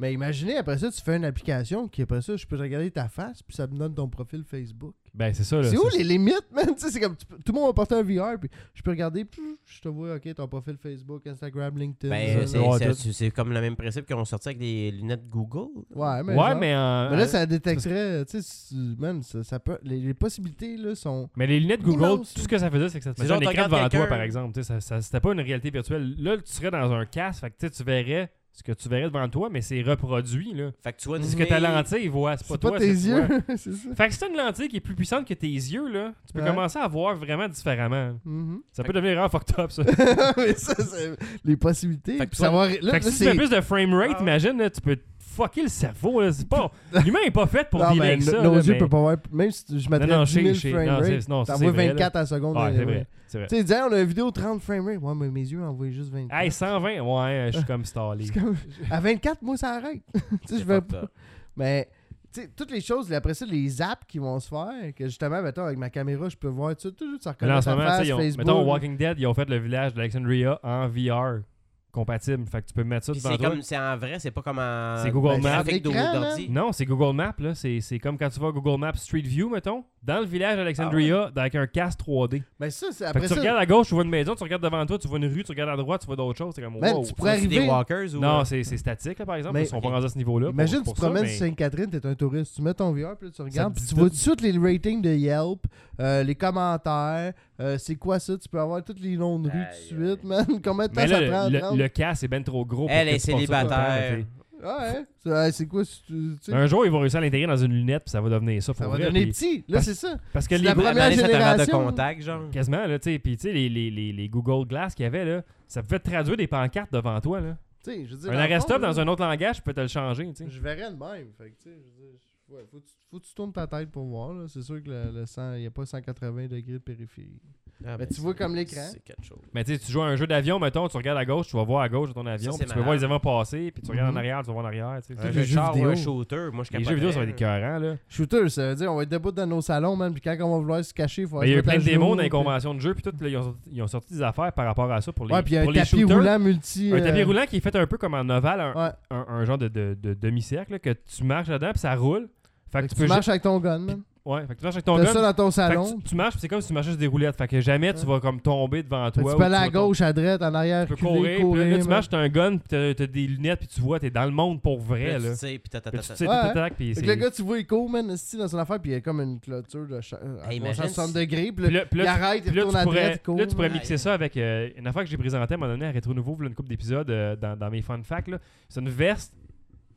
Speaker 2: Mais imaginez, après ça, tu fais une application qui, après ça, je peux regarder ta face puis ça me donne ton profil Facebook.
Speaker 1: Ben, c'est ça. là,
Speaker 2: C'est où
Speaker 1: ça,
Speaker 2: les limites, man? Tu sais, c'est comme tu peux- tout le monde va porter un VR puis je peux regarder. pff, Je te vois, ok, ton profil Facebook, Instagram, LinkedIn.
Speaker 3: Ben,
Speaker 2: ça,
Speaker 3: c'est-
Speaker 2: là.
Speaker 1: Ouais,
Speaker 3: c'est-
Speaker 1: tout.
Speaker 3: c'est- c'est comme le même principe qu'on sortait avec les lunettes Google.
Speaker 2: Ouais, mais.
Speaker 1: Ouais,
Speaker 2: genre-
Speaker 1: mais. euh, en-
Speaker 2: Mais là, ça détecterait. Tu sais, si- man, ça, ça peut. Les, les possibilités, là, sont.
Speaker 1: Mais les lunettes Google,
Speaker 2: Immense.
Speaker 1: tout ce que ça faisait, c'est que ça te
Speaker 3: C'est
Speaker 1: mettait un
Speaker 3: genre, tu
Speaker 1: écran
Speaker 3: regardes
Speaker 1: devant toi,
Speaker 3: quelqu'un.
Speaker 1: par exemple. Tu sais, ça- ça- C'était pas une réalité virtuelle. Là, tu serais dans un casque, fait que tu sais, tu verrais ce que tu verrais devant toi, mais c'est reproduit. Là.
Speaker 3: Fait que tu
Speaker 2: Mm-hmm.
Speaker 3: vois une
Speaker 1: Ce que
Speaker 3: fille-
Speaker 1: ta lentille voit, c'est pas
Speaker 2: C'est
Speaker 1: toi.
Speaker 2: pas tes
Speaker 1: c'est toi.
Speaker 2: yeux, c'est ça.
Speaker 1: Fait que si t'as une lentille qui est plus puissante que tes yeux, là, tu peux
Speaker 2: Ouais.
Speaker 1: commencer à voir vraiment différemment.
Speaker 2: Mhm.
Speaker 1: Ça
Speaker 3: Fait
Speaker 1: peut devenir vraiment fucked up, ça.
Speaker 2: mais ça, c'est les possibilités.
Speaker 3: Fait que
Speaker 2: Puis
Speaker 3: toi-
Speaker 2: savoir- là, là,
Speaker 1: fait que si tu
Speaker 2: c'est-
Speaker 1: fais plus de frame rate,
Speaker 3: Ah.
Speaker 1: imagine, là, tu peux te fucker le cerveau. là. C'est pas... L'humain est pas fait pour
Speaker 2: Non,
Speaker 1: dealer
Speaker 2: mais
Speaker 1: avec
Speaker 2: no-
Speaker 1: ça.
Speaker 2: nos
Speaker 1: là,
Speaker 2: yeux
Speaker 1: mais-
Speaker 2: peuvent pas voir. Même si tu- je mettrais
Speaker 1: non,
Speaker 2: 10
Speaker 1: je
Speaker 2: 000
Speaker 1: sais, je sais.
Speaker 2: frame
Speaker 1: Non, c'est-
Speaker 2: rate,
Speaker 1: non, ça,
Speaker 2: t'en
Speaker 1: c'est
Speaker 2: vois
Speaker 1: vrai, là.
Speaker 2: 24 à la seconde.
Speaker 1: Ouais,
Speaker 2: anyway.
Speaker 1: c'est vrai. C'est vrai.
Speaker 2: Tu sais, disais, on a une vidéo 30 frame rate. Ouais, mais mes yeux envoient juste 24.
Speaker 1: Hey, 120, ouais, je suis comme stallé.
Speaker 2: C'est comme- À 24, moi, ça arrête. tu sais,
Speaker 3: C'est
Speaker 2: je vais
Speaker 3: fucked
Speaker 2: pas.
Speaker 3: up.
Speaker 2: Mais, tu sais, toutes les choses, après ça, les apps qui vont se faire, que justement, mettons, avec ma caméra, je peux voir, tu sais, tout, ça
Speaker 1: Mais
Speaker 2: reconnaît
Speaker 1: là, en
Speaker 2: ta
Speaker 1: ce moment, tu sais,
Speaker 2: face,
Speaker 1: ils ont-
Speaker 2: Facebook.
Speaker 1: mettons Walking Dead, ils ont fait le village d'Alexandria en VR compatible. Fait que tu peux mettre ça
Speaker 3: Puis
Speaker 1: devant
Speaker 3: C'est
Speaker 1: toi.
Speaker 3: comme, c'est en vrai, c'est pas comme en.
Speaker 1: C'est Google
Speaker 2: Ben,
Speaker 1: Maps.
Speaker 3: Avec
Speaker 2: L'écran, là.
Speaker 3: d'ordi.
Speaker 1: Non, c'est Google Maps. là. C'est c'est comme quand tu vas à Google Maps Street View, mettons, dans le village d'Alexandria, avec un casque 3D.
Speaker 2: Mais Ben, ça, c'est
Speaker 1: Fait que
Speaker 2: Ah après
Speaker 1: tu
Speaker 2: ça.
Speaker 1: regardes à gauche, tu vois une maison, tu regardes devant toi, tu vois une rue, tu regardes à droite, tu vois d'autres choses. C'est comme,
Speaker 2: Man,
Speaker 1: wow.
Speaker 2: tu
Speaker 3: Pour
Speaker 2: pourrais
Speaker 3: des
Speaker 2: arriver.
Speaker 3: walkers ou. euh,
Speaker 1: Non, c'est c'est statique, là, par exemple.
Speaker 2: Mais-
Speaker 1: Ils sont pas rendus à ce niveau-là. pour-
Speaker 2: Imagine, tu
Speaker 1: pour
Speaker 2: te
Speaker 1: ça,
Speaker 2: promènes
Speaker 1: mais-
Speaker 2: sur Sainte-Catherine, t'es un touriste, tu mets ton VR, puis là, tu regardes,
Speaker 1: te
Speaker 2: puis tu
Speaker 1: dit
Speaker 2: vois tout
Speaker 1: tout.
Speaker 2: de suite les ratings de Yelp, euh, les commentaires, euh, c'est quoi ça, tu peux avoir tous les noms de rue tout de
Speaker 3: Aïe,
Speaker 2: suite, man. Combien de temps
Speaker 1: Mais là,
Speaker 2: ça prend?
Speaker 1: le- le,
Speaker 2: prendre?
Speaker 1: le casque est ben trop gros. pour
Speaker 3: Elle
Speaker 1: que
Speaker 3: est
Speaker 1: tu portes ça tout le temps, là,
Speaker 3: célibataire.
Speaker 2: Ouais, hein? c'est ouais, c'est quoi, si tu tu sais,
Speaker 1: Un jour, ils vont réussir à l'intégrer dans une lunette, puis ça va devenir ça.
Speaker 2: ça
Speaker 1: pour
Speaker 2: va
Speaker 1: vrai,
Speaker 2: donner
Speaker 1: puis-
Speaker 2: petit, là,
Speaker 1: parce-
Speaker 2: c'est ça.
Speaker 1: Parce que
Speaker 2: C'est
Speaker 1: les
Speaker 2: la
Speaker 3: La
Speaker 2: première
Speaker 3: première de
Speaker 2: génération.
Speaker 3: contact, genre.
Speaker 1: Quasiment, là, tu sais. Puis, tu sais, les, les, les, les Google Glass qu'il y avait, là, ça pouvait te traduire des pancartes devant toi, là.
Speaker 2: Tu sais, je veux dire,
Speaker 1: Un
Speaker 2: dans le fond,
Speaker 1: arrestop
Speaker 2: là,
Speaker 1: dans un autre langage, je peux te le changer, tu sais.
Speaker 2: Je verrais le même, fait que, tu sais, je veux dire, je- ouais, faut que tu- faut que tu tournes ta tête pour voir, là. c'est sûr que le, le 100, il n'y a pas 180 degrés de périphérie.
Speaker 3: Ah,
Speaker 2: Mais
Speaker 3: ben,
Speaker 2: tu vois
Speaker 3: c'est-
Speaker 2: comme l'écran.
Speaker 3: C'est quelque chose.
Speaker 1: Mais tu sais, tu joues à un jeu d'avion, mettons, tu regardes à gauche, tu vas voir à gauche de ton avion,
Speaker 3: c'est
Speaker 1: puis tu peux
Speaker 3: malade.
Speaker 1: voir les avions passer, puis tu regardes
Speaker 2: Mhm.
Speaker 1: en arrière, tu vas voir en arrière, tu sais.
Speaker 2: Ouais,
Speaker 3: Un
Speaker 2: les
Speaker 3: jeu
Speaker 2: jeux
Speaker 3: char ou
Speaker 2: vidéo.
Speaker 3: un shooter, moi je
Speaker 1: Les jeux vidéo, ça va être
Speaker 3: capoterais,
Speaker 1: écœurant, là.
Speaker 2: Shooter, ça veut dire, on va être debout dans nos salons, man, puis quand on va vouloir se cacher, il faut
Speaker 1: Mais Ben, il y
Speaker 2: se
Speaker 1: a eu
Speaker 2: mettre
Speaker 1: plein
Speaker 2: à
Speaker 1: de démos
Speaker 2: genoux,
Speaker 1: dans les
Speaker 2: puis-
Speaker 1: conventions de jeu, puis tout, là, ils, ont sorti, ils ont sorti des affaires par rapport à ça pour les,
Speaker 2: Ouais, puis il y a un
Speaker 1: pour les
Speaker 2: tapis
Speaker 1: shooters.
Speaker 2: roulant multi.
Speaker 1: Un
Speaker 2: euh,
Speaker 1: tapis roulant qui est fait un peu comme en ovale, un,
Speaker 2: Ouais.
Speaker 1: un- un genre de, de- de demi-cercle, là, que tu marches dedans, puis ça roule.
Speaker 2: Fait
Speaker 1: Fait que,
Speaker 2: que
Speaker 1: tu
Speaker 2: tu
Speaker 1: peux
Speaker 2: marches avec ton gun, man.
Speaker 1: Ouais, fait que tu marches avec ton
Speaker 2: T'as ça
Speaker 1: gun.
Speaker 2: dans ton
Speaker 1: fait que
Speaker 2: salon.
Speaker 1: tu, tu marches, puis c'est comme si tu marchais sur des roulettes. Fait que jamais tu vas comme tomber devant
Speaker 2: Fait que
Speaker 1: toi.
Speaker 2: tu
Speaker 1: ou
Speaker 2: peux aller
Speaker 1: tu
Speaker 2: à
Speaker 1: vas tomber.
Speaker 2: gauche, à droite, en arrière,
Speaker 1: Tu peux
Speaker 2: reculer,
Speaker 1: courir, puis là,
Speaker 2: courir.
Speaker 1: tu marches, t'as un gun, puis t'as t'as des lunettes, puis tu vois, t'es dans le monde pour vrai, là.
Speaker 3: Tu sais, puis ta- ta-
Speaker 1: Puis
Speaker 3: ta-
Speaker 1: tu
Speaker 3: ta-
Speaker 1: sais,
Speaker 2: Ouais, hein.
Speaker 1: t'attaques, puis
Speaker 2: Fait
Speaker 1: c'est...
Speaker 2: que le gars, tu vois, il court, man, esti, dans son affaire, puis il y a comme une clôture de cha- à
Speaker 3: Hey,
Speaker 2: 360
Speaker 3: imagine si-
Speaker 2: degrés, puis
Speaker 1: Puis
Speaker 2: là,
Speaker 1: là, puis là,
Speaker 2: il
Speaker 1: tu-
Speaker 2: arrête, il
Speaker 1: puis là,
Speaker 2: retourne
Speaker 1: tu
Speaker 2: à
Speaker 1: pourrais,
Speaker 2: droite, il court.
Speaker 1: là, tu pourrais
Speaker 3: Ouais.
Speaker 1: mixer ça avec euh, une affaire que j'ai présentée à un moment donné à Rétro Nouveau, voilà une couple d'épisodes euh, dans, dans mes fun facts. là. C'est une veste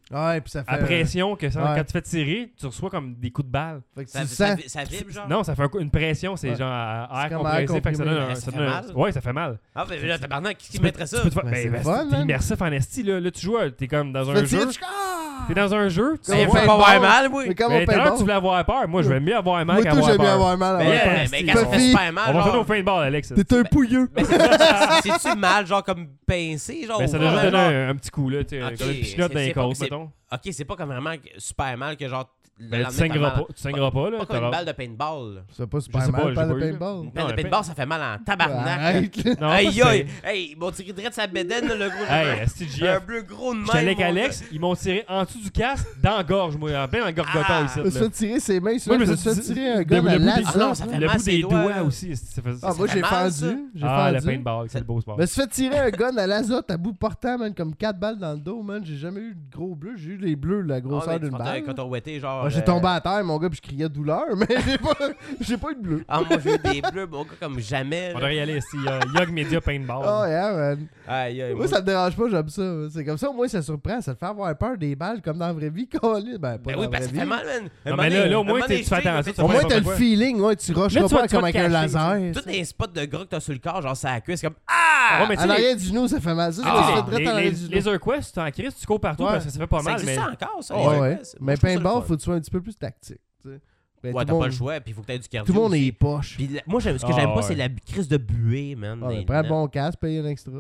Speaker 2: Ouais, puis ça fait.
Speaker 1: à pression que ça-
Speaker 2: Euh, ouais.
Speaker 1: quand tu fais tirer, tu reçois comme des coups de balle.
Speaker 2: Fait que tu
Speaker 3: ça-
Speaker 2: le
Speaker 3: Ça
Speaker 2: sens.
Speaker 3: vi- ça vibre, genre?
Speaker 1: Non, ça fait un coup- une pression, c'est
Speaker 2: Ouais.
Speaker 1: genre à- à
Speaker 2: C'est
Speaker 1: air
Speaker 2: comme air
Speaker 1: compressé, fait que ça donne
Speaker 2: comprimé.
Speaker 1: un-
Speaker 3: Ça
Speaker 1: ça
Speaker 3: fait
Speaker 1: donne un-
Speaker 3: mal?
Speaker 1: Ouais, ça fait mal.
Speaker 3: Ah, mais là, tabarnak, qui qui
Speaker 1: peux-
Speaker 3: mettrait ça?
Speaker 1: Tu peux te faire-
Speaker 2: Ben,
Speaker 1: ben,
Speaker 2: c'est
Speaker 1: ben,
Speaker 2: le fun,
Speaker 1: c'est-
Speaker 2: man.
Speaker 1: t'es immersif en esti, là. Là, tu joues, à- t'es comme dans
Speaker 2: Tu
Speaker 1: un
Speaker 2: fais
Speaker 1: jeu.
Speaker 2: tirer, tu- Ah!
Speaker 1: T'es dans un jeu, tu
Speaker 2: Comme
Speaker 1: sais
Speaker 3: Eh,
Speaker 2: on
Speaker 1: pas.
Speaker 3: fais
Speaker 2: fait
Speaker 3: pas avoir
Speaker 2: bon.
Speaker 3: mal, moi!
Speaker 2: Mais comment
Speaker 1: Ben,
Speaker 2: on
Speaker 1: tout à
Speaker 2: fait
Speaker 1: l'heure, tu
Speaker 2: bon?
Speaker 1: voulais avoir peur. Moi, je vais mieux avoir mal
Speaker 2: Moi, tout,
Speaker 1: qu'avoir
Speaker 2: j'aime bien
Speaker 1: peur.
Speaker 2: avoir mal. à
Speaker 1: Ben,
Speaker 2: avoir
Speaker 1: yeah,
Speaker 2: peur.
Speaker 3: mais
Speaker 1: c'est
Speaker 3: quand ça
Speaker 2: pas
Speaker 3: fait
Speaker 2: fini.
Speaker 3: super mal,
Speaker 1: On va faire nos
Speaker 3: genre...
Speaker 1: paintball, Alex.
Speaker 2: T'es un pouilleux.
Speaker 3: Mais c'est- c'est- C'est-tu mal, genre, comme pincé, genre?
Speaker 1: Ben, ça
Speaker 3: ou
Speaker 1: doit juste
Speaker 3: vraiment,
Speaker 1: donner un, un petit coup, là, tu sais,
Speaker 3: Ok,
Speaker 1: comme une pichenote
Speaker 3: c'est-
Speaker 1: dans les
Speaker 3: c'est pas-
Speaker 1: côtes,
Speaker 3: c'est-
Speaker 1: mettons.
Speaker 3: Ok, c'est pas comme vraiment super mal que, genre... le
Speaker 1: Ben,
Speaker 3: lendemain,
Speaker 1: tu
Speaker 3: t'as
Speaker 1: saigneras
Speaker 3: mal.
Speaker 1: pas, tu saigneras pas, là.
Speaker 3: Pas comme
Speaker 1: t'auras-
Speaker 3: une balle de paintball, là.
Speaker 2: C'est pas
Speaker 1: Je
Speaker 2: super
Speaker 1: sais pas,
Speaker 2: mal,
Speaker 1: j'ai
Speaker 2: pas le
Speaker 1: pas eu, là.
Speaker 2: paintball.
Speaker 3: Une balle
Speaker 1: Non,
Speaker 3: de
Speaker 1: un
Speaker 3: paintball, ça fait mal en tabarnak.
Speaker 2: Arrête, là.
Speaker 1: Non,
Speaker 3: Aïe,
Speaker 1: parce que-
Speaker 3: aïe! Hey, ils m'ont tiré direct de sa bédaine, là, le gros.
Speaker 1: Hey, esti,
Speaker 3: Un
Speaker 1: JF.
Speaker 3: bleu gros de même.
Speaker 1: J'étais avec
Speaker 3: mon
Speaker 1: Alex, ils m'ont tiré en dessous du casque, dans la gorge, moi, en plein dans le gorgoton
Speaker 3: Ah!
Speaker 1: ici.
Speaker 2: Je me suis
Speaker 1: là.
Speaker 2: fait tirer ses mains, ça.
Speaker 1: Moi,
Speaker 2: Je
Speaker 1: je
Speaker 2: me
Speaker 1: me
Speaker 2: suis fait
Speaker 1: suis dit-
Speaker 2: tirer un gars
Speaker 1: le-
Speaker 2: dans
Speaker 1: le bout
Speaker 2: la
Speaker 1: des-
Speaker 3: Ah non, ça fait
Speaker 1: Le
Speaker 3: mal
Speaker 1: bout
Speaker 3: ses
Speaker 1: des
Speaker 3: doigts,
Speaker 1: doigts
Speaker 3: là.
Speaker 1: aussi, esti, ça faisait-
Speaker 2: Ah, moi,
Speaker 3: fait
Speaker 2: j'ai
Speaker 3: mal, ça.
Speaker 2: fendu. J'ai
Speaker 1: Ah, la
Speaker 2: fendu.
Speaker 1: paintball, c'est le beau sport.
Speaker 2: Je me suis fait tirer un gun à l'azote à bout portant, man, comme 4 balles dans le dos, man. J'ai jamais eu de gros bleus. J'ai eu les bleus, la
Speaker 3: Ah,
Speaker 2: grosseur
Speaker 3: mais
Speaker 2: d'une
Speaker 3: quand t'as-
Speaker 2: balle.
Speaker 3: Quand t'as ouetté, genre.
Speaker 2: Ah, j'ai
Speaker 3: euh,
Speaker 2: tombé à terre, mon gars, puis je criais douleur, mais j'ai pas, j'ai pas eu de bleu.
Speaker 3: Ah, moi, j'ai eu des bleus, mon gars, comme jamais.
Speaker 1: On
Speaker 3: là.
Speaker 1: devrait y aller ici, euh, Yog Media Paintball.
Speaker 2: Oh, yeah, man.
Speaker 3: Aïe,
Speaker 2: Moi,
Speaker 3: aïe. Ah. moi-
Speaker 2: ça me dérange pas, j'aime ça. C'est comme ça, au moins, ça surprend. Ça te fait avoir peur des balles, comme dans la vraie vie, qu'on Ben, pas
Speaker 3: Ben
Speaker 2: dans
Speaker 3: oui,
Speaker 2: la
Speaker 3: parce
Speaker 2: vraie
Speaker 3: que ça fait
Speaker 2: vie.
Speaker 3: mal, man. Un
Speaker 1: Non,
Speaker 3: moment
Speaker 1: mais là,
Speaker 3: donné-
Speaker 1: là, au
Speaker 3: un
Speaker 1: moins,
Speaker 3: moment
Speaker 1: t'es-
Speaker 3: donné,
Speaker 1: tu fais
Speaker 3: je tire,
Speaker 1: attention,
Speaker 3: là,
Speaker 1: tu
Speaker 2: Au moins,
Speaker 1: Ouais,
Speaker 2: t'as le
Speaker 1: ouais.
Speaker 2: feeling, ouais, tu rushes
Speaker 1: Là, tu vas-
Speaker 2: pas
Speaker 1: tu vas
Speaker 2: comme avec
Speaker 1: te
Speaker 2: un
Speaker 1: cacher,
Speaker 2: laser.
Speaker 3: Tous les spots de gras que t'as sur le corps, genre, ça la cuisse, c'est comme. Ah!
Speaker 1: Ouais, mais tu
Speaker 2: En
Speaker 1: sais, les-
Speaker 2: arrière du genou, ça fait mal. Ça, je me suis fait
Speaker 1: Ah,
Speaker 2: direct
Speaker 1: les,
Speaker 2: en
Speaker 1: les,
Speaker 2: arrière du genou.
Speaker 1: les Urquest, tu en crises, tu cours partout
Speaker 2: Ouais.
Speaker 1: parce que ça fait pas
Speaker 3: Ça
Speaker 1: mal.
Speaker 3: existe
Speaker 1: mais...
Speaker 3: ça encore, ça?
Speaker 2: Ouais,
Speaker 3: les
Speaker 2: ouais.
Speaker 3: Urquest? hein, Moi,
Speaker 2: Mais
Speaker 3: je trouve ça le
Speaker 2: paintball,
Speaker 3: fun.
Speaker 2: faut que tu sois un petit peu plus tactique. tu sais. Ben,
Speaker 3: Ouais,
Speaker 2: tout
Speaker 3: t'as pas
Speaker 2: monde-
Speaker 3: le choix, puis il faut que t'aies du cardio.
Speaker 2: Tout le monde
Speaker 3: aussi.
Speaker 2: est poche.
Speaker 3: Puis la- moi, j'aime- ce que j'aime
Speaker 1: Ah,
Speaker 3: pas,
Speaker 1: ouais.
Speaker 3: c'est la crise de buée, man.
Speaker 2: Ah,
Speaker 3: dans les
Speaker 2: ben, Prends un
Speaker 3: lunettes.
Speaker 2: bon casque, paye un extra.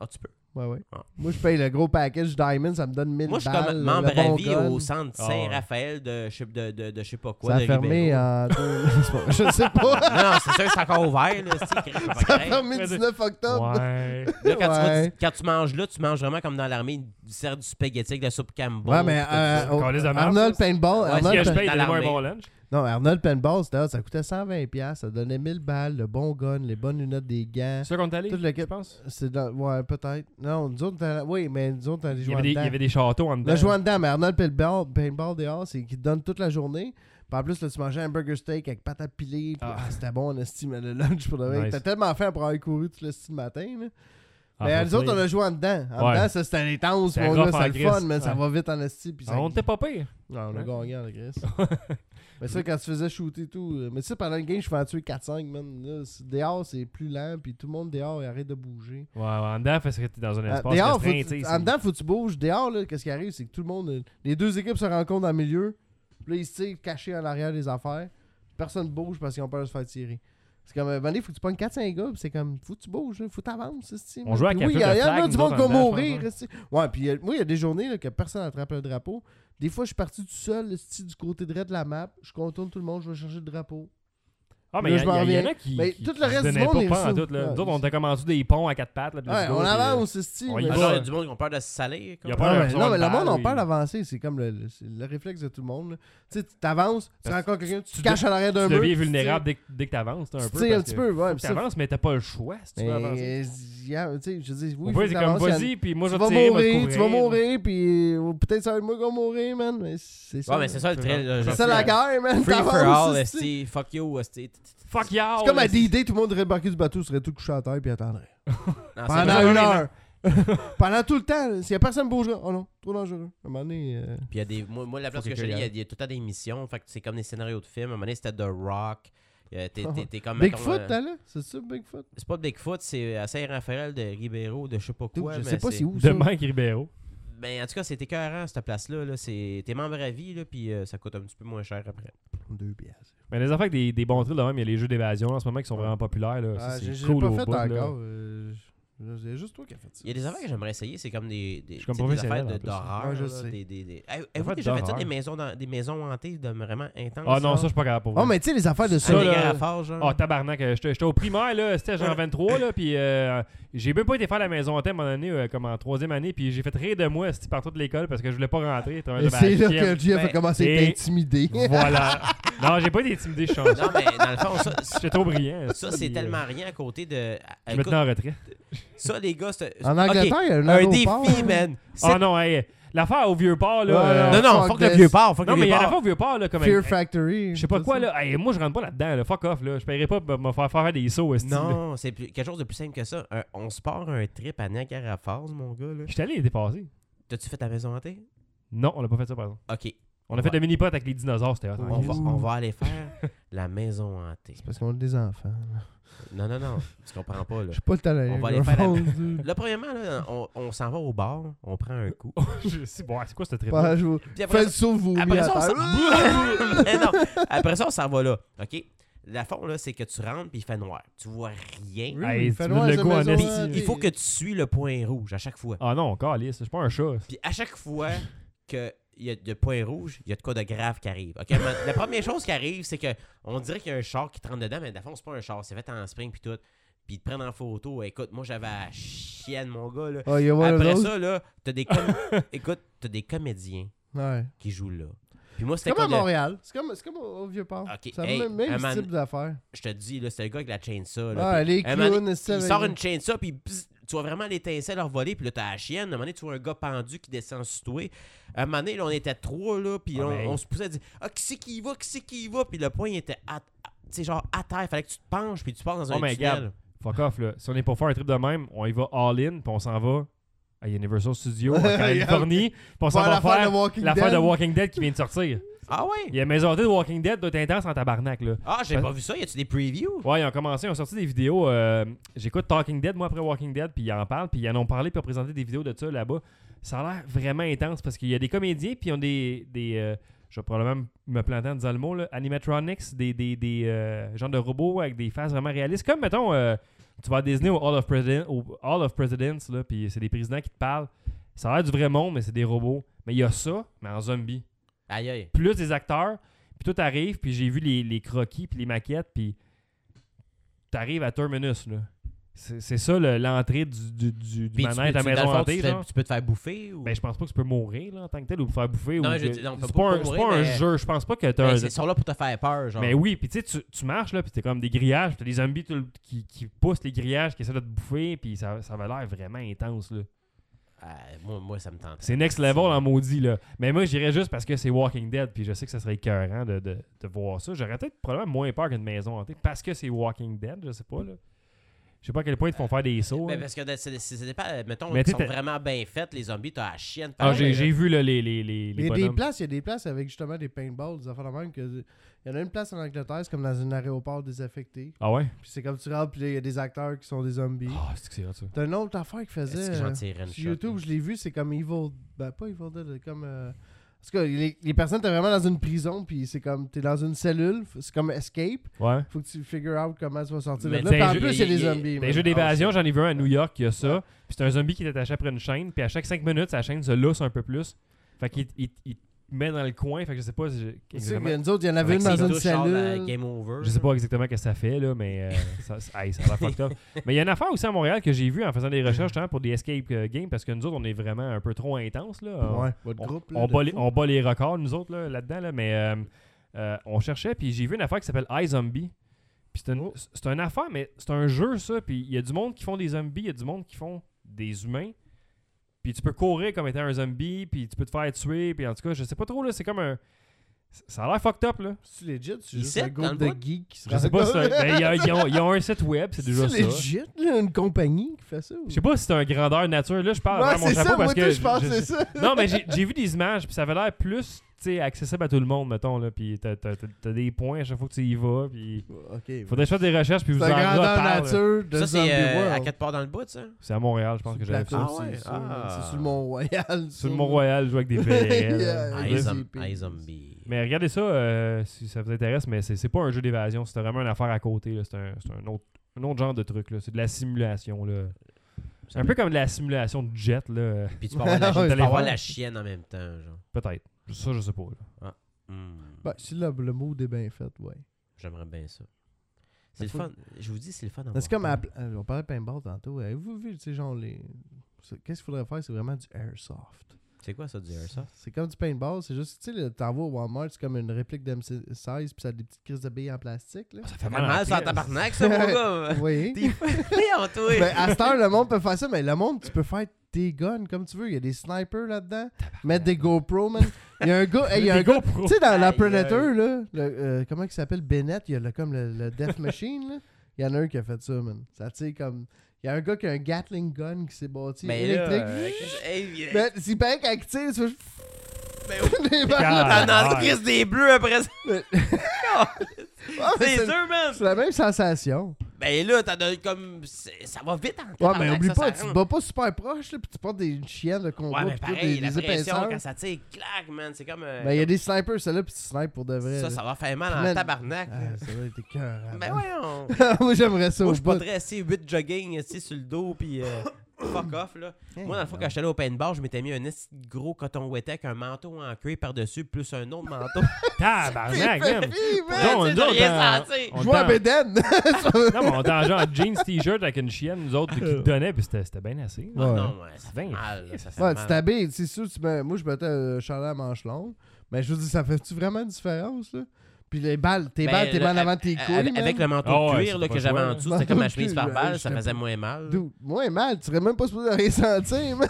Speaker 3: Ah, tu peux.
Speaker 2: Ouais, ouais.
Speaker 3: Ah.
Speaker 2: Moi, je paye le gros package Diamond, ça me donne 1000
Speaker 3: Moi, je suis
Speaker 2: balles.
Speaker 3: comme
Speaker 2: le
Speaker 3: membre
Speaker 2: bon
Speaker 3: à vie
Speaker 2: gun.
Speaker 3: au centre
Speaker 1: Ah,
Speaker 3: Saint-Raphaël de, je- de, de, de je sais pas quoi.
Speaker 2: Ça a
Speaker 3: de
Speaker 2: fermé hein.
Speaker 3: Ribeiro.
Speaker 2: en. deux- je sais pas.
Speaker 3: Non, non, c'est sûr que c'est encore ouvert, là. c'est écrit, c'est
Speaker 2: Ça
Speaker 3: pas
Speaker 2: a
Speaker 3: grave.
Speaker 2: fermé le 19 octobre.
Speaker 1: Ouais.
Speaker 3: Là, quand, tu vas-
Speaker 2: Ouais.
Speaker 3: quand tu manges là, tu manges vraiment comme dans l'armée, du sert du spaghetti avec de la soupe Campbell.
Speaker 2: Ouais, mais
Speaker 3: pis tout ça.
Speaker 2: euh, oh,
Speaker 1: Calice de marde,
Speaker 2: Arnold
Speaker 1: ça.
Speaker 2: Paintball.
Speaker 3: Ouais,
Speaker 1: Si
Speaker 2: Arnold
Speaker 1: je
Speaker 3: t'as-
Speaker 1: paye,
Speaker 3: t'as
Speaker 1: donnez-moi un
Speaker 3: l'armée.
Speaker 1: bon lunch.
Speaker 2: Non, Arnold Paintball, c'était- ah, ça coûtait 120$, piastres, ça donnait 1000 balles, le bon gun, les bonnes lunettes des gants.
Speaker 1: C'est ça qu'on est allé,
Speaker 2: Tout le-
Speaker 1: je pense.
Speaker 2: C'est dans... Ouais, peut-être. Non, nous autres, on était- oui, mais nous autres, on allait
Speaker 1: Il y,
Speaker 2: jouer
Speaker 1: avait des, il y
Speaker 2: dedans.
Speaker 1: avait des châteaux en dedans.
Speaker 2: Le jouant dedans, mais Arnold Paintball, paintball dehors, c'est qu'il te donne toute la journée. Puis en plus, là, tu mangeais un burger steak avec patate pilée. puis-
Speaker 1: Ah.
Speaker 2: ah, c'était bon, on estime, le lunch pour le mec.
Speaker 1: Nice.
Speaker 2: T'as tellement faim après avoir couru tout le style matin. là.
Speaker 1: Ah,
Speaker 2: mais
Speaker 1: faut
Speaker 2: nous autres,
Speaker 1: dire.
Speaker 2: on a joué en dedans. En
Speaker 1: Ouais.
Speaker 2: dedans, ça, c'était intense.
Speaker 1: C'était
Speaker 2: Mon gars,
Speaker 1: rough en
Speaker 2: c'est le
Speaker 1: Grèce.
Speaker 2: fun, mais ça
Speaker 1: Ouais.
Speaker 2: va vite en estime. Puis ça-
Speaker 1: Ah, On était pas pire.
Speaker 2: Ouais, on a
Speaker 1: Ouais.
Speaker 2: gagné en Grèce. mais ça, quand tu faisais shooter et tout. euh, Mais tu sais, pendant le game, je fais en tuer 4-5, man. Là, c'est- dehors, c'est plus lent. Puis tout le monde dehors, il arrête de bouger.
Speaker 1: Ouais, ouais, en dedans, parce que t'es dans un
Speaker 2: Ah,
Speaker 1: espace
Speaker 2: dehors, faut
Speaker 1: restreint,
Speaker 2: que
Speaker 1: tu
Speaker 2: tu-
Speaker 1: sais,
Speaker 2: en
Speaker 1: c'est-
Speaker 2: dedans, faut que tu bouges. Dehors, là, qu'est-ce qui arrive, c'est que tout le monde. euh, Les deux équipes se rencontrent dans le milieu. Puis là, ils se tirent cachés en arrière des affaires. Personne bouge parce qu'ils ont peur de se faire tirer. C'est comme, euh, Vanny, faut que tu pognes 4-5 gars, puis c'est comme, faut que tu bouges, là, faut que t'avances, c'est-tu.
Speaker 1: On jouait à
Speaker 2: Puis Oui, il y,
Speaker 1: capture
Speaker 2: a-
Speaker 1: de
Speaker 2: y en a
Speaker 1: flag,
Speaker 2: du
Speaker 1: nous
Speaker 2: monde
Speaker 1: autres,
Speaker 2: qui va
Speaker 1: en dedans, je
Speaker 2: mourir,
Speaker 1: pense,
Speaker 2: esti. Ouais, puis euh, moi, il y a des journées là, que personne n'attrape le drapeau. Des fois, je suis parti tout seul, esti, du côté droit de la map. Je contourne tout le monde, je vais chercher le drapeau.
Speaker 1: Ah, mais
Speaker 2: Là,
Speaker 1: il y,
Speaker 2: je m'en
Speaker 1: a- il y en
Speaker 2: reviens.
Speaker 1: a qui.
Speaker 2: Mais
Speaker 1: qui-
Speaker 2: tout le
Speaker 1: qui se
Speaker 2: reste du
Speaker 1: donnaient
Speaker 2: monde est
Speaker 1: pas pas en
Speaker 2: sous.
Speaker 1: tout, là.
Speaker 2: Ouais,
Speaker 1: Nous autres, on
Speaker 2: c'est-
Speaker 1: était commencé des ponts à quatre pattes. là, puis let's
Speaker 2: Ouais,
Speaker 1: go,
Speaker 2: on
Speaker 1: puis, euh,
Speaker 2: avance, esti.
Speaker 1: on y
Speaker 2: mais-
Speaker 1: va.
Speaker 3: Ah,
Speaker 1: Ouais.
Speaker 3: genre, il y a du monde qui ont peur de se saler.
Speaker 1: Il y a
Speaker 3: comme.
Speaker 1: peur
Speaker 2: Ah
Speaker 1: de
Speaker 2: ouais,
Speaker 1: recevoir
Speaker 2: non, mais
Speaker 1: une
Speaker 2: le monde
Speaker 1: balle,
Speaker 2: on
Speaker 1: oui.
Speaker 2: peur d'avancer. C'est comme le, le- c'est le réflexe de tout le monde. là. Tu sais, tu t'avances, tu
Speaker 1: Parce-
Speaker 2: rencontres quelqu'un, tu te
Speaker 1: tu
Speaker 2: caches à l'arrière d'un
Speaker 1: Tu
Speaker 2: mur.
Speaker 1: deviens
Speaker 2: tu
Speaker 1: vulnérable dès que- dès que t'avances, t'as
Speaker 2: tires.
Speaker 1: un
Speaker 2: Tu
Speaker 1: peu.
Speaker 2: tires un
Speaker 1: parce
Speaker 2: petit
Speaker 1: que
Speaker 2: peu, ouais. puis ça-
Speaker 1: T'avances, mais t'as pas le choix si tu veux avancer.
Speaker 2: Mais, y a- tu sais, je dis, oui,
Speaker 1: Au
Speaker 2: faut
Speaker 1: pire,
Speaker 2: que
Speaker 1: c'est comme
Speaker 2: t'avances, il y
Speaker 1: vas-y, puis
Speaker 2: en a-
Speaker 1: moi
Speaker 2: Tu
Speaker 1: je
Speaker 2: vas
Speaker 1: vais tirer, moi, je
Speaker 2: mourir, tu vas
Speaker 1: courrai.
Speaker 2: mourir, puis euh, peut-être ça va être moi qui va mourir, man. Mais c'est ça.
Speaker 3: Ouais, mais c'est ça le trail. là,
Speaker 2: C'est
Speaker 3: genre,
Speaker 2: ça la
Speaker 3: free-
Speaker 2: guerre, man.
Speaker 3: Free for all,
Speaker 2: T'avances. C'est
Speaker 3: esti. Fuck you, esti.
Speaker 1: Fuck y'all!
Speaker 2: c'est comme à D-Day, tout le monde aurait embarqué du bateau, serait tout couché à terre, puis attendrait.
Speaker 3: Non, Ah, c'est
Speaker 2: Pendant
Speaker 3: vrai.
Speaker 2: une heure. Pendant tout le temps, là, s'il y a personne bougera. Oh non, trop dangereux. À un moment donné. euh,
Speaker 3: Puis il y a des. Moi, moi, la place
Speaker 1: que
Speaker 3: que je suis, il
Speaker 1: quelqu'un
Speaker 3: y a- il y a tout le temps des missions. Fait que c'est comme des scénarios de films. À un moment donné, c'était The Rock. Euh, T'es t'es- t'es comme. mettons,
Speaker 2: Bigfoot, hein?
Speaker 3: euh,
Speaker 2: t'as là C'est ça, Bigfoot
Speaker 3: C'est pas Bigfoot, c'est à Saint-Raphaël de Ribeiro, de je sais pas
Speaker 2: Dude,
Speaker 3: quoi.
Speaker 2: Je
Speaker 3: mais
Speaker 2: sais pas
Speaker 3: c'est-
Speaker 2: c'est où
Speaker 1: De
Speaker 2: ça.
Speaker 1: Mike Ribeiro.
Speaker 3: Ben, en tout cas, c'est écœurant, cette place-là. Là. C'est... T'es membre à vie, là, puis euh, ça coûte un petit peu moins cher après.
Speaker 2: Deux piastres.
Speaker 1: Mais les affaires avec des, des bons trucs, là, même, il y a les jeux d'évasion là, en ce moment qui sont vraiment populaires. Là. Ça,
Speaker 2: Ah,
Speaker 1: c'est
Speaker 2: j'ai j'ai
Speaker 1: cool
Speaker 2: pas
Speaker 1: au
Speaker 2: fait
Speaker 1: bout, là.
Speaker 2: encore. euh, Il y a juste toi qui as fait ça.
Speaker 3: Il y a des affaires que j'aimerais essayer, c'est comme des, des,
Speaker 1: Je suis comme
Speaker 3: tu sais, des
Speaker 1: professionnel,
Speaker 3: affaires de-
Speaker 1: en plus.
Speaker 3: d'horreur.
Speaker 2: Ouais, je
Speaker 3: là,
Speaker 2: sais.
Speaker 3: des, des, des... Hey,
Speaker 1: Des
Speaker 3: Avez-vous
Speaker 1: affaires
Speaker 3: déjà fait ça,
Speaker 1: d'horreur.
Speaker 3: des maisons, dans- des maisons hantées de vraiment intenses?
Speaker 1: Ah non,
Speaker 3: là?
Speaker 1: ça, je suis pas capable pour
Speaker 2: Oh,
Speaker 1: vous.
Speaker 2: mais tu sais, les affaires de ça.
Speaker 3: Avec des
Speaker 2: là,
Speaker 3: garafards, genre.
Speaker 1: Ah, tabarnak, euh, j'étais j'étais au primaire, là, c'était genre 23, là, puis euh, j'ai même pas été faire la maison à thème à un moment donné, euh, comme en troisième année, puis j'ai fait rire de moi, c'était partout de l'école, parce que je voulais pas rentrer. t'as un
Speaker 2: Et
Speaker 1: de
Speaker 2: c'est
Speaker 1: ma
Speaker 2: là
Speaker 1: chienne.
Speaker 2: que Jeff a
Speaker 3: Ben,
Speaker 2: commencé à
Speaker 1: et-
Speaker 2: être intimidé.
Speaker 1: Voilà. non, j'ai pas été intimidé, je suis chanceux.
Speaker 3: Non, mais dans le fond, ça,
Speaker 1: J'étais trop brillant.
Speaker 3: ça,
Speaker 1: puis,
Speaker 3: c'est
Speaker 1: euh,
Speaker 3: tellement rien à côté de.
Speaker 1: Je me
Speaker 3: Écoute,
Speaker 1: tenais en retrait. Ah,
Speaker 3: ça, les gars, c'est.
Speaker 2: En
Speaker 3: OK,
Speaker 2: Angleterre, il y a un
Speaker 3: un défi,
Speaker 2: aéroport, hein.
Speaker 3: man. C'est-
Speaker 1: Ah non, hey, l'affaire au vieux port, là.
Speaker 2: Ouais,
Speaker 1: euh,
Speaker 2: ouais.
Speaker 3: non, non,
Speaker 2: fuck
Speaker 3: fuck le
Speaker 2: this.
Speaker 3: vieux port, fuck
Speaker 1: non,
Speaker 3: le
Speaker 1: mais il
Speaker 3: vieux
Speaker 1: y a l'affaire
Speaker 3: port.
Speaker 1: au vieux port, là, comme.
Speaker 2: Fear
Speaker 1: hey,
Speaker 2: Factory.
Speaker 1: Je sais pas
Speaker 2: tout
Speaker 1: quoi,
Speaker 2: ça.
Speaker 1: là. Hey, moi, je rentre pas là-dedans, là. Fuck off, là. Je paierai pas pour me faire faire des sauts, esti, là.
Speaker 3: Non, c'est plus- quelque chose de plus simple que ça. Un- on se part un trip à Niagara Falls, mon gars. là.
Speaker 1: J'étais allé les dépasser.
Speaker 3: T'as-tu fait ta maison hantée?
Speaker 1: Non, on a pas fait ça, par exemple.
Speaker 3: OK.
Speaker 1: On a fait
Speaker 3: Ouais.
Speaker 1: le mini-pot avec les dinosaures, c'était hot,
Speaker 3: On
Speaker 1: hein.
Speaker 3: va, on va aller faire la maison hantée.
Speaker 2: C'est parce qu'on a des enfants.
Speaker 3: Non, non, non. Tu comprends pas, là.
Speaker 2: Je suis pas le talent.
Speaker 3: On va aller faire la- Là, premièrement, là, on, on s'en va au bar, on prend un coup.
Speaker 1: Je sais- bon, c'est quoi ce trip
Speaker 2: Pas jouer.
Speaker 3: Puis après
Speaker 2: Fais
Speaker 3: ça-
Speaker 2: le saut, vous.
Speaker 3: Après ça, on s'en... Mais non. Après ça, on s'en va là. OK? La fond, là, c'est que tu rentres puis il fait noir. Tu vois rien.
Speaker 1: Hey, tu me le goût en esti.
Speaker 3: Il faut que tu suis le point rouge à chaque fois.
Speaker 1: Ah non, calice, je suis pas un chat.
Speaker 3: Puis à chaque fois qu'il y a de point rouge, il y a de quoi de grave qui arrive. OK? Ma- La première chose qui arrive, c'est que on dirait qu'il y a un char qui te rentre dedans, mais dans le fond, c'est pas un char. C'est fait en spring puis tout. Puis ils te prennent en photo. Écoute, moi, j'avais la chienne, mon gars, là.
Speaker 2: Oh, il y a one of
Speaker 3: Après
Speaker 2: those.
Speaker 3: ça, là, t'as des, com- Écoute, t'as des comédiens
Speaker 2: Ouais.
Speaker 3: qui jouent là. Puis moi, c'était
Speaker 2: C'est comme à
Speaker 3: comme... le-
Speaker 2: Montréal. C'est comme, c'est comme au au Vieux-Port.
Speaker 3: Ok,
Speaker 2: C'est le
Speaker 3: hey,
Speaker 2: même- même
Speaker 3: un man-
Speaker 2: type d'affaires.
Speaker 3: je te dis, là, c'est le gars avec la chainsaw. Là,
Speaker 2: Ah,
Speaker 3: Puis,
Speaker 2: les
Speaker 3: un moment donné,
Speaker 2: clowns, c'est
Speaker 3: Il
Speaker 2: avec-
Speaker 3: sort une chainsaw, puis bzz, tu vois vraiment l'étincelle leur voler, puis là, t'as la chienne. À un moment donné, tu vois un gars pendu qui descend sur toi. À un moment donné, là, on était trois, là, puis
Speaker 1: Ah,
Speaker 3: on,
Speaker 1: mais-
Speaker 3: on se poussait à dire Ah, qui c'est qui y va, qui c'est qui y va, puis le point, il était à, à- tu sais, genre à terre. Fallait que tu te penches, puis tu passes dans
Speaker 1: Oh,
Speaker 3: un
Speaker 1: mais
Speaker 3: tunnel.
Speaker 1: regarde. Fuck off, là. Si on est pour faire un trip de même, on y va all-in, puis on s'en va à Universal Studios, en Californie, puis on s'en
Speaker 2: Faire
Speaker 1: va
Speaker 2: l'affaire
Speaker 1: faire
Speaker 2: de Walking
Speaker 1: l'affaire de
Speaker 2: Dead.
Speaker 1: Walking Dead qui vient de sortir.
Speaker 3: Ah ouais
Speaker 1: Il y a Maison Hantée de Walking Dead, doit être intense en tabarnak, là.
Speaker 3: Ah, j'ai pas vu ça. Y a-tu des previews
Speaker 1: Ouais, ils ont commencé, ils ont sorti des vidéos. euh, J'écoute Talking Dead, moi, après Walking Dead, puis ils en parlent, puis ils en ont parlé, puis ils ont présenté des vidéos de ça là-bas. Ça a l'air vraiment intense parce qu'il y a des comédiens, puis ils ont des. des euh, je vais probablement me planter en disant le mot, là, animatronics, des, des, des euh, genres de robots avec des faces vraiment réalistes. Comme, mettons, euh, tu vas à Disney au Hall of, President, au Hall of Presidents, là, puis c'est des présidents qui te parlent. Ça a l'air du vrai monde, mais c'est des robots. Mais il y a ça, mais en zombie
Speaker 3: Aïe, aïe.
Speaker 1: plus des acteurs, puis tout arrive, puis j'ai vu les, les croquis, puis les maquettes, puis t'arrives à Terminus, là. C'est c'est ça le- l'entrée du, du, du, du
Speaker 3: Puis tu,
Speaker 1: manège
Speaker 3: peux-
Speaker 1: à
Speaker 3: tu-
Speaker 1: maison
Speaker 3: dans le fond,
Speaker 1: hantée,
Speaker 3: tu, te fais-
Speaker 1: genre.
Speaker 3: tu peux te faire bouffer ou.
Speaker 1: Ben, je pense pas que tu peux mourir, là, en tant que tel, ou te faire bouffer.
Speaker 3: Non,
Speaker 1: ou
Speaker 3: je
Speaker 1: que-
Speaker 3: dis- non, on peut
Speaker 1: C'est pas, un-
Speaker 3: pas- pas
Speaker 1: c'est
Speaker 3: mourir,
Speaker 1: pas un
Speaker 3: mais-
Speaker 1: jeu, je pense pas que t'as
Speaker 3: Mais
Speaker 1: un...
Speaker 3: Ben, c'est- Ils sont là pour te faire peur, genre.
Speaker 1: Mais oui, puis tu sais, tu- tu marches, là, puis t'es comme des grillages, puis t'as des zombies tout le- qui, qui poussent les grillages, qui essaient de te bouffer, puis ça, ça avait l'air vraiment intense, là.
Speaker 3: Ah, moi, moi, ça me tente.
Speaker 1: C'est next level en maudit, là. Mais moi, j'irais juste parce que c'est Walking Dead, puis je sais que ça serait écœurant de, de, de voir ça. J'aurais peut-être probablement moins peur qu'une maison hantée parce que c'est Walking Dead, je sais pas, là. Je sais pas à quel point ils te font faire des sauts.
Speaker 3: Mais
Speaker 1: hein.
Speaker 3: parce que de- c'est- c'est- ça dépend, euh, mettons,
Speaker 1: Mais
Speaker 3: ils
Speaker 1: tu
Speaker 3: sont
Speaker 1: sais, t'as-
Speaker 3: vraiment bien faites, les zombies, t'as la chienne.
Speaker 1: Ah,
Speaker 3: pareil,
Speaker 1: j'ai
Speaker 3: là.
Speaker 1: j'ai vu, là, les, les, les, les
Speaker 2: Il y a des
Speaker 1: bonhommes.
Speaker 2: places, il y a des places avec justement des paintballs, des affaires de même. Que... Il y en a une place en Angleterre, c'est comme dans un aéroport désaffecté.
Speaker 1: Ah ouais?
Speaker 2: Puis c'est comme tu rentres, puis là, il y a des acteurs qui sont des zombies.
Speaker 1: Ah, c'est que c'est hot, ça.
Speaker 2: T'as une autre affaire qui
Speaker 3: Est-ce
Speaker 2: faisait.
Speaker 3: que
Speaker 2: euh,
Speaker 3: j'en tirerais une
Speaker 2: Sur
Speaker 3: shot,
Speaker 2: YouTube,
Speaker 3: là?
Speaker 2: je l'ai vu, c'est comme Evil. Ben, pas Evil Dead, comme. euh, En tout cas, les, les personnes, t'es vraiment dans une prison, puis c'est comme. T'es dans une cellule, f- c'est comme Escape.
Speaker 1: Ouais.
Speaker 2: Faut que tu figure out comment tu vas sortir de
Speaker 3: Mais
Speaker 2: là.
Speaker 1: t'sais,
Speaker 2: Puis en
Speaker 1: je-
Speaker 2: plus, il y a des
Speaker 3: il- il-
Speaker 2: zombies.
Speaker 1: Dans
Speaker 2: man.
Speaker 1: les jeux d'évasion, j'en ai vu un à New York, il y a
Speaker 2: Ouais.
Speaker 1: ça. Puis c'est un zombie qui est attaché après une chaîne, puis à chaque 5 minutes, sa chaîne se lousse un peu plus. Fait qu'il il, il te met dans le coin, fait que je sais pas si j'ai-
Speaker 2: Tu sais,
Speaker 1: exactement-
Speaker 2: nous autres, il y en avait
Speaker 3: Avec
Speaker 2: une
Speaker 3: ses
Speaker 2: dans une
Speaker 3: touches, genre, la
Speaker 2: cellule.
Speaker 3: Game over.
Speaker 1: Je sais pas exactement ce que ça fait, là, mais euh, ça, ça- hey, ça a l'air fucked up. Mais il y a une affaire aussi à Montréal que j'ai vue en faisant des recherches justement, pour des escape euh, games parce que nous autres, on est vraiment un peu trop intense. Là. Ah. On,
Speaker 2: Ouais, votre groupe. là,
Speaker 1: on
Speaker 2: de
Speaker 1: bat les,
Speaker 2: fous.
Speaker 1: on bat les records, nous autres, là, là-dedans, là mais euh, euh, on cherchait, puis j'ai vu une affaire qui s'appelle iZombie. Puis c'est une,
Speaker 2: Oh.
Speaker 1: c'est une affaire, mais c'est un jeu, ça. Puis il y a du monde qui font des zombies, il y a du monde qui font des humains. Puis tu peux courir comme étant un zombie, puis tu peux te faire tuer. Puis en tout cas, je sais pas trop, là, c'est comme un. Ça a l'air fucked up, là.
Speaker 2: C'est legit, c'est
Speaker 3: Ici,
Speaker 2: juste un
Speaker 3: dans le
Speaker 2: groupe de
Speaker 3: bout?
Speaker 2: geeks qui se
Speaker 1: Je sais pas si c'est un-
Speaker 2: rencontrent.
Speaker 1: ben, il y a- ils, ont, ils ont un site web, c'est déjà ça.
Speaker 2: C'est legit, là, une compagnie qui fait ça. ou-
Speaker 1: Je sais pas si c'est un grandeur nature. Là, je parle
Speaker 2: Ouais,
Speaker 1: dans mon
Speaker 2: c'est
Speaker 1: chapeau
Speaker 2: ça,
Speaker 1: parce
Speaker 2: moi,
Speaker 1: que.
Speaker 2: tout, je pense
Speaker 1: je-
Speaker 2: que c'est ça.
Speaker 1: Non, mais j'ai j'ai vu des images, puis ça avait l'air plus tu sais, accessible à tout le monde, mettons. Là, puis t'as t'as- t'as- t'as des points à chaque fois que tu y vas. Puis
Speaker 2: Ok.
Speaker 1: faudrait faire des recherches, puis
Speaker 2: C'est
Speaker 1: vous
Speaker 2: la
Speaker 1: en
Speaker 2: grandeur
Speaker 1: reparle.
Speaker 2: nature de
Speaker 3: Ça,
Speaker 2: Zombie
Speaker 3: c'est euh, à
Speaker 2: World. Euh,
Speaker 3: quatre parts dans le bout, ça.
Speaker 1: C'est à Montréal, je pense que j'avais fait.
Speaker 3: plateau.
Speaker 1: ça.
Speaker 3: Ah ouais,
Speaker 2: c'est
Speaker 3: ah.
Speaker 2: sur le Mont-Royal.
Speaker 1: Sur le Mont-Royal, je joue avec des VRL.
Speaker 2: Yeah.
Speaker 1: là.
Speaker 2: Ah,
Speaker 3: I,
Speaker 2: ils ont-
Speaker 3: zom-
Speaker 2: oui.
Speaker 3: I zombie.
Speaker 1: Mais regardez ça euh, si ça vous intéresse, mais c'est c'est pas un jeu d'évasion, c'est vraiment une affaire à côté. là. C'est un, c'est un autre, un autre genre de truc. là. C'est de la simulation. Là.
Speaker 3: Ça
Speaker 1: Un peu comme de la simulation de jet, là. euh,
Speaker 3: Puis tu peux avoir, la,
Speaker 2: Ouais,
Speaker 3: tu peux avoir
Speaker 1: téléphone.
Speaker 3: la chienne en même temps, genre.
Speaker 1: Peut-être. Ça, je sais pas. là.
Speaker 3: Hmm.
Speaker 2: Ben, si le, le mood est bien fait, ouais.
Speaker 3: J'aimerais bien ça. C'est
Speaker 2: Ça
Speaker 3: le
Speaker 2: faut-
Speaker 3: fun. Je vous dis, c'est le fun.
Speaker 1: Ah
Speaker 2: C'est comme à la pla- euh, on parlait de paintball tantôt. Avez-vous vu, tu sais, genre les. c'est- Qu'est-ce qu'il faudrait faire? C'est vraiment du airsoft.
Speaker 3: C'est quoi ça, du airsoft?
Speaker 2: C'est comme du paintball, c'est juste, tu sais, le- t'en vas au Walmart, c'est comme une réplique d'MC16, puis ça a des petites crises de billes en plastique, là.
Speaker 1: Ça
Speaker 3: Fait
Speaker 1: fait mal, en
Speaker 3: mal, ça, en
Speaker 1: crise.
Speaker 3: tabarnak, ça, mon gars.
Speaker 2: Oui.
Speaker 3: T'es fouillé,
Speaker 2: Ben, à cette heure, le monde peut faire ça, mais le monde, tu peux faire tes guns comme tu veux. Il y a des snipers là-dedans, mettre des GoPro, man. Il y a un gars, hey, il y a un
Speaker 1: Des
Speaker 2: gars,
Speaker 1: GoPro.
Speaker 2: tu sais, dans la
Speaker 3: Aïe,
Speaker 2: Predator, là, le, euh, comment il s'appelle, Bennett, il y a le- comme le, le Death Machine, là. Il y en a un qui a fait ça, man. Ça, tu sais, comme. Il y a un gars qui a un Gatling gun qui s'est bâti
Speaker 3: Mais là,
Speaker 2: électrique.
Speaker 3: euh, qu'est-ce- hey,
Speaker 2: Ben, c'est pas qu'à active, tu
Speaker 3: Ben
Speaker 2: fais. Les balles.
Speaker 1: Ah,
Speaker 3: T'en as
Speaker 1: ouais.
Speaker 3: Chris des bleus après ça.
Speaker 2: Ouais, Ah, mais
Speaker 3: C'est
Speaker 2: c'est-
Speaker 3: sûr, man.
Speaker 2: c'est la même sensation.
Speaker 3: Ben là, t'en as comme. c'est- Ça va vite en
Speaker 2: Ouais,
Speaker 3: tabarnak,
Speaker 2: mais oublie
Speaker 3: ça,
Speaker 2: pas,
Speaker 3: ça
Speaker 2: tu te
Speaker 3: rentre.
Speaker 2: bats pas super proche, là, puis tu portes des chiennes de combat,
Speaker 3: Ouais, mais
Speaker 2: puis tout, des,
Speaker 3: pareil, la
Speaker 2: des
Speaker 3: pression,
Speaker 2: épaisseurs.
Speaker 3: quand ça tire, clac, man. C'est comme. euh,
Speaker 2: Ben, il y a des snipers, celle-là, puis tu snipes pour de vrai.
Speaker 3: Ça,
Speaker 2: là.
Speaker 3: ça va faire
Speaker 2: Puis
Speaker 3: mal
Speaker 2: là,
Speaker 3: en tabarnak. là.
Speaker 2: Ah, ça doit être écœurant.
Speaker 3: Ben voyons.
Speaker 2: Moi, j'aimerais ça.
Speaker 3: Moi,
Speaker 2: au
Speaker 3: je
Speaker 2: bout.
Speaker 3: porterais assez 8 jogging assis sur le dos, puis euh, fuck off, là.
Speaker 2: Hey,
Speaker 3: Moi, dans le
Speaker 2: Eh,
Speaker 3: fond,
Speaker 2: non.
Speaker 3: quand j'étais allé au paintball, je m'étais mis un esti de gros coton ouetté avec un manteau en cuir par-dessus, plus un autre manteau.
Speaker 1: Tabarnak, man.
Speaker 2: Hey, man,
Speaker 1: Non,
Speaker 3: Tu sais,
Speaker 1: nous
Speaker 3: j'ai
Speaker 1: autres,
Speaker 3: rien
Speaker 1: on-
Speaker 3: senti.
Speaker 1: on
Speaker 2: Je vois un
Speaker 1: t'en-
Speaker 2: Beden.
Speaker 1: Non, mais on était en genre jeans, t-shirt avec une chienne, nous autres, qui te donnait, puis c'était c'était bien assez. là.
Speaker 3: Ah
Speaker 2: Ouais.
Speaker 3: non, ouais, ça fait
Speaker 1: Ben,
Speaker 3: mal, là, ça fait
Speaker 2: Ouais, tu
Speaker 3: mal.
Speaker 2: t'habilles. C'est sûr, tu mets- moi, je mettais un chalet à manches longues. Mais je vous dis, ça fait-tu vraiment une différence, là? Puis les balles, tes
Speaker 3: Ben,
Speaker 2: balles, t'es
Speaker 3: là,
Speaker 2: mal avant
Speaker 3: avec-
Speaker 2: tes couilles.
Speaker 3: Avec,
Speaker 2: man.
Speaker 3: avec le manteau
Speaker 1: Ah
Speaker 3: de
Speaker 1: ouais,
Speaker 3: cuir
Speaker 1: c'est
Speaker 3: là,
Speaker 1: pas
Speaker 3: que
Speaker 1: le
Speaker 3: j'avais
Speaker 1: choix,
Speaker 3: en
Speaker 1: hein.
Speaker 3: dessous, c'était comme ma
Speaker 2: Manteau de
Speaker 3: chemise
Speaker 2: cuir,
Speaker 3: par balle,
Speaker 2: ouais,
Speaker 3: ça
Speaker 2: j'étais
Speaker 3: faisait
Speaker 2: pas-
Speaker 3: moins mal.
Speaker 2: Dude, moins mal, tu serais même pas supposé rien sentir, man.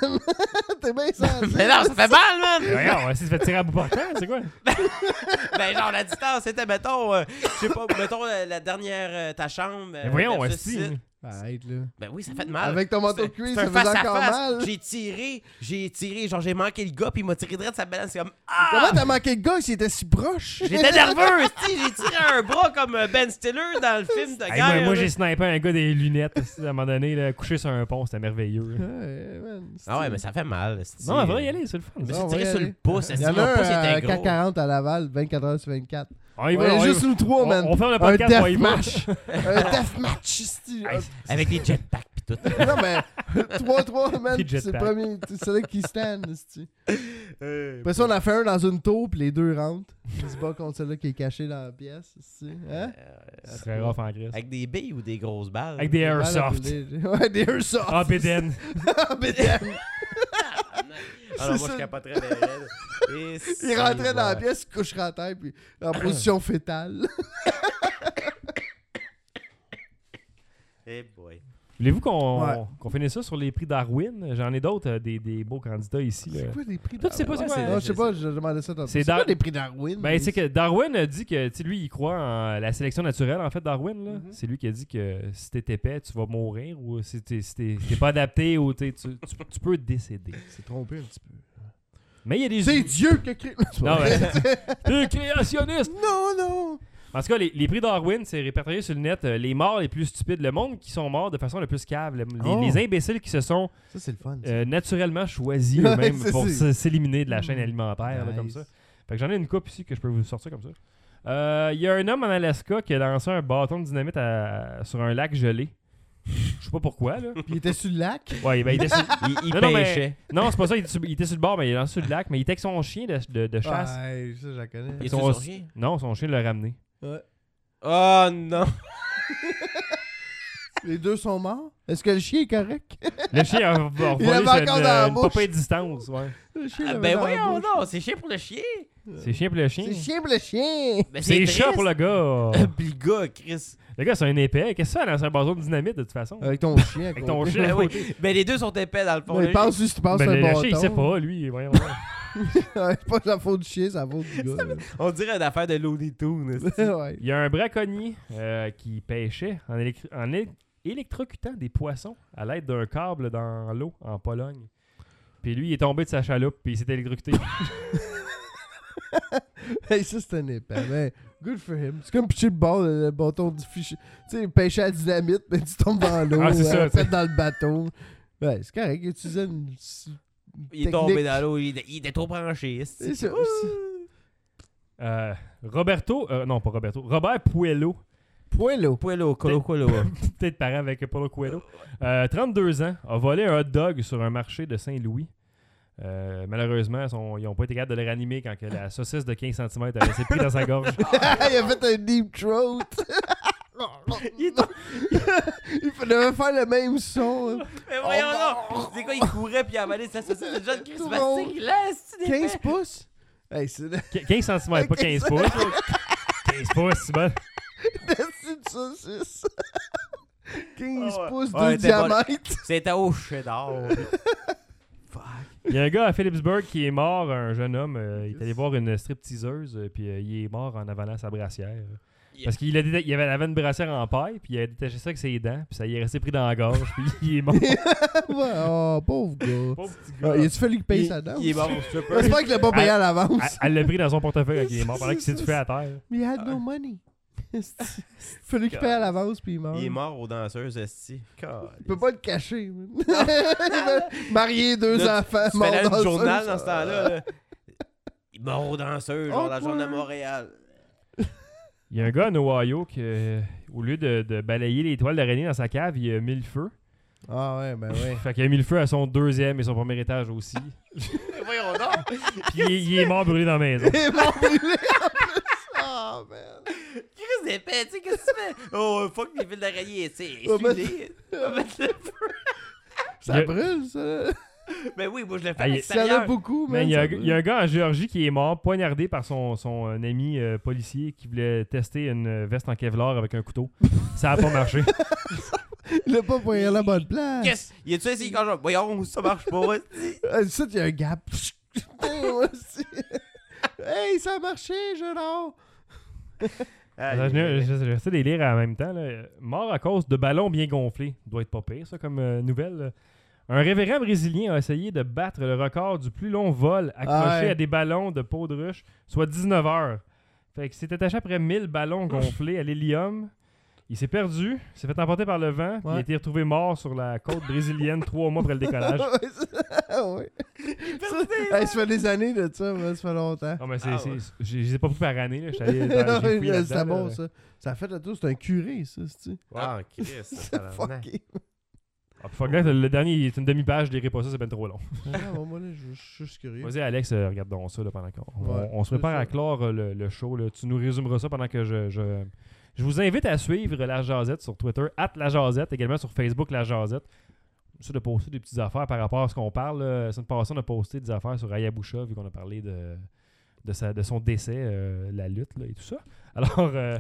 Speaker 2: T'es bien senti.
Speaker 3: Mais non, ça fait mal, man!
Speaker 1: Voyons, on va essayer de se faire tirer à bout portant, c'est quoi?
Speaker 3: Euh, ben genre, la distance, c'était, mettons, euh, je sais pas, mettons la, la dernière, euh, ta chambre. euh,
Speaker 1: Mais voyons,
Speaker 3: versus
Speaker 1: esti.
Speaker 3: ici.
Speaker 2: Arrête, là.
Speaker 3: Ben oui, ça fait de mal.
Speaker 2: Avec ton manteau de
Speaker 3: C'est-
Speaker 2: cuir,
Speaker 3: c'est
Speaker 2: ça
Speaker 3: un
Speaker 2: faisait
Speaker 3: face à
Speaker 2: encore
Speaker 3: face.
Speaker 2: mal.
Speaker 3: J'ai tiré, j'ai tiré, genre j'ai manqué le gars, puis il m'a tiré droit de sa balance. C'est comme
Speaker 2: Comment
Speaker 3: Ah!
Speaker 2: t'as manqué de gars s'il était si proche?
Speaker 3: J'étais nerveux, esti, j'ai tiré un bras comme euh, Ben Stiller dans le film de
Speaker 1: Hey,
Speaker 3: guerre.
Speaker 1: moi, moi,
Speaker 3: là.
Speaker 1: j'ai snipé un gars des lunettes, esti, à un moment donné, là, couché sur un pont, c'était merveilleux. là.
Speaker 2: Ouais, man,
Speaker 3: Ah ouais,
Speaker 2: c'est-
Speaker 3: mais ça fait mal. esti.
Speaker 1: Non, on va y aller, c'est le fun.
Speaker 3: Je me
Speaker 2: Non,
Speaker 3: suis
Speaker 2: on va
Speaker 3: tiré
Speaker 2: y
Speaker 3: sur le
Speaker 2: aller.
Speaker 3: pouce, esti,
Speaker 2: Il y en
Speaker 3: mon
Speaker 2: a
Speaker 3: pouce
Speaker 2: un euh, à
Speaker 3: était gros.
Speaker 2: 40 à Laval, 24 h sur 24.
Speaker 1: On y
Speaker 2: Il
Speaker 1: Ah, va, on y
Speaker 2: juste
Speaker 1: va.
Speaker 2: nous trois,
Speaker 1: On,
Speaker 2: man.
Speaker 1: on ferme le
Speaker 2: Un
Speaker 1: podcast, on y va.
Speaker 2: deathmatch. un deathmatch, esti.
Speaker 1: Hey,
Speaker 3: Avec des jetpacks pis tout.
Speaker 2: Non, mais 3-3, man.
Speaker 1: Petit
Speaker 2: C'est le
Speaker 1: jetpack.
Speaker 2: premier, c'est celui qui stand, esti.
Speaker 3: Euh,
Speaker 2: Après ça, on a fait un dans une tour, puis les deux rentrent. Je dis pas contre celui-là qui est caché dans la pièce, esti. Hein?
Speaker 1: Ce serait rough en crise.
Speaker 3: Avec des billes ou des grosses balles?
Speaker 1: Avec des
Speaker 2: Mal à
Speaker 1: airsoft.
Speaker 2: brûler. Ouais, des airsoft.
Speaker 1: Ah, Beden.
Speaker 2: Ah, mais damn.
Speaker 3: Ah non,
Speaker 2: C'est
Speaker 3: moi,
Speaker 2: ça.
Speaker 3: je capoterais des raides. Et si,
Speaker 2: Il rentrait dans la
Speaker 3: ouais.
Speaker 2: pièce, il coucherait à terre, puis en position fétale.
Speaker 3: Eh boy.
Speaker 1: Voulez-vous qu'on
Speaker 2: Ouais.
Speaker 1: qu'on finisse ça sur les prix Darwin? J'en ai d'autres, euh, des, des beaux candidats ici. là.
Speaker 2: C'est quoi les prix
Speaker 1: Toi, tu sais pas c'est
Speaker 3: Ouais,
Speaker 1: quoi?
Speaker 3: c'est-
Speaker 2: Non, je sais pas, je demandais ça tantôt.
Speaker 1: C'est
Speaker 2: C'est quoi
Speaker 1: dans-
Speaker 2: les prix Darwin?
Speaker 1: Ben, tu sais que Darwin a dit que, tu sais, lui, il croit en la sélection naturelle, en fait, Darwin, là.
Speaker 2: Mhm.
Speaker 1: C'est lui qui a dit que si t'es épais, tu vas mourir ou si t'es si t'es- t'es pas adapté ou t'es- tu, tu, tu peux décéder.
Speaker 2: C'est trompé un petit peu.
Speaker 1: Mais il y a des...
Speaker 2: C'est Dieu qui a créé.
Speaker 1: Non, mais... T'es créationniste!
Speaker 2: non, non!
Speaker 1: En tout cas, les, les prix Darwin, c'est répertorié sur le net euh, les morts les plus stupides, le monde qui sont morts de façon la plus cave, le- les,
Speaker 2: Oh.
Speaker 1: les imbéciles qui se sont
Speaker 2: Ça, c'est le fun. ça.
Speaker 1: euh, naturellement choisis
Speaker 2: Ouais,
Speaker 1: eux-mêmes
Speaker 2: c'est
Speaker 1: pour
Speaker 2: ça.
Speaker 1: se- s'éliminer de la
Speaker 3: Hmm.
Speaker 1: chaîne
Speaker 2: Mm.
Speaker 1: alimentaire, là, comme
Speaker 2: Nice.
Speaker 1: ça. Fait que j'en ai une coupe ici que je peux vous sortir comme ça. Euh, Il y a un homme en Alaska qui a lancé un bâton de dynamite à- sur un lac gelé. Je sais pas pourquoi, là.
Speaker 2: Puis il était sur le lac.
Speaker 1: Ouais, ben, il était sur-
Speaker 3: Il, il
Speaker 1: Non, non, mais-
Speaker 3: pêchait.
Speaker 1: Non, c'est pas ça, il était, sur... il était sur le bord, mais il est lancé sur le lac, mais il était avec son chien de, de- de chasse.
Speaker 2: Ouais, ça, je la connais.
Speaker 3: Il est
Speaker 1: Son-
Speaker 3: sur son chien?
Speaker 1: Non, son chien l'a ramené.
Speaker 2: Ouais.
Speaker 3: Oh non!
Speaker 2: Les deux sont morts. Est-ce que le chien est correct?
Speaker 1: Le chien a, a volé sur
Speaker 2: avait
Speaker 1: une,
Speaker 2: encore dans la
Speaker 1: une pas
Speaker 2: bouche.
Speaker 1: pire distance, ouais.
Speaker 2: Le chien
Speaker 3: Ah,
Speaker 2: l'avait
Speaker 3: ben
Speaker 2: dans la
Speaker 3: voyons,
Speaker 2: bouche.
Speaker 3: non! C'est chien pour le chien!
Speaker 1: C'est chien pour le chien.
Speaker 2: C'est chien pour Euh, le chien!
Speaker 3: Ben,
Speaker 1: C'est
Speaker 3: triste.
Speaker 1: chat pour le gars.
Speaker 3: Puis le gars, Chris.
Speaker 1: le gars, c'est un épais. Qu'est-ce que ça dans un bâton de dynamite, de toute façon?
Speaker 2: Avec ton chien.
Speaker 1: Avec ton
Speaker 2: quoi.
Speaker 1: chien.
Speaker 3: Ben,
Speaker 1: à
Speaker 3: oui.
Speaker 1: côté.
Speaker 3: ben les deux sont épais dans le fond.
Speaker 2: Ben,
Speaker 3: Le-
Speaker 2: il pense juste qu'il pense
Speaker 1: Ben,
Speaker 2: un
Speaker 1: le, le
Speaker 2: bâton.
Speaker 1: chien, il sait pas, lui. Voyons, voyons.
Speaker 2: Ouais, c'est pas la faute du chien, c'est la faute du gars. là.
Speaker 3: On dirait une affaire de Looney Tunes.
Speaker 2: ouais.
Speaker 1: Il y a un braconnier euh, qui pêchait en, électri- en é- électrocutant des poissons à l'aide d'un câble dans l'eau en Pologne. Puis lui, il est tombé de sa chaloupe, puis il s'est électrocuté.
Speaker 2: Hey, ça, c'est un épais. mais good for him. C'est comme pitcher le bord, le bâton du fichier. Tu sais, pêcher à la dynamite, mais tu tombes dans l'eau.
Speaker 1: Ah, c'est ça,
Speaker 2: euh,
Speaker 1: t'sais.
Speaker 2: fait dans le bateau. Ouais, c'est correct. Il utilisait une. une
Speaker 3: Il est
Speaker 2: technique.
Speaker 3: tombé dans l'eau, il, il était trop branché.
Speaker 2: C'est
Speaker 3: c'est-
Speaker 2: ça.
Speaker 1: Euh, Roberto, euh, non pas Roberto, Robert Puello
Speaker 2: Poilo.
Speaker 3: Puelo, Colo Colo.
Speaker 1: Peut-être parent avec Paulo Coelho. Euh, 32 ans, a volé un hot dog sur un marché de Saint-Louis. Euh, malheureusement, son- ils n'ont pas été capables de le ranimer quand que la saucisse de 15 cm a laissé pris dans sa gorge.
Speaker 2: il a fait un deep throat.
Speaker 1: Il est
Speaker 2: il fa- devait faire le même son. hein.
Speaker 3: Mais voyons là! C'est quoi, il courait puis il avalait sa saucisse de John Chris
Speaker 2: Tout
Speaker 3: Mastic, là, c'est des
Speaker 2: 15 pouces? Hey, c'est de
Speaker 1: Qu- 15 cm, pas 15 pouces. là. 15 pouces, c'est bon.
Speaker 2: c'est une saucisse. 15
Speaker 3: Ah ouais.
Speaker 2: pouces
Speaker 3: Ouais,
Speaker 2: de
Speaker 3: t'es bon.
Speaker 2: diamètre.
Speaker 3: C'était au cheddar. Fuck.
Speaker 1: Il y a un gars à Phillipsburg qui est mort, un jeune homme. euh, il est allé voir une stripteaseuse, euh, puis euh, il est mort en avalant sa brassière.
Speaker 3: Yeah.
Speaker 1: Parce qu'il a déta- il avait, avait une brassière en paille, puis il a détaché ça avec ses dents, puis ça y est resté pris dans la gorge, puis il est mort.
Speaker 2: Ouais, oh, pauvre gars.
Speaker 1: Pauvre petit gars.
Speaker 2: Ah, il a-tu fallu qu'il paye
Speaker 3: Il-
Speaker 2: sa dent?
Speaker 3: Il est mort au stripper.
Speaker 2: J'espère qu'il l'a pas payé à
Speaker 1: Elle-
Speaker 2: l'avance.
Speaker 1: Elle l'a pris dans son portefeuille quand il est mort, pendant qu'il s'est tué à terre.
Speaker 2: Mais il had no money. Il fallu qu'il paye à l'avance puis il meurt.
Speaker 3: Il est mort aux danseuses, esti.
Speaker 2: Il peut pas le cacher. man. Marié, deux
Speaker 3: Là,
Speaker 2: enfants,
Speaker 3: Tu
Speaker 2: mort
Speaker 3: fais
Speaker 2: dans
Speaker 3: le
Speaker 2: un
Speaker 3: journal
Speaker 2: sol.
Speaker 1: hein.
Speaker 3: dans ce temps-là. là. Il est mort aux danseuses, genre dans le journal de
Speaker 2: Awkward.
Speaker 3: Montréal.
Speaker 1: Il y a un gars en Ohio qui, euh, au lieu de, de balayer les toiles d'araignée dans sa cave, il a mis le feu.
Speaker 2: Ah ouais, ben ouais.
Speaker 1: Fait qu'il a mis le feu à son deuxième et son premier étage aussi.
Speaker 3: Voyons donc.
Speaker 1: Puis il, il est mort brûlé dans la maison.
Speaker 2: Il est mort brûlé en plus. Ah, man.
Speaker 3: Chris d'épais, tu sais, qu'est-ce que tu fais? Oh, fuck les villes d'araignée, tu sais.
Speaker 2: On va
Speaker 3: essuie-les. On va mettre le feu.
Speaker 2: Ça
Speaker 1: Il y a-
Speaker 2: brûle, ça.
Speaker 3: Ben oui, moi je le fais
Speaker 1: Ah,
Speaker 3: à
Speaker 1: il-
Speaker 2: Ça en a
Speaker 3: l'extérieur.
Speaker 2: beaucoup,
Speaker 1: Mais
Speaker 2: man.
Speaker 1: il y, a,
Speaker 2: ça
Speaker 1: il y a un gars en Géorgie qui est mort, poignardé par son, son euh, ami euh, policier qui voulait tester une euh, veste en Kevlar avec un couteau. Ça a pas marché.
Speaker 2: brûle. Il a pas pour la bonne place.
Speaker 3: Qu'est-ce? Il a-tu essayé quand genre, voyons, ça marche pas. esti.
Speaker 2: Ah, Ça, il y a un gap. Putain, moi aussi. hey, ça a marché, Gérard.
Speaker 1: Attends, Je je- j'essaie de les lire en même temps. là. Mort à cause de ballons bien gonflés. Doit être pas pire, ça, comme euh, nouvelle. là. Un révérend brésilien a essayé de battre le record du plus long vol accroché
Speaker 2: Ah ouais.
Speaker 1: à des ballons de peau de ruche, soit 19 heures. Fait que s'est attaché après 1000 ballons gonflés à l'hélium. Il s'est perdu, s'est fait emporter par le vent, puis il a
Speaker 2: Ouais.
Speaker 1: été retrouvé mort sur la côte brésilienne trois mois après le décollage.
Speaker 2: Ouais, ça- ah ouais. Ça, hey, ça fait des années de ça, man, ça fait longtemps.
Speaker 1: Non, mais c'est.
Speaker 3: Ah
Speaker 1: c'est-
Speaker 3: ouais.
Speaker 1: j'ai- Je les ai pas pris par année, là. J'étais allé dans- j'ai fouillé
Speaker 2: Ouais,
Speaker 1: là-dedans,
Speaker 2: C'était bon,
Speaker 1: là.
Speaker 2: ça. Ça a fait le tour, c'est un curé, ça, c'est-tu?
Speaker 3: Ah, Chris, ça
Speaker 1: Ben,
Speaker 2: C'est
Speaker 3: va.
Speaker 2: fucké.
Speaker 1: Ah, fuck, là, le dernier, il est une demi-page, je lirai pas ça, c'est ben trop long.
Speaker 2: Ah, bon, moi, là, je je suis juste curieux.
Speaker 1: Vas-y, Alex, euh, regarde donc ça là, pendant qu'on on-
Speaker 2: Ouais,
Speaker 1: on se
Speaker 2: c'est
Speaker 1: prépare
Speaker 2: ça.
Speaker 1: à clore euh, le, le show. là. Tu nous résumeras ça pendant que je. je... je vous invite à suivre La Jazette sur Twitter, at La Jazette, également sur Facebook La Jazette. Ça de poster des petites affaires par rapport à ce qu'on parle. là. La semaine passée, on a posté des affaires sur Ayabusha, vu qu'on a parlé de, de, sa- de son décès, euh, la lutte là, et tout ça. Alors, euh,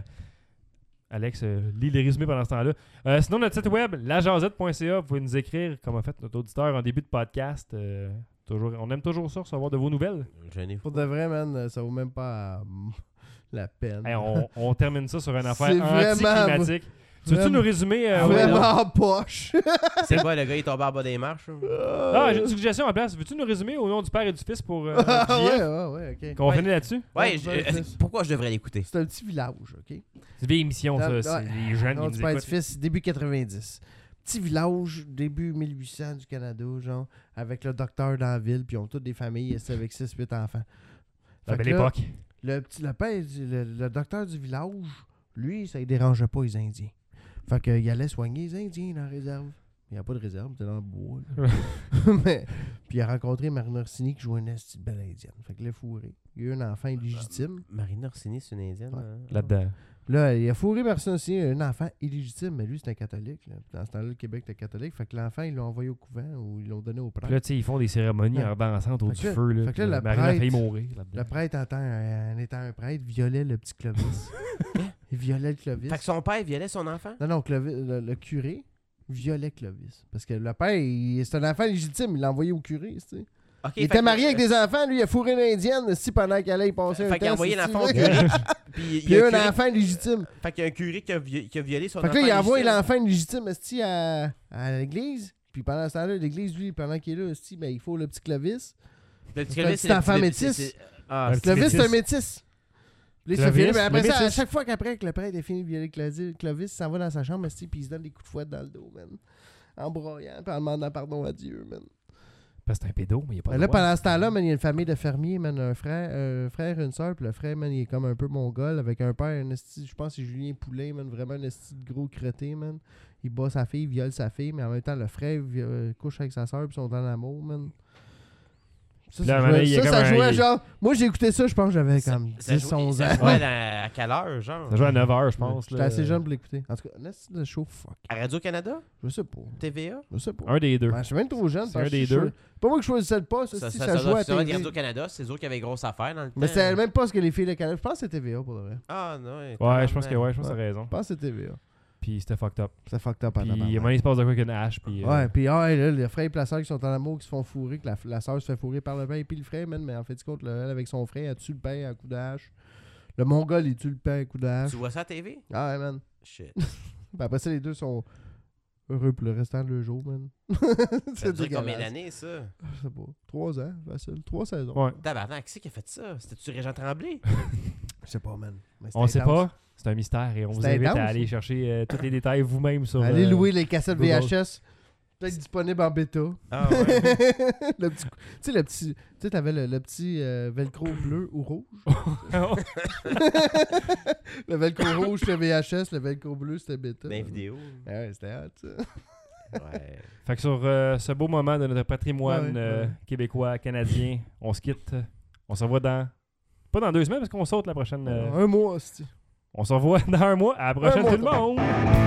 Speaker 1: Alex, euh, lis les résumés pendant ce temps-là. Euh, sinon, notre site web, lajazette.ca, vous pouvez nous écrire, comme a fait notre auditeur en début de podcast. euh, toujours, on aime toujours ça, recevoir de vos nouvelles.
Speaker 3: Je n'ai
Speaker 2: Pour de vrai, man, euh, ça vaut même pas euh, la peine.
Speaker 1: Hey, on, on termine ça sur une affaire
Speaker 2: C'est vraiment-
Speaker 1: anticlimatique. Tu veux-tu
Speaker 2: vraiment-
Speaker 1: nous résumer
Speaker 2: Ah,
Speaker 1: euh, ouais,
Speaker 2: Vraiment
Speaker 1: Euh,
Speaker 2: poche.
Speaker 3: C'est quoi, le gars, il tombe en bas des marches? là?
Speaker 1: Ah, j'ai une suggestion en place. Veux-tu nous résumer au nom du père et du fils pour euh,
Speaker 2: Ah,
Speaker 1: JF,
Speaker 2: ouais, ouais, ouais, ok.
Speaker 1: qu'on
Speaker 3: Ouais.
Speaker 1: finisse là-dessus?
Speaker 3: Ouais,
Speaker 2: Ouais,
Speaker 3: je-
Speaker 2: ouais,
Speaker 3: euh,
Speaker 2: c'est-
Speaker 3: pourquoi je devrais l'écouter?
Speaker 2: C'est un petit village, ok?
Speaker 1: C'est une vieille émission, ça.
Speaker 2: Non,
Speaker 1: c'est
Speaker 2: ouais.
Speaker 1: les jeunes
Speaker 2: Non,
Speaker 1: qui
Speaker 2: du
Speaker 1: nous
Speaker 2: père et du
Speaker 1: écoutent.
Speaker 2: fils, début 90. Petit village, début 1800 du Canada, genre, avec le docteur dans la ville, puis ils ont toutes des familles, et c'est avec 6-8 enfants.
Speaker 1: La
Speaker 2: Fait
Speaker 1: belle
Speaker 2: que là,
Speaker 1: époque.
Speaker 2: Le, petit, le, père du- le, le docteur du village, lui, ça ne dérangeait pas les Indiens. Fait qu'il allait soigner les Indiens dans la réserve. Il n'y a pas de réserve, c'était dans le bois. là. Mais, puis il a rencontré Marine Orsini qui jouait une petite belle indienne. Fait que l'a fourré. Il a eu un enfant illégitime.
Speaker 3: Marina Orsini, c'est une indienne.
Speaker 2: Ouais.
Speaker 3: hein?
Speaker 1: Là-dedans.
Speaker 2: Là, il a fourré Marcin aussi, un enfant illégitime, mais lui, c'est un catholique. là. Dans ce temps-là, le Québec était catholique. Fait que l'enfant, ils l'ont envoyé au couvent ou ils l'ont donné au
Speaker 1: Puis
Speaker 2: prêtre.
Speaker 1: là, tu sais, ils font des cérémonies
Speaker 2: Ouais.
Speaker 1: en dansant autour
Speaker 2: Fait
Speaker 1: du
Speaker 2: que là-
Speaker 1: feu. Là,
Speaker 2: fait que là,
Speaker 1: puis,
Speaker 2: le
Speaker 1: euh, Marine a failli
Speaker 2: prêtre-
Speaker 1: mourir. là-dedans.
Speaker 2: Le prêtre, en, tant- en étant un prêtre, violait le petit Clovis. il violait le Clovis.
Speaker 3: Hein? Fait que son père violait son enfant?
Speaker 2: Non, non, Clovis- le, le curé violait Clovis. Parce que le père, il- c'est un enfant légitime, il l'a envoyé au curé. tu sais.
Speaker 3: Ok,
Speaker 2: il
Speaker 3: fait
Speaker 2: était
Speaker 3: que- euh,
Speaker 2: marié avec des enfants, lui, il a fourré une indienne si pendant qu'elle allait y passer
Speaker 3: Fait
Speaker 2: un
Speaker 3: qu'il a
Speaker 2: temps,
Speaker 3: envoyé
Speaker 2: si tu
Speaker 3: l'enfant au
Speaker 2: veux.
Speaker 3: curé. Puis il
Speaker 2: Puis
Speaker 3: y a
Speaker 2: un
Speaker 3: un curé-
Speaker 2: enfant légitime.
Speaker 3: Fait qu'il y a un curé qui a, vi- qui a violé son
Speaker 2: Fait que
Speaker 3: enfant.
Speaker 2: là, il envoie
Speaker 3: légitime.
Speaker 2: l'enfant légitime esti, à, à l'église. Puis pendant ce temps-là, l'église, lui, pendant qu'il est là, esti, ben, il faut le petit Clovis.
Speaker 3: Le petit
Speaker 2: C'est un
Speaker 3: curé,
Speaker 2: petit
Speaker 3: c'est le
Speaker 2: enfant
Speaker 3: petit-
Speaker 2: métis.
Speaker 3: c'est- c'est- Ah,
Speaker 1: Un
Speaker 3: c'est-
Speaker 1: petit
Speaker 2: Clovis,
Speaker 1: métis.
Speaker 2: c'est un métis. Là, il se fait
Speaker 1: Clovis,
Speaker 2: violer, mais après
Speaker 1: le
Speaker 2: ça, à
Speaker 1: métis.
Speaker 2: chaque fois qu'après que le prêtre a fini de violer Clovis, Clovis il s'en va dans sa chambre, esti, puis il se donne des coups de fouet dans le dos, man. En broyant, puis en demandant pardon à Dieu, man.
Speaker 1: Parce que c'est un pédo, mais il n'y a pas
Speaker 2: Ben
Speaker 1: de
Speaker 2: là,
Speaker 1: droit.
Speaker 2: pendant ce temps-là, man, il y a une famille de fermiers, man, un frère, un frère une soeur, puis le frère, man, il est comme un peu mongol, avec un père, un esti, je pense que c'est Julien Poulet, man, vraiment un esti de gros crotté, man. Il bat sa fille, viole sa fille, mais en même temps, le frère viole- couche avec sa soeur, puis ils sont dans l'amour, man. Ça,
Speaker 1: Puis
Speaker 2: ça
Speaker 1: là, à un moment
Speaker 2: jouait,
Speaker 1: donné, il y a
Speaker 2: ça,
Speaker 1: comme
Speaker 2: ça
Speaker 1: un-
Speaker 2: jouait
Speaker 1: il-
Speaker 2: genre... Moi, j'ai écouté ça, je pense que j'avais
Speaker 3: Ça-
Speaker 2: comme
Speaker 3: ça joue-
Speaker 2: 10-11
Speaker 3: ça
Speaker 2: ans.
Speaker 3: jouait dans- à quelle heure, genre?
Speaker 1: Ça joue à 9h, je pense.
Speaker 2: J'étais
Speaker 1: là.
Speaker 2: assez jeune pour l'écouter. En tout cas, laisse le show, fuck.
Speaker 3: À Radio-Canada?
Speaker 2: Je sais pas.
Speaker 3: TVA?
Speaker 2: Je sais pas.
Speaker 1: Un des deux.
Speaker 2: Ben, je suis même trop jeune.
Speaker 1: C'est
Speaker 2: parce
Speaker 1: un
Speaker 2: que
Speaker 1: des
Speaker 2: je-
Speaker 1: deux.
Speaker 2: c'est Pas moi qui choisissais le pas, ça,
Speaker 3: Ça,
Speaker 2: si,
Speaker 3: ça,
Speaker 2: ça
Speaker 3: ça
Speaker 2: jouait à
Speaker 3: doit être
Speaker 2: TV.
Speaker 3: Radio-Canada, c'est eux qui avaient grosse affaire dans le temps.
Speaker 2: Mais c'est même pas ce que les filles de Canal. Je pense que c'est TVA pour le vrai.
Speaker 3: Ah non. Ouais,
Speaker 1: Ouais, je pense que ouais, je pense que
Speaker 2: Ouais.
Speaker 1: t'as raison.
Speaker 2: Je pense que c'est TVA.
Speaker 1: Puis c'était fucked up.
Speaker 2: Ça fucked up à
Speaker 1: Puis
Speaker 2: tabarnak.
Speaker 1: il y a il se passe de quoi qu'une hache. Puis, euh,
Speaker 2: Ouais, puis ah, ouais, là, les frères et la sœur qui sont en amour, qui se font fourrer, que la, la sœur se fait fourrer par le père, puis le frère, man, mais en fait, tu comptes, elle avec son frère, elle tue le père à coup de hache. Le mongol, il tue le père à coup de hache.
Speaker 3: Tu vois ça à TV?
Speaker 2: Ah ouais, man.
Speaker 3: Shit.
Speaker 2: Puis après ça, les deux sont heureux pour le restant de leur jour, man.
Speaker 3: Ça a duré
Speaker 2: dégueulasse.
Speaker 3: combien d'années, ça?
Speaker 2: Je sais pas. Trois ans, facile. Trois saisons.
Speaker 1: ouais.
Speaker 3: Tabarnak, qui c'est qui a fait ça? C'était-tu Régent Tremblay?
Speaker 2: Je sais pas, man. Mais
Speaker 1: On
Speaker 2: c'était
Speaker 1: sait
Speaker 2: intense.
Speaker 1: pas. C'est un mystère et on vous
Speaker 2: C'était
Speaker 1: invite
Speaker 2: intense, hein.
Speaker 1: à aller chercher euh, tous les détails vous-même sur.
Speaker 2: Allez
Speaker 1: euh,
Speaker 2: louer les cassettes
Speaker 1: Google.
Speaker 2: VHS. Peut-être disponibles en bêta.
Speaker 3: Ah ouais.
Speaker 2: le petit, cou- tu sais, le petit, tu sais, t'avais le, le petit euh, velcro bleu ou rouge.
Speaker 1: Oh.
Speaker 2: le velcro rouge, c'était VHS. Le velcro bleu, c'était bêta.
Speaker 3: Dans les vidéos.
Speaker 2: Ah ouais, c'était hot, ça.
Speaker 3: Ouais.
Speaker 1: fait que sur euh, ce beau moment de notre patrimoine
Speaker 2: Ouais, ouais.
Speaker 1: euh, québécois, canadien, on se quitte. On se revoit dans. Pas dans deux semaines parce qu'on saute la prochaine. euh,
Speaker 2: Un mois, c'est
Speaker 1: On se revoit dans un mois à la prochaine
Speaker 2: mois.
Speaker 1: tout le monde!